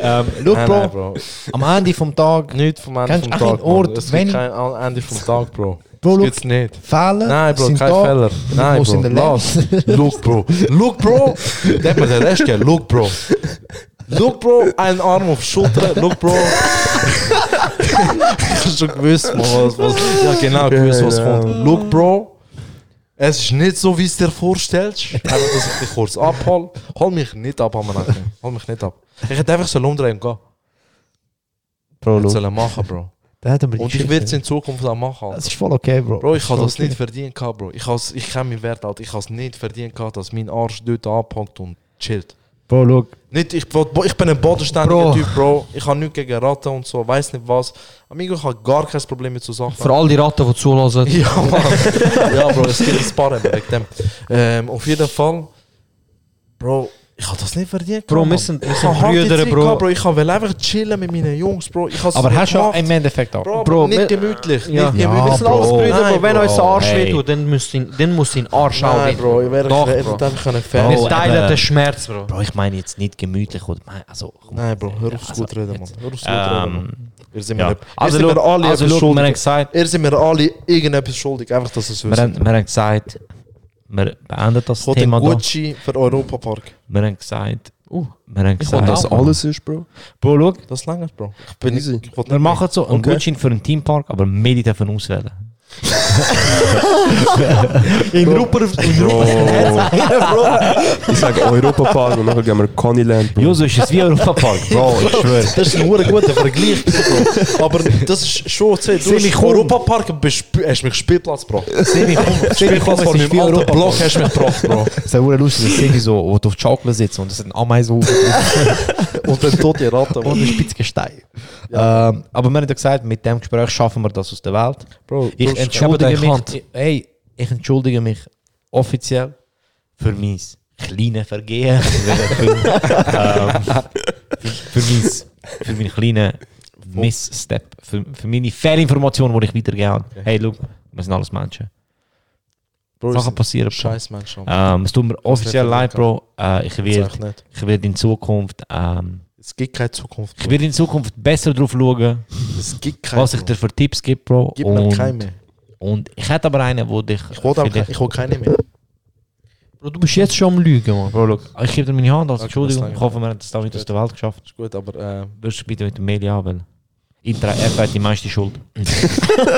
S11: ähm,
S10: Nein,
S11: look, Bro,
S10: nein, Bro.
S11: am Ende vom Tag,
S10: Nichts vom Ende
S11: Kennst
S10: vom
S11: du
S10: Tag.
S11: einen
S10: Mann.
S11: Ort,
S10: es
S11: wenn-
S10: gibt kein A- Ende vom Tag, Bro.
S11: Bro,
S10: das
S11: look.
S10: gibt's nicht.
S11: Fehler
S10: Nein, Bro,
S11: sind
S10: kein
S11: da.
S10: Fehler.
S11: Ich
S10: Nein,
S11: muss
S10: Bro.
S11: in der Lehre.
S10: Lass. Look, Bro. Look, Bro. Der hat mir den Rest gegeben. Look, Bro. Look, Bro. Einen Arm auf die Schulter. Look, Bro. ich hab schon gewusst, Mann, was, was. Ja, genau, gewusst, was kommt. Look, Bro. Es ist nicht so, wie es dir vorstellst. Aber dass ich dich kurz abhole. Hol mich nicht ab, Amanaki. Hol mich nicht ab. Ich hätte einfach so umdrehen und gehen.
S11: Bro,
S10: Was
S11: look,
S10: soll er machen, Bro?
S11: da hat er mir die
S10: Und ich
S11: Geschichte
S10: werde es
S11: erzählt.
S10: in Zukunft auch machen.
S11: Das ist voll okay, Bro.
S10: Bro, ich habe
S11: voll
S10: das
S11: okay.
S10: nicht verdient, gehabt, Bro. Ich, has, ich kenne meinen Wert, Alter. Ich habe es nicht verdient, gehabt, dass mein Arsch dort abhängt und chillt.
S11: Bro, look,
S10: Nicht, ich, wollt- bo- ich bin ein bodenständiger
S8: Bro.
S10: Typ, Bro. Ich habe nichts gegen Ratten und so, weiß nicht was. Amigo, ich habe gar kein Problem mit so Sachen.
S8: Für all die Ratten, die zulassen.
S10: ja, Mann. ja, Bro, es gibt ein paar eben wegen dem. Ähm, auf jeden Fall, Bro, ich habe das nicht verdient.
S8: Bro,
S10: gehabt,
S8: wir
S10: Mann.
S8: sind, wir
S10: Ich habe
S8: sind
S10: harte
S8: Brüder,
S10: Zeit
S8: Bro.
S10: gehabt, Bro. Ich will einfach chillen mit meinen Jungs, Bro. Ich hab's
S11: aber
S10: nicht
S11: hast du ja
S10: gemacht.
S11: im Endeffekt auch.
S10: Bro,
S8: Bro,
S10: nicht
S8: wir-
S10: gemütlich.
S8: Ja.
S10: Nicht
S11: Ja,
S10: gemütlich.
S8: Wir sind alles
S11: Bro.
S8: Brüder,
S10: Nein,
S8: Bro. Wenn euch der Arsch
S11: Hey.
S8: wehtut, dann müsst ihr dann müsst ihr den Arsch auch
S10: Nein, Ah, Bro, ich
S8: wehtun.
S10: wäre
S8: Doch,
S10: Doch,
S8: Bro.
S10: dann können
S11: Bro,
S8: Wir
S10: fair.
S8: teilen
S11: eben.
S8: den Schmerz, Bro.
S11: Bro, ich meine jetzt nicht gemütlich oder mein, also komm,
S10: Nein, Bro, hör auf
S11: Also,
S10: gut reden, Mann. Hör auf gut reden, Mann.
S11: ähm,
S10: Ihr seid mir,
S11: ja.
S10: ihr
S11: Also,
S10: seid
S11: look,
S10: mir alle
S11: also
S10: etwas
S11: look, wir haben
S10: schuldig.
S11: gesagt,
S10: Ihr seid mir alle irgendetwas schuldig, einfach, dass es
S11: wir
S10: wissen.
S11: haben, wir haben gesagt, wir beenden das
S10: Ich wollte
S11: Thema
S10: einen
S11: da.
S10: Gucci für Europapark.
S11: Wir haben gesagt, wir haben
S8: wollte
S11: gesagt,
S7: Das alles ist, Bro.
S11: Bro, look,
S10: Das lange, Bro. Ich bin
S7: Easy.
S10: ich wollte
S11: wir
S10: nicht
S11: machen so einen
S7: Okay.
S11: Gutschein für einen Teampark, aber mehr die dürfen auswählen.
S10: In Ruper, in Ruper.
S7: Ich sage Europa-Park und nachher gehen wir Connyland, Bro.
S11: Joso, ist es wie Europapark? Bro, ich schwöre.
S10: Das ist ein hoher guter Vergleich, Bro. Aber das ist schon zu Du hast
S11: Silicon.
S10: Europapark besp- hast mich Spielplatz gebracht. Spielplatz
S11: Spielplatz
S10: vor meinem alten Block hast du mich gebracht, Bro.
S11: Es ist auch lustig, dass irgendwie so, wo du auf die Schaukel sitzt und es ist ein Ameisen
S10: Und dann tote Ratte,
S11: und
S10: Mann.
S11: ein Spitzgestein. Ähm, aber wir haben ja gesagt, mit dem Gespräch schaffen wir das aus der Welt.
S10: Bro,
S11: Ich
S10: du-
S11: entschuldige
S8: Schubert,
S11: mich.
S8: Hand.
S11: ich- Hey, ich entschuldige mich offiziell für mein kleines Ehm, Vergehen. Wenn ich bin. ähm, für, für, mein, für meinen kleinen Missstep. Für, für meine Fehlinformation, die ich weitergegeben habe.
S10: Okay.
S11: Hey, schau, wir sind alles Menschen.
S10: Bro,
S11: Sachen
S10: ist
S11: passieren.
S10: ein scheiß Mensch. Mann.
S11: Ähm, es tut mir offiziell leid, Bro. Äh, ich,
S10: Das
S11: werde,
S10: sag ich nicht.
S11: ich werde in Zukunft, ähm,
S10: Es gibt keine Zukunft.
S11: ich
S10: Bro.
S11: werde in Zukunft besser drauf schauen,
S10: Es gibt keine.
S11: was ich dir
S10: Bro.
S11: für Tipps gebe, Bro.
S10: Gib mir keine
S11: Und,
S10: mehr.
S11: und ich hätte aber einen, wo dich.
S10: Ich will, aber keine,
S11: vielleicht-
S10: ich will keine mehr.
S8: Bro, du bist jetzt schon am Lügen, Mann.
S11: Bro, look, ich gebe dir meine Hand als
S10: Okay,
S11: Entschuldigung.
S10: das
S11: Ich hoffe, wir haben das damit aus der Welt geschafft.
S10: Ist gut, aber äh,
S11: Würdest du bitte mit dem Meli haben? Intra F hat die meiste Schuld.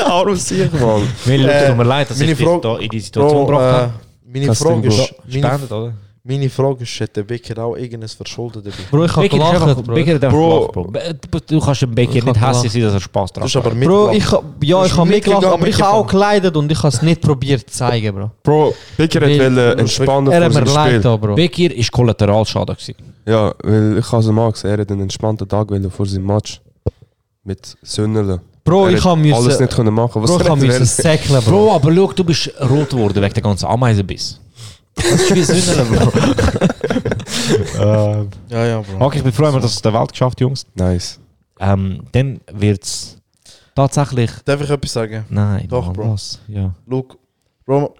S7: Arm sich, Manmann.
S11: Meli,
S10: Äh,
S11: es tut mir leid, dass
S10: meine
S11: ich dich
S10: Frage-
S11: da in die Situation
S10: Bro,
S11: gebracht
S10: äh,
S11: habe.
S10: meine
S7: Kannst
S10: Frage
S7: du, Bro.
S10: ist, meine,
S11: Spendet, oder?
S10: meine Frage ist, hat der Bäcker auch irgendein Verschulden dabei?
S8: Bro, ich hab
S11: Becker darf
S8: gelacht,
S11: einfach-
S8: Bro.
S11: Becker darf
S10: Bro.
S11: gelacht, Bro. Be- du- Du kannst dem Becker
S8: Ich
S11: nicht
S8: hab
S11: hässlich sein, dass er Spaß
S10: Das
S11: drauf
S10: ist aber
S11: hat.
S10: mit
S8: Bro, ich hab, ja,
S10: Bist
S8: ich hab
S10: du mitgegangen,
S8: mitgelacht, aber ich habe auch
S10: mitgefangen?
S8: geleidet und ich habe es nicht probiert zu zeigen, Bro.
S7: Bro, Becker hat
S8: Weil-
S7: wollte entspannen
S8: Er
S7: vor
S8: hat mir
S7: seinem
S8: leid
S7: Spiel.
S8: da, Bro.
S10: eh,
S11: Becker ist Kollateralschaden.
S10: Dus,
S11: gewesen.
S7: Ja, weil ich habe es mal gesehen, er hat einen entspannten Tag wollen vor seinem Match. Mit Sönnelen.
S8: Bro,
S7: er
S8: ich
S7: hat
S8: habe müssen,
S7: alles nicht können machen. Was
S8: Bro, ich
S7: er
S8: habe
S7: hätte
S8: müssen
S10: eh,
S8: säckeln, Bro.
S11: Bro, aber schau, du bist rot geworden wegen der ganzen Ameisenbiss. Das ist wie Sünden, Bro. Eh,
S10: Ja, ja, Bro.
S11: Okay, ich bin froh, haben wir das aus der Welt geschafft, Jungs.
S7: wollen. Nice.
S11: Ähm, dann wird es tatsächlich...
S10: Darf ich etwas sagen?
S11: Nein,
S10: Doch,
S11: Mann,
S10: Bro.
S11: was? Ja.
S10: Look, Bro,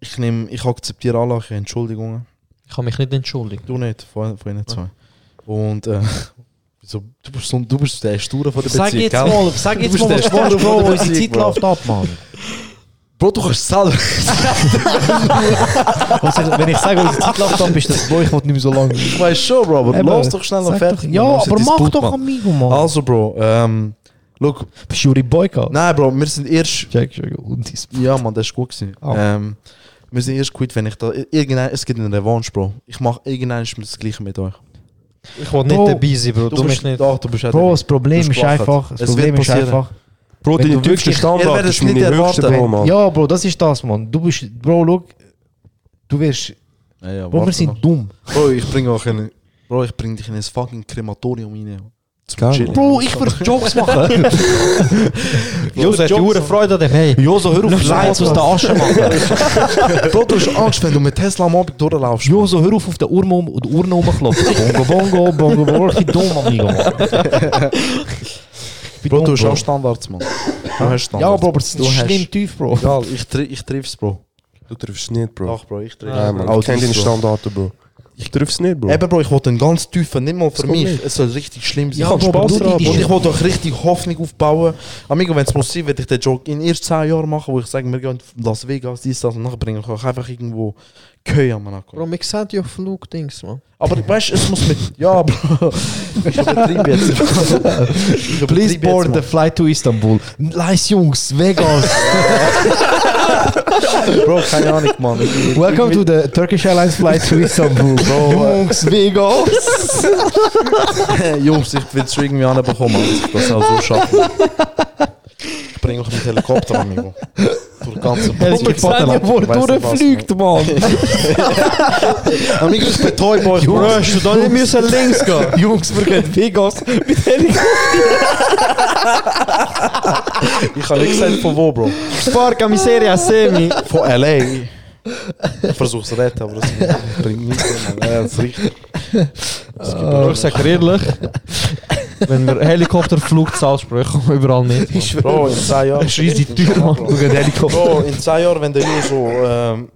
S10: ich, nehm, ich akzeptiere alle eure Entschuldigungen.
S8: Ich habe mich nicht entschuldigt.
S10: Du nicht, von, von ihnen zwei. Und äh, wieso- du, bist so, du bist der Sture von der Beziehung,
S8: Sag jetzt
S10: gell?
S8: mal, sag
S10: Du
S8: jetzt
S10: bist
S8: mal,
S10: der
S8: was du
S10: Star
S8: willst,
S10: von
S8: Bro.
S10: der
S8: Unsere
S10: Musik,
S8: Zeit
S10: Bro.
S8: läuft ab, Mann.
S10: Bro, du kannst selber...
S11: Was ich, wenn ich sage, unsere Zeit läuft ab, ist das, Bro, ich will nicht mehr so lange.
S10: ich weiß schon, Bro, aber lass doch schnell noch fertig.
S11: Ja,
S10: Mann, wir sind
S11: aber mach
S10: Disput,
S11: doch
S10: Mann.
S11: Amigo, Mann.
S10: Also, Bro, ähm... Look,
S11: Bist du Juri Boyka?
S10: nein, Bro, wir sind erst...
S11: Check, check, und ist.
S10: Ja, Mann, das ist gut gewesen.
S11: Ah.
S10: Ähm, wir sind erst quitt, wenn ich da... Irgendein, es gibt eine Revanche, Bro. Ich mache irgendwann das Gleiche mit euch.
S8: Ich will nicht
S11: Bro,
S8: dabei sein, Bro. Du
S10: bist
S8: mich nicht.
S10: Doch, du bist auch
S11: Bro,
S10: dabei.
S11: das Problem
S10: Du hast
S11: ist
S10: gelacht.
S11: einfach, das
S10: Es
S11: Problem
S10: wird
S11: ist
S10: passieren.
S11: einfach,
S7: Bro,
S11: Wenn
S7: dein
S11: du
S7: türkische
S11: wirklich-
S10: Er
S7: Standard
S10: werdet
S7: ist
S10: es nicht
S7: meine höchste,
S10: erwarten.
S7: Bro, Mann.
S11: ja, Bro, das ist das, Mann. Du bist, Bro, look, du wirst,
S10: Ja, ja,
S11: Bro, wir
S10: warte
S11: sind
S10: noch.
S11: dumm.
S10: Bro, ich bring euch in... Bro, ich bring dich in ein fucking Krematorium rein.
S7: Geil, Mann.
S11: Bro, ich würde Jokes machen.
S8: Jo, seid ihr hure Freude an dem, hey.
S11: Joso, hör auf,
S8: Lines aus der Asche, Mann.
S10: Bro, du hast Angst, wenn du mit Tesla am Abend durchlaufst.
S11: Joso, hör auf, auf der Urne um, die Urne rumklopfen. Bongo, bongo, bongo, bongo, ich bin dumm, Amigo, Mann. Ich bin
S10: Bro,
S11: dumm,
S10: du hast
S11: Bro.
S10: auch Standards, Mann. Du hast Standards.
S11: Ja, Bro, aber es
S10: Du
S11: ist
S10: hast-
S11: schlimm tief, Bro.
S10: Egal, ich, tri ich triff's, Bro.
S7: Du triffst nicht, Bro.
S10: Doch, Bro, ich triff's.
S7: Nein, Mann.
S10: Auch
S7: Ich kenne
S10: dies,
S7: deine
S10: Bro.
S7: Standarten, Bro. Ich triff's nicht, Bro.
S10: Eben, Bro, ich wollte einen ganz tiefen, nicht mal für
S7: kommt
S10: mich.
S7: nicht.
S10: Es soll richtig schlimm sein.
S11: Ja, Bro, aber du, die- die-
S10: Und ich wollte euch richtig Hoffnung aufbauen. Amigo, wenn es muss sein, werde ich den Joke in erst 10 Jahren machen, wo ich sage, wir gehen in Las Vegas, dies, das und nachher bringe ich euch einfach irgendwo Köhe am Monaco.
S8: Bro, wir sehen ja Flugdings, Mann.
S10: Aber weißt du, es muss mit. Ja, Bro. Ich übertreibe jetzt. Ich übertreibe
S11: Please
S10: jetzt,
S11: board the
S10: Mann.
S11: flight to Istanbul. Nice, Jungs, Vegas.
S10: Bro, keine Ahnung, Mann. Ich-
S11: Welcome to the Turkish Airlines flight to Istanbul, bro. Jungs, Vegas.
S10: Jungs, ich will es schon irgendwie anbekommen, dass ich das auch so schaffe. Ich bringe euch mit Helikopter, Amigo. Durch die ganze
S11: Wir sehen ja, wo er durchfliegt, Mann.
S10: Amigo, ich betäube euch, Bro.
S11: Bro, du da nicht müssen links gehen. Jungs, wir gehen Vegas mit Helikopter.
S10: Ich habe nicht gesagt, von wo, Bro.
S11: Parca Miseria Semi.
S10: Von L.A. Ich versuche es zu retten, aber das bringt nichts. Mann. Ja, das ist richtig.
S8: Bro, ich sag dir ehrlich, wenn wir Helikopterflug zahlst, Bro, ich komme überall mit. Mann.
S10: Bro, in 10 Jahren.
S8: Scheiss die Tür, Mann.
S11: Wir gehen Helikopter.
S10: Bro, in 10 Jahren, wenn der hier so. Ähm,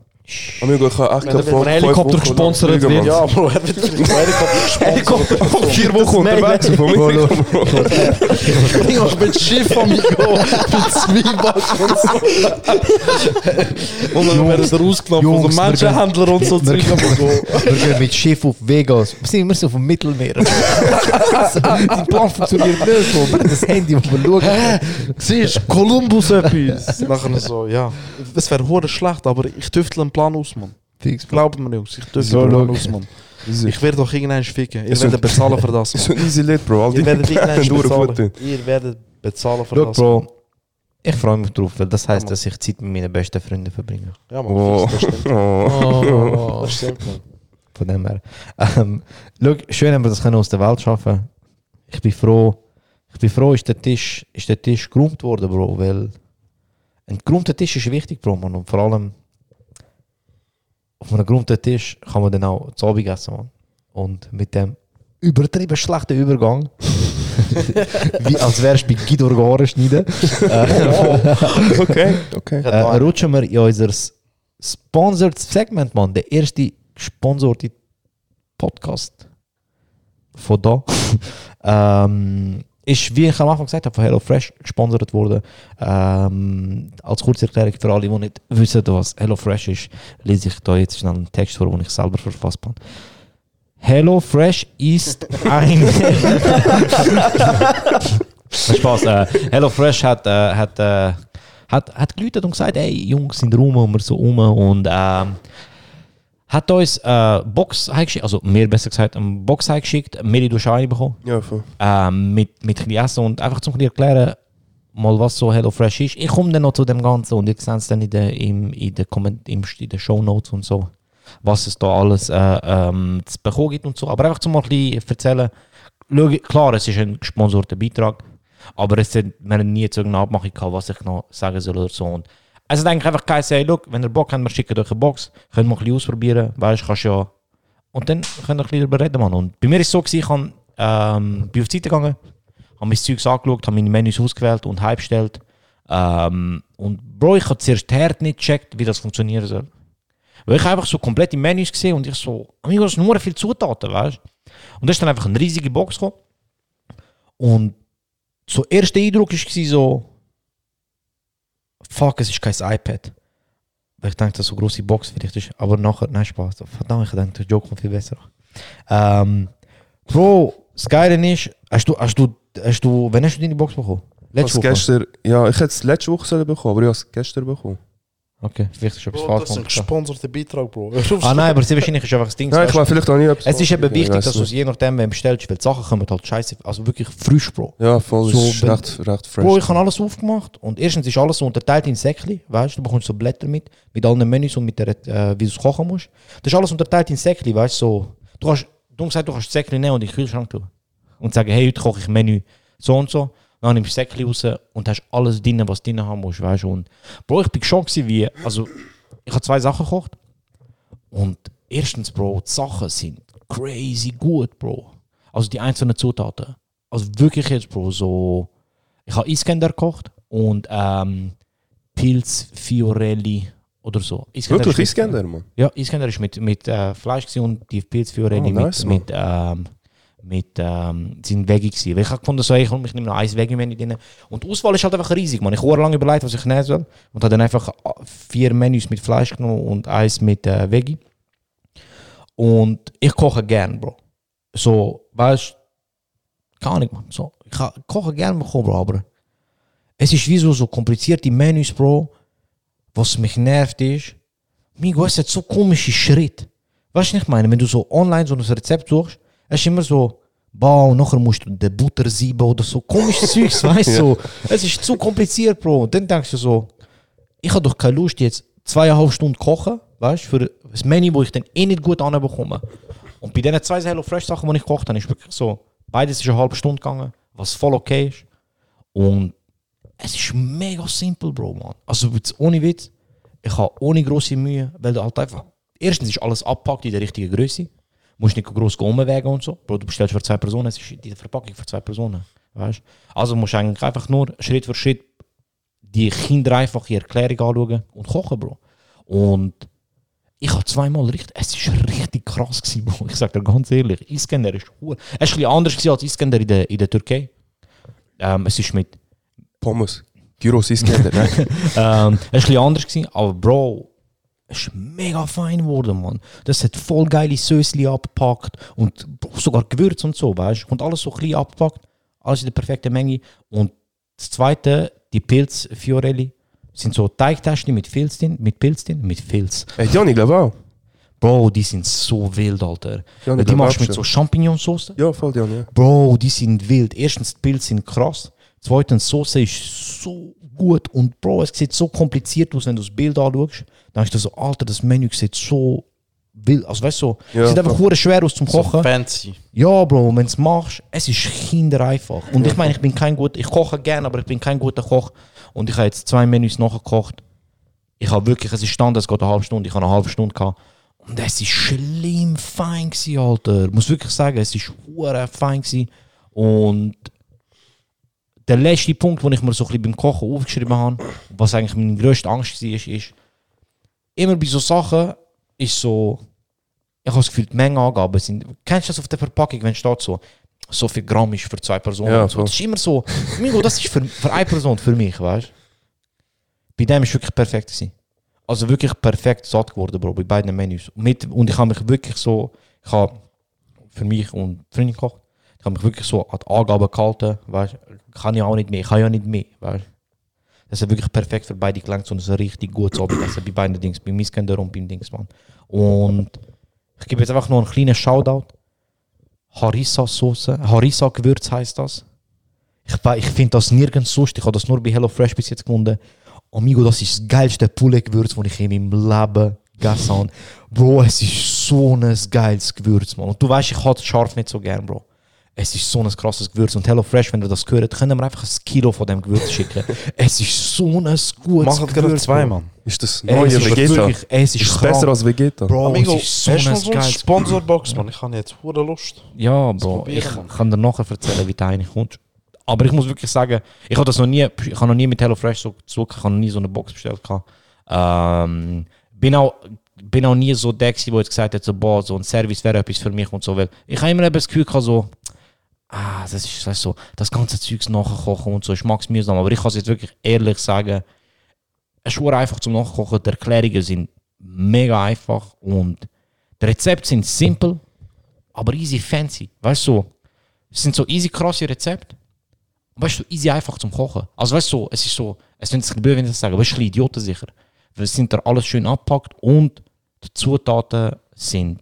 S7: Amigo, ich habe echt
S10: Wenn du
S7: davon-
S10: mit einem
S7: fünf
S8: Helikopter
S7: Wochen
S8: gesponsert
S7: lang fliegen,
S8: wird.
S7: Mann.
S10: ja, Bro, er wird vielleicht einen Helikopter gesponsert.
S7: Vier Wochen unterwegs von mir. Bro,
S10: Bring euch mit Schiff, Amigo. Mit Zwieback und so. Und dann werden sie rausgelaufen
S11: Jungs,
S10: von so
S11: wir
S10: Menschenhändlern und so Zeug. Amigo.
S11: Wir gehen mit Schiff auf Vegas. Wir sind immer so auf dem Mittelmeer. Die Plan funktioniert nicht, Bro. Wir haben das Handy, wo wir schauen.
S10: Siehst du, Kolumbus etwas. Nachher so, ja. Es wäre hure schlecht, aber ich tüftel einen Plan aus, Mann.
S11: Fix, Bro.
S10: Glaubt mir, Jungs, ich tüftel
S11: So,
S10: einen Plan
S11: schau.
S10: aus, Mann.
S7: Easy.
S10: Ich werde doch irgendeinen ficken. Ihr
S7: Ist
S10: werdet
S7: so-
S10: bezahlen für das,
S7: So
S10: Mann.
S7: ein easy Lied, Bro. All die
S10: Ihr werdet irgendeinen
S7: Dur gut
S10: bezahlen.
S7: drin.
S10: Ihr werdet bezahlen für
S11: Look,
S10: das.
S11: Bro. Ich freue mich drauf, weil das
S10: Ja,
S11: heisst,
S10: Mann.
S11: dass ich Zeit mit meinen besten Freunden verbringe.
S10: Ja, Mann,
S7: Oh.
S10: fix, das stimmt.
S7: Oh.
S8: Oh.
S10: Das stimmt, Mann.
S11: Von dem her. Ähm, schau, schön haben wir das können aus der Welt schaffen. Ich bin froh. Ich bin froh, ist der Tisch, ist der Tisch geräumt worden, Bro, weil ein geräumter Tisch ist wichtig, Bro, Mann. Und vor allem auf einem geräumten Tisch nou kann man dann auch zu Abend essen, Mann. Und mit dem übertrieben schlechten Übergang Wie als wärst du bei Guido Gore schneiden. Eh,
S7: Okay, okay.
S11: Äh, rutschen wir in unser S- Sponsored Segment, Mann. Der erste gesponserte Podcast von da. ähm, ist, wie ich am Anfang gesagt habe, von HelloFresh gesponsert worden. Ähm, als kurze Erklärung für alle, die nicht wissen, was HelloFresh ist, lese ich da jetzt schnell einen Text vor, den ich selber verfasst habe. HelloFresh ist ein. Spaß. Äh, HelloFresh hat, äh, hat, äh, hat, hat geläutet und gesagt: Hey, Jungs, sind rum und wir so rum. Und ähm, hat uns äh, Box heimgeschickt, also mir besser gesagt, eine Box heimgeschickt. Miri, du hast auch eine bekommen.
S7: Ja, voll.
S11: Ähm, mit, mit ein bisschen Essen und einfach zum ein bisschen erklären, mal was so HelloFresh ist. Ich komme dann noch zu dem Ganzen und ihr seht es dann in den in, in der Comment, in, in den Shownotes und so, was es da alles äh, ähm, zu bekommen gibt und so. Aber einfach zum mal ein bisschen erzählen, Schau, klar, es ist ein gesponsorter Beitrag, aber es hat, wir haben nie zu irgendeiner Abmachung gehabt, was ich noch sagen soll oder so. Und es hat eigentlich einfach geheißen, hey, look, wenn ihr Bock habt, wir schicken euch eine Box, könnt ihr mal ein bisschen ausprobieren, weißt, kannst ja und dann können wir ein bisschen darüber reden, Mann. Und bei mir war es so, gewesen, ich han, ähm, bin auf die Seite gegangen, habe mein Zeugs angeschaut, habe meine Menüs ausgewählt und hype bestellt. Ähm, und Bro, ich habe zuerst die Herd nicht gecheckt, wie das funktionieren soll. Weil ich einfach so komplette Menüs gesehen und ich so, amigos, nur viel Zutaten, weißt Und da ist dann einfach eine riesige Box gekommen. Und so erster Eindruck war so, fuck, es ist kein iPad. Weil ich dachte, dass so große Box vielleicht ist. Aber nachher, nein, Spaß. Verdammt, ich denke, der Joke kommt viel besser. Ähm, Bro, das Geile ist, hast du, hast du, hast du, wann hast du deine Box bekommen?
S7: Ich
S11: Letzte Woche?
S7: gestern, ja, ich hätte es letzte Woche sollen bekommen, aber ich habe es gestern bekommen.
S11: Okay, vielleicht ist etwas
S10: Bro,
S11: falsch
S10: das ist ein
S11: gemacht.
S10: gesponserter Beitrag, Bro.
S11: Ah nein, aber sie wahrscheinlich ist einfach das Ding.
S7: Nein, ich
S11: weißt du.
S7: war vielleicht auch nie etwas.
S11: es ist eben wichtig, dass du es
S7: du
S11: je nachdem, wenn du bestellst, weil die Sachen kommen halt scheiße, also wirklich frisch, Bro.
S7: Ja, voll, es
S11: So,
S7: ist
S11: wenn-
S7: recht, recht fresh.
S11: Bro, ich habe alles aufgemacht und erstens ist alles so unterteilt in Säckchen, weißt du, du bekommst so Blätter mit, mit allen Menüs und mit der, äh, wie du es kochen musst. Das ist alles unterteilt in Säckchen, weißt du, so. Du kannst, du sagst, du kannst die Säckchen nehmen und in den Kühlschrank tun und sagen, hey, heute koche ich Menü so und so. Dann nimmst du das Säckchen raus und hast alles drin, was du drin haben musst, weißt du. Und Bro, ich bin geschockt gewesen, wie, also, ich habe zwei Sachen gekocht und erstens, Bro, die Sachen sind crazy gut, Bro. Also die einzelnen Zutaten. Also wirklich jetzt, Bro, so... Ich habe Iskender gekocht und ähm, Pilz, Fiorelli oder so. Iskender
S7: Wirklich,
S11: ist mit-
S7: Iskender, Mann.
S11: Ja, Iskender ist mit, mit äh, Fleisch gewesen und die Pilz, Fiorelli
S7: Oh, nice, Mann.
S11: mit, mit, ähm, mit ähm, sind Veggie gewesen. Weil ich habe gefunden, so, hey, komm, ich nehme noch ein Veggie-Menü drin. Und die Auswahl ist halt einfach riesig, man. Ich habe lange überlegt, was ich nehmen soll und habe dann einfach äh, vier Menüs mit Fleisch genommen und eins mit äh, Veggie. Und ich koche gern, Bro. So, weißt du, gar nicht, man. So, ich ha- koche gern, bekomme, Bro, aber es ist wie so, so komplizierte Menüs, Bro. Was mich nervt ist, Migo, es hat so komische Schritte. Weißt du, was ich meine? Wenn du so online so ein Rezept suchst, es ist immer so, Bau, nachher musst du die Butter sieben oder so. Komisches Zeugs, weißt du? so. Es ist zu kompliziert, Bro. Und dann denkst du so, ich habe doch keine Lust jetzt zweieinhalb Stunden kochen, weißt du, für das Menü, wo ich dann eh nicht gut anbekomme. Und bei diesen zwei HelloFresh Sachen, die ich gekocht habe, ist wirklich so, beides ist eine halbe Stunde gegangen, was voll okay ist. Und es ist mega simpel, Bro, man. Also jetzt ohne Witz, ich habe ohne grosse Mühe, weil du halt einfach, erstens ist alles abpackt in der richtigen Größe, musst nicht gross umwägen und so. Bro, du bestellst für zwei Personen, es ist die Verpackung für zwei Personen, weißt du. Also musst du eigentlich einfach nur Schritt für Schritt die Kinder einfach ihre Erklärung anschauen und kochen, Bro. Und ich habe zweimal richtig, es ist richtig krass gewesen, Bro. Ich sage dir ganz ehrlich, Iskender ist hure- Es ist ein bisschen anders gewesen als Iskender in der, in der Türkei. Ähm, es ist mit,
S7: Pommes. Gyros Iskender, nein.
S11: ähm, es ist ein bisschen anders gewesen, aber Bro, es ist mega fein geworden, Mann. Das hat voll geile Sösli abgepackt und sogar Gewürz und so, weißt du? Und alles so klein abgepackt, alles in der perfekten Menge. Und das zweite, die Pilz Fiorelli, sind so Teigtaschen mit Pilz drin, mit Pilz drin, mit Pilz.
S7: Hey, Johnny, glaube auch.
S11: Bro, die sind so wild, Alter.
S7: Ja,
S11: die
S7: die
S11: machst du
S7: glaubst
S11: mit so
S7: du.
S11: Champignonsauce.
S7: Ja, voll Johnny, ja.
S11: Bro, die sind wild. Erstens, die Pilze sind krass. Zweitens, Soße ist so gut. Und Bro, es sieht so kompliziert aus, wenn du das Bild anschaust. Dann ist das so, Alter, das Menü sieht so wild. Also weißt du, so,
S7: Ja,
S11: es sieht einfach
S7: voll.
S11: hure schwer aus zum Kochen.
S10: Fancy.
S11: Ja, Bro, wenn du es machst, es ist kinder einfach. Und ich meine, ich bin kein guter, ich koche gerne, aber ich bin kein guter Koch. Und ich habe jetzt zwei Menüs nachgekocht. Ich habe wirklich, es ist Stand, es geht eine halbe Stunde, ich habe eine halbe Stunde gehabt. Und es war schlimm fein, gewesen, Alter. Ich muss wirklich sagen, es war hure fein. Gewesen. Und der letzte Punkt, den ich mir so ein bisschen beim Kochen aufgeschrieben habe, was eigentlich meine grösste Angst war, ist, ist, immer bei so Sachen ist so, ich habe das Gefühl, die Mengenangaben sind, kennst du das auf der Verpackung, wenn steht so, so viel Gramm ist für zwei Personen.
S7: Ja,
S11: und so.
S7: voll.
S11: Das ist immer so, Mingo, das ist für, für eine Person, für mich, weißt du. Bei dem ist wirklich perfekt gewesen. Also wirklich perfekt satt geworden, Bro, bei beiden Menüs. Mit, und ich habe mich wirklich so, ich habe für mich und Freundin gekocht. Ich habe mich wirklich so an die Angaben gehalten. Weißt, kann ja auch nicht mehr, kann ja nicht mehr. Weißt. Das hat wirklich perfekt für beide gelangt und es ist ein richtig gutes Abendessen bei beiden Dings, beim Miskender und beim Dingsmann. Und ich gebe jetzt einfach nur einen kleinen Shoutout. Harissa-Sauce, Harissa-Gewürz heißt das. Ich, wei- ich finde das nirgends sonst. Ich habe das nur bei HelloFresh bis jetzt gefunden. Amigo, das ist das geilste Poulet-Gewürz, das ich in meinem Leben gegessen habe. Bro, es ist so ein geiles Gewürz, Mann. Und du weißt, ich hatte scharf nicht so gern, Bro. Es ist so ein krasses Gewürz. Und HelloFresh, wenn ihr das hört, könnt ihr mir einfach ein Kilo von dem Gewürz schicken. es ist so ein gutes
S10: Mach es gerade
S11: Gewürz.
S10: zwei,
S11: Bro. Oh,
S10: Mann.
S7: Ist das
S11: Ey,
S7: neue
S11: es ist
S7: Vegeta?
S11: wirklich, ey, es ist,
S7: Ist es
S11: krank.
S7: besser als Vegeta?
S11: Bro,
S10: Amigo,
S11: es ist so
S10: hast du
S11: ein
S10: noch so eine
S11: geiles
S10: Sponsorbox, Mann? Ich habe jetzt hure Lust.
S11: Ja, Bro,
S10: probieren,
S11: ich
S10: Mann.
S11: kann dir nachher erzählen, wie der eine kommt. Aber ich muss wirklich sagen, ich habe das noch nie, ich habe noch nie mit HelloFresh so gezogen, ich habe noch nie so eine Box bestellt. gehabt. Ähm, bin auch bin auch nie so der gewesen, der jetzt gesagt hat, so, boah, so ein Service wäre etwas für mich und so, weil ich habe immer eben das Gefühl gehabt, so, ah, das ist weißt, du, so, das ganze Zeugs nachkochen und so, ich mag es mühsam, aber ich kann es jetzt wirklich ehrlich sagen, es ist hure einfach zum Nachkochen, die Erklärungen sind mega einfach und die Rezepte sind simpel, aber easy fancy. Weißt du, so, es sind so easy krasse Rezepte. Weißt du, easy einfach zum Kochen. Also weißt du, so, es ist so, es sind sich blöd, wenn ich das sage, aber es ist ein bisschen Idioten sicher. Weil es sind da alles schön abpackt und die Zutaten sind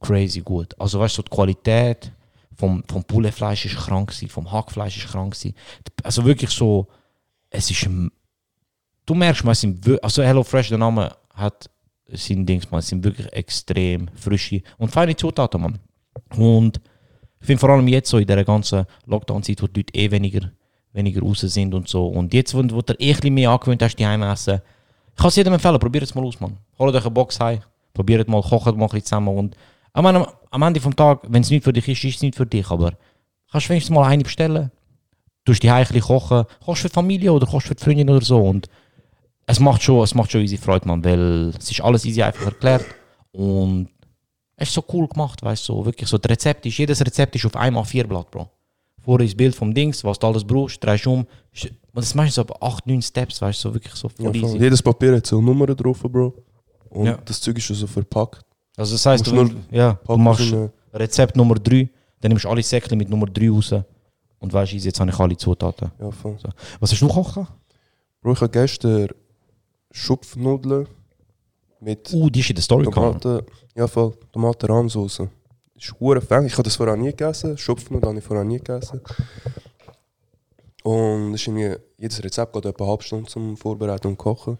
S11: crazy gut. Also weißt du, so die Qualität vom, vom Pouletfleisch ist krank gewesen, vom Hackfleisch ist krank gewesen. Die- Also wirklich so, es ist, m- du merkst, man sind, wir- also HelloFresh, der Name hat sein Dings, man, es sind wirklich extrem frische und feine Zutaten, man. Und ich finde vor allem jetzt so in dieser ganzen Lockdown-Zeit, wo die Leute eh weniger, weniger raus sind und so. Und jetzt, wo, wo du eh ein bisschen mehr angewöhnt hast, die Heimessen, ich kann es jedem empfehlen, probiert es mal aus, man. Holt euch eine Box heim, probiert mal, kocht mal ein bisschen zusammen. Und ich meine, am, am Ende vom Tag, wenn es nicht für dich ist, ist es nicht für dich, aber kannst du wenigstens mal eine bestellen. Du die heim ein bisschen kochen, kochst für die Familie oder kochst für die Freundin oder so. Und es macht schon, es macht schon easy Freude, man, weil es ist alles easy einfach erklärt. Und es ist so cool gemacht, weißt du, so, wirklich so, das Rezept ist, jedes Rezept ist auf einem A4-Blatt, Bro. Vorher ist das Bild vom Dings, was du alles brauchst, drehst um. sch- Und das ist meistens so ab 8, 9 Steps, weißt du, so, wirklich so
S7: Ja,
S11: voll
S7: voll.
S11: easy.
S7: Jedes Papier hat so Nummern drauf, Bro. Und
S11: Ja.
S7: das Zeug ist schon so verpackt.
S11: Also das heißt,
S7: Musst
S11: du,
S7: nur
S11: wenn- ja, du
S7: Packen
S11: machst
S7: so eine-
S11: Rezept Nummer 3, dann nimmst du alle Säckchen mit Nummer 3 raus und weißt, easy, jetzt habe ich alle Zutaten.
S7: Ja, voll.
S11: Was hast du gekocht?
S7: Bro, ich habe gestern Schupfnudeln mit
S11: Uh, die ist in der Story gekommen.
S7: Tomaten, ja voll, Tomatenrahmsauce. Ist hure fang. Ich habe das vorher nie gegessen. Schupfnudeln habe ich vorher nie gegessen. Und ist irgendwie, jedes Rezept geht etwa eine halbe Stunde zum Vorbereiten und Kochen.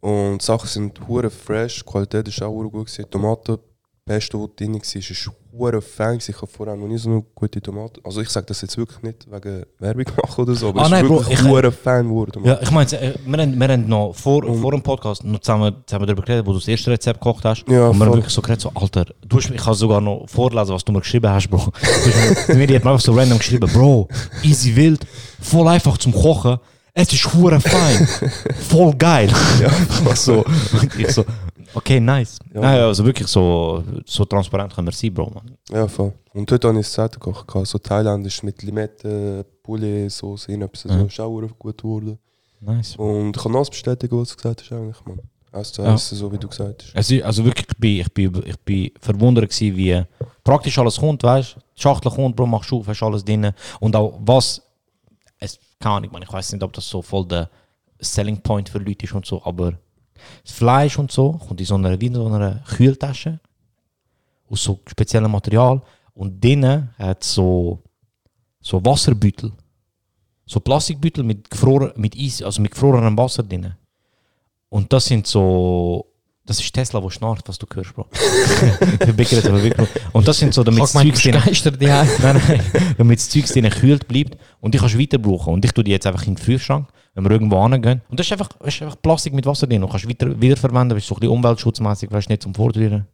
S7: Und die Sachen sind hure fresh, die Qualität ist auch hure gut gewesen. Die Tomaten, die beste, die drin war, ist hure fang. Ich habe vorher noch nie so eine gute Tomaten. Also ich sage das jetzt wirklich nicht wegen Werbung machen oder so, aber
S11: Ah,
S7: es ist
S11: nein, Bro,
S7: wirklich
S11: ich-
S7: hure fan geworden.
S11: Ja, ich meine, wir haben, wir haben noch vor, vor dem Podcast noch zusammen, zusammen darüber geredet, wo du das erste Rezept gekocht hast.
S7: Ja,
S11: und wir haben
S7: voll.
S11: wirklich so geredet, so, Alter, du hast, ich kann sogar noch vorlesen, was du mir geschrieben hast, Bro. Du hast mir die hat mir einfach so random geschrieben, Bro, easy wild, voll einfach zum Kochen, es ist hure fein, voll geil. Ja, so, und ich so, okay, nice. Ja. Naja, also wirklich so, so transparent können wir sein, Bro, man.
S7: Ja, voll. Und dort habe ich es selten gekocht. gehabt. So thailändisch mit Limetten, Poulet, Sauce, irgendetwas.
S11: Mhm.
S7: So ist auch verdammt gut geworden.
S11: Nice.
S7: Und ich kann alles bestätigen, was du gesagt hast eigentlich, Mann. Eins zu
S11: Ja.
S7: eins, so wie du gesagt hast.
S11: Also, also wirklich, ich bin, ich bin, ich bin verwundert gewesen, wie eh, praktisch alles kommt, weißt du? Die Schachtel kommt, Bro, machst du auf, hast alles drin. Und auch was, es, keine Ahnung, man, ich weiß nicht, ob das so voll der Selling Point für Leute ist und so, aber das Fleisch und so kommt in so einer, wie in so einer Kühltasche aus so speziellem Material und drinnen hat so, so Wasserbüttel. So Plastikbüttel mit, gefroren, mit Eis, also mit gefrorenem Wasser drinnen. Und das sind so. Das ist Tesla, wo schnarcht, was du hörst, Bro. Der Bäcker hat aber wirklich- Und das sind so, damit das Zeug drin- nein, nein, damit das Zeug drin kühlt bleibt und ich kannst weiter brauchen. Und ich tue die jetzt einfach in den Kühlschrank, wenn wir irgendwo hingehen. Und das ist einfach, das ist einfach Plastik mit Wasser drin und kannst weiter, wiederverwenden, bist so ein bisschen umweltschutzmäßig, weißt du, nicht zum Vortüren.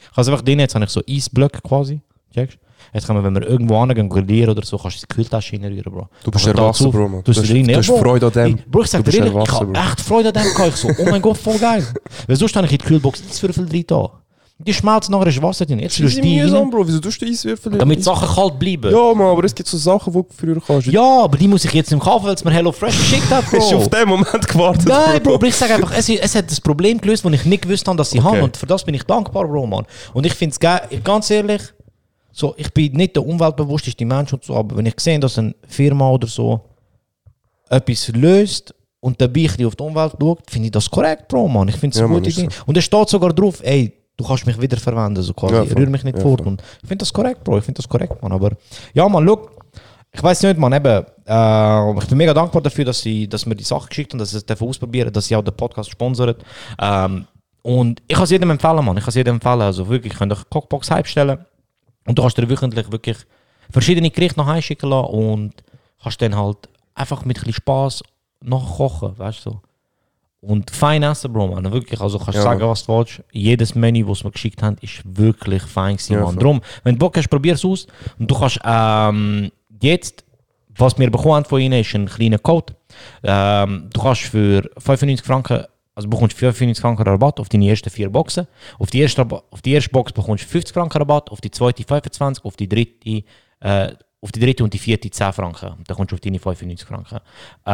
S11: Ich habe es einfach drin, jetzt habe ich so Eisblöcke quasi, checkst Jetzt können wir, wenn wir irgendwo angehen, grillieren oder so, kannst du die Kühltasche hinrühren, Bro.
S7: Du bist
S11: Aber
S7: erwachsen,
S11: dazu-
S7: Bro, Mann.
S11: Du hast,
S7: Du hast-
S11: drin,
S7: du
S11: ja,
S7: hast
S11: Bro.
S7: Freude an dem.
S11: Ich, bro, ich sag
S7: Du
S11: dir
S7: bist
S11: ehrlich, ich
S7: erwachsen,
S11: hab
S7: Bro.
S11: echt Freude an dem, kann ich so, oh mein Gott, voll geil. Weil sonst habe ich in die Kühlbox nichts für viel drin da. Die schmelzen nachher, ist Wasser drin. Jetzt rührst
S7: Schieß
S11: du die
S7: mir
S11: rein,
S7: an, Bro. Wieso tust du Eiswürfel?
S11: damit die Sachen kalt bleiben.
S7: Ja, Mann, aber es gibt so Sachen, die du früher kannst.
S11: Ja, aber die muss ich jetzt nicht kaufen, weil es mir Hello Fresh geschickt hat,
S7: Hast du
S11: Bro.
S7: auf den Moment gewartet?
S11: Nein, Bro, aber ich sage einfach, es, es hat das Problem gelöst, das ich nicht gewusst habe, dass sie haben.
S7: Okay.
S11: Und für das bin ich dankbar, Bro, Mann. Und ich finde es geil, ich- ganz ehrlich, so, ich bin nicht der umweltbewussteste Mensch und so, aber wenn ich sehe, dass eine Firma oder so etwas löst und dabei ein bisschen auf die Umwelt schaut, finde ich das korrekt, Bro, Mann. Ich finde es
S7: Ja,
S11: eine
S7: Mann,
S11: gute
S7: ist
S11: Idee. Und es steht sogar drauf, ey, du kannst mich wieder verwenden, so quasi.
S7: Ja, voll.
S11: Rühr mich nicht
S7: Ja,
S11: fort.
S7: voll.
S11: Und ich finde das korrekt, Bro, ich finde das korrekt, Mann. Aber ja, Mann, look, ich weiß nicht, man, eben, äh, ich bin mega dankbar dafür, dass sie dass mir die Sache geschickt haben, dass sie es dürfen ausprobieren, dass sie auch den Podcast sponsern. Ähm, und ich kann es jedem empfehlen, Mann. Ich kann es jedem empfehlen. Also wirklich, könnt euch Cockbox Hype stellen. Und du kannst dir wöchentlich wirklich verschiedene Gerichte nach Hause schicken lassen und kannst dann halt einfach mit ein bisschen Spass nachkochen, weißt du. so. Und fein essen, Bro, man. Wirklich, also kannst
S7: Ja.
S11: du sagen, was du willst. Jedes Menü, das wir geschickt haben, ist wirklich fein gewesen,
S7: Ja,
S11: Mann.
S7: voll.
S11: Drum, wenn du Bock hast, probier es aus. Und du kannst ähm, jetzt, was wir bekommen haben von ihnen, ist ein kleiner Code. Ähm, du kannst für 95 Franken, also bekommst du 95 Franken Rabatt auf deine ersten vier Boxen. Auf die erste, Rab- auf die erste Box bekommst du 50 Franken Rabatt, auf die zweite 25, auf die dritte, äh, auf die dritte und die vierte 10 Franken. Dann kommst du auf deine 95 Franken.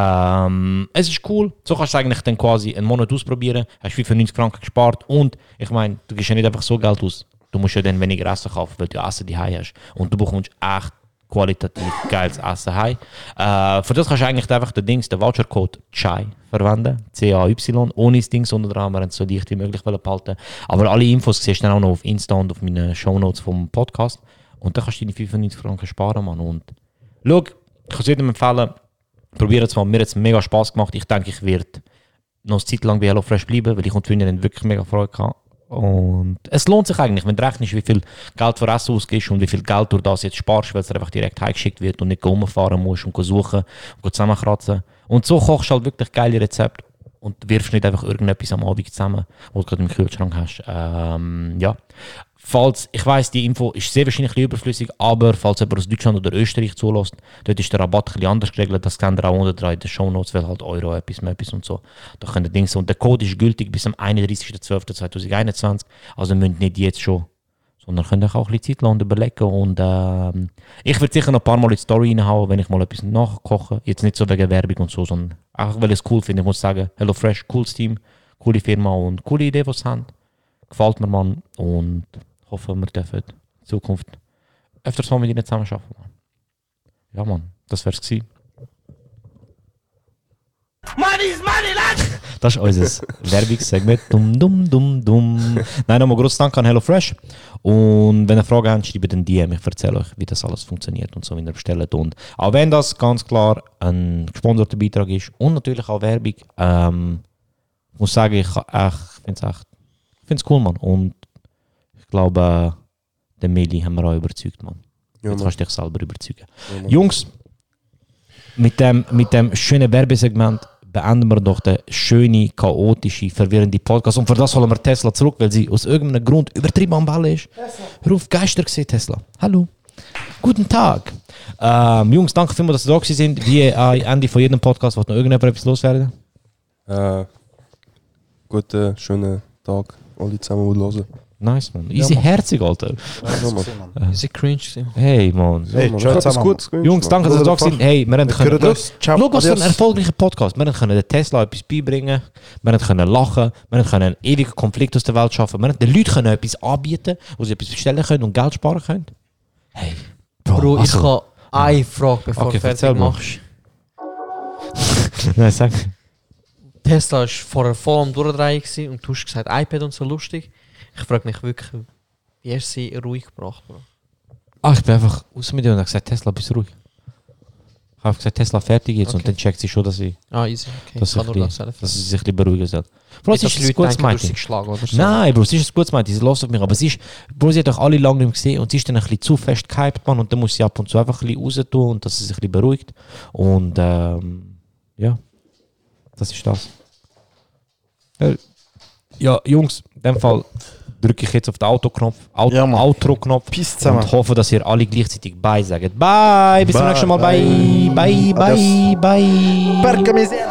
S11: Ähm, es ist cool. So kannst du eigentlich dann quasi einen Monat ausprobieren, hast 95 Franken gespart und ich meine, du gibst ja nicht einfach so Geld aus. Du musst ja dann weniger Essen kaufen, weil du Essen die hast. Und du bekommst echt qualitativ geiles Essen heim. Äh, für das kannst du eigentlich einfach den Dings, den Vouchercode CHAY verwenden. C-A-Y, ohne das Ding unten dran. Wir haben es so leicht wie möglich wollen behalten. Aber alle Infos siehst du dann auch noch auf Insta und auf meinen Shownotes vom Podcast. Und dann kannst du deine 95 Franken sparen, Mann. Und schau, ich kann es jedem empfehlen, probier es mal. Mir hat es mega Spass gemacht. Ich denke, ich werde noch eine Zeit lang bei HelloFresh bleiben, weil ich und die Freundin wirklich mega Freude hatte. Und es lohnt sich eigentlich, wenn du rechnest, wie viel Geld für Essen ausgibst und wie viel Geld durch das jetzt sparst, weil es dir einfach direkt heimgeschickt wird und nicht rumfahren musst und suchen und zusammenkratzen. Und so kochst du halt wirklich geile Rezepte und wirfst nicht einfach irgendetwas am Abend zusammen, was du gerade im Kühlschrank hast. Ähm, ja. Falls, ich weiß, die Info ist sehr wahrscheinlich ein bisschen überflüssig, aber falls jemand aus Deutschland oder Österreich zulässt, dort ist der Rabatt ein bisschen anders geregelt. Das kennt ihr auch unten dran in den Shownotes, weil halt Euro etwas, mehr etwas und so. Da könnt ihr Dings. Und der Code ist gültig bis am 31.12.2021. Also müsst nicht jetzt schon, sondern könnt euch auch ein bisschen Zeit lassen und überlegen. Und ähm, ich werde sicher noch ein paar Mal in die Story reinhauen, wenn ich mal etwas nachkoche. Jetzt nicht so wegen Werbung und so, sondern einfach, weil ich es cool finde. Ich muss sagen, HelloFresh, cooles Team, coole Firma und coole Idee, die sie haben gefällt mir, Mann. Und hoffe, wir dürfen in Zukunft öfters mal mit ihnen zusammen arbeiten. Mann. Ja, Mann, das wär's gewesen. Das ist unser Werbungssegment. Dum, dum, dum, dum. Nein, nochmal großes Dank an HelloFresh. Und wenn ihr Fragen habt, schreibt den DM. Ich erzähle euch, wie das alles funktioniert und so, wie ihr bestellt. Und auch wenn das ganz klar ein gesponserter Beitrag ist und natürlich auch Werbung, ähm, ich muss sagen, ich, ha- ich finde es echt ich find's cool, Mann. Und ich glaube, äh, den Meli haben wir auch überzeugt, Mann.
S7: Ja,
S11: Jetzt
S7: Mann.
S11: kannst du dich selber überzeugen. Jungs, mit dem, mit dem schönen Werbesegment beenden wir doch den schönen, chaotischen, verwirrenden Podcast. Und für das holen wir Tesla zurück, weil sie aus irgendeinem Grund übertrieben am Ball ist. Ruf Geister gesehen, Tesla. Hallo. Guten Tag. Ähm, Jungs, danke vielmals, dass ihr da gewesen sind. Wie äh, am Ende von jedem Podcast, wollt noch irgendjemand etwas loswerden?
S7: Äh, guten, schönen Tag, alle zusammen, die hören.
S11: Nice, man. Easy herzig, Alter.
S7: Ja, Mann.
S8: Ist cringe gewesen.
S11: Hey, Mann.
S7: Ja, Mann.
S10: tschau
S7: Ich hab was
S10: zusammen.
S7: Gutes gewünscht,
S11: Jungs,
S7: Mann.
S11: danke, dass ihr da
S10: Bruder,
S11: gewesen Hey, wir haben können.
S10: hören uns. Ciao.
S11: Schau, schau, was für ein
S10: Adios.
S11: erfolgreicher Podcast. Wir haben können den Tesla etwas beibringen. Wir haben können lachen. Wir haben können einen ewigen Konflikt aus der Welt schaffen. Wir haben den Leuten können etwas anbieten, wo sie etwas bestellen können und Geld sparen können. Hey, Bro,
S8: Bro, ich
S11: also-
S8: habe eine Frage, bevor
S11: Okay,
S8: du
S11: erzähl
S8: fertig
S11: mal.
S8: machst.
S11: Nein, sag.
S8: Tesla war vorher voll am Durchdrehen gewesen und du hast gesagt, iPad und so lustig. Ich frage mich wirklich, wie hast du sie ruhig gebracht, Bro?
S11: Ah, ich bin einfach raus mit dir und habe gesagt, Tesla, bist ruhig. Ich habe gesagt, Tesla fertig jetzt und
S8: Okay.
S11: dann checkt sie schon, dass sie,
S8: Ah, easy. Okay.
S11: dass
S8: ich kann
S11: ich
S8: nur
S11: die-
S8: das selber.
S11: dass sie sich ein bisschen beruhigen soll. Bro, es
S8: Nicht, dass
S11: ist
S8: die
S11: ein
S8: Leute
S11: gutes
S8: denken, du hast sie
S11: Meeting.
S8: geschlagen oder so.
S11: Nein, Bro, sie ist ein gutes Mädchen, sie läuft auf mich, aber sie ist, Bro, sie hat euch alle lange nicht mehr gesehen und sie ist dann ein bisschen zu fest gehypt, Mann, und dann muss sie ab und zu einfach ein bisschen raus tun und dass sie sich ein bisschen beruhigt und ähm, ja, das ist das. Ja, Jungs, in dem Fall drücke ich jetzt auf den Autoknopf, Auto,
S10: Ja, Mann.
S11: Outro-Knopf
S10: Peace zusammen.
S11: und hoffe, dass ihr alle gleichzeitig Bye sagt. Bye, bis zum nächsten Mal. Bye, bye, bye, bye.
S10: Perca miseria.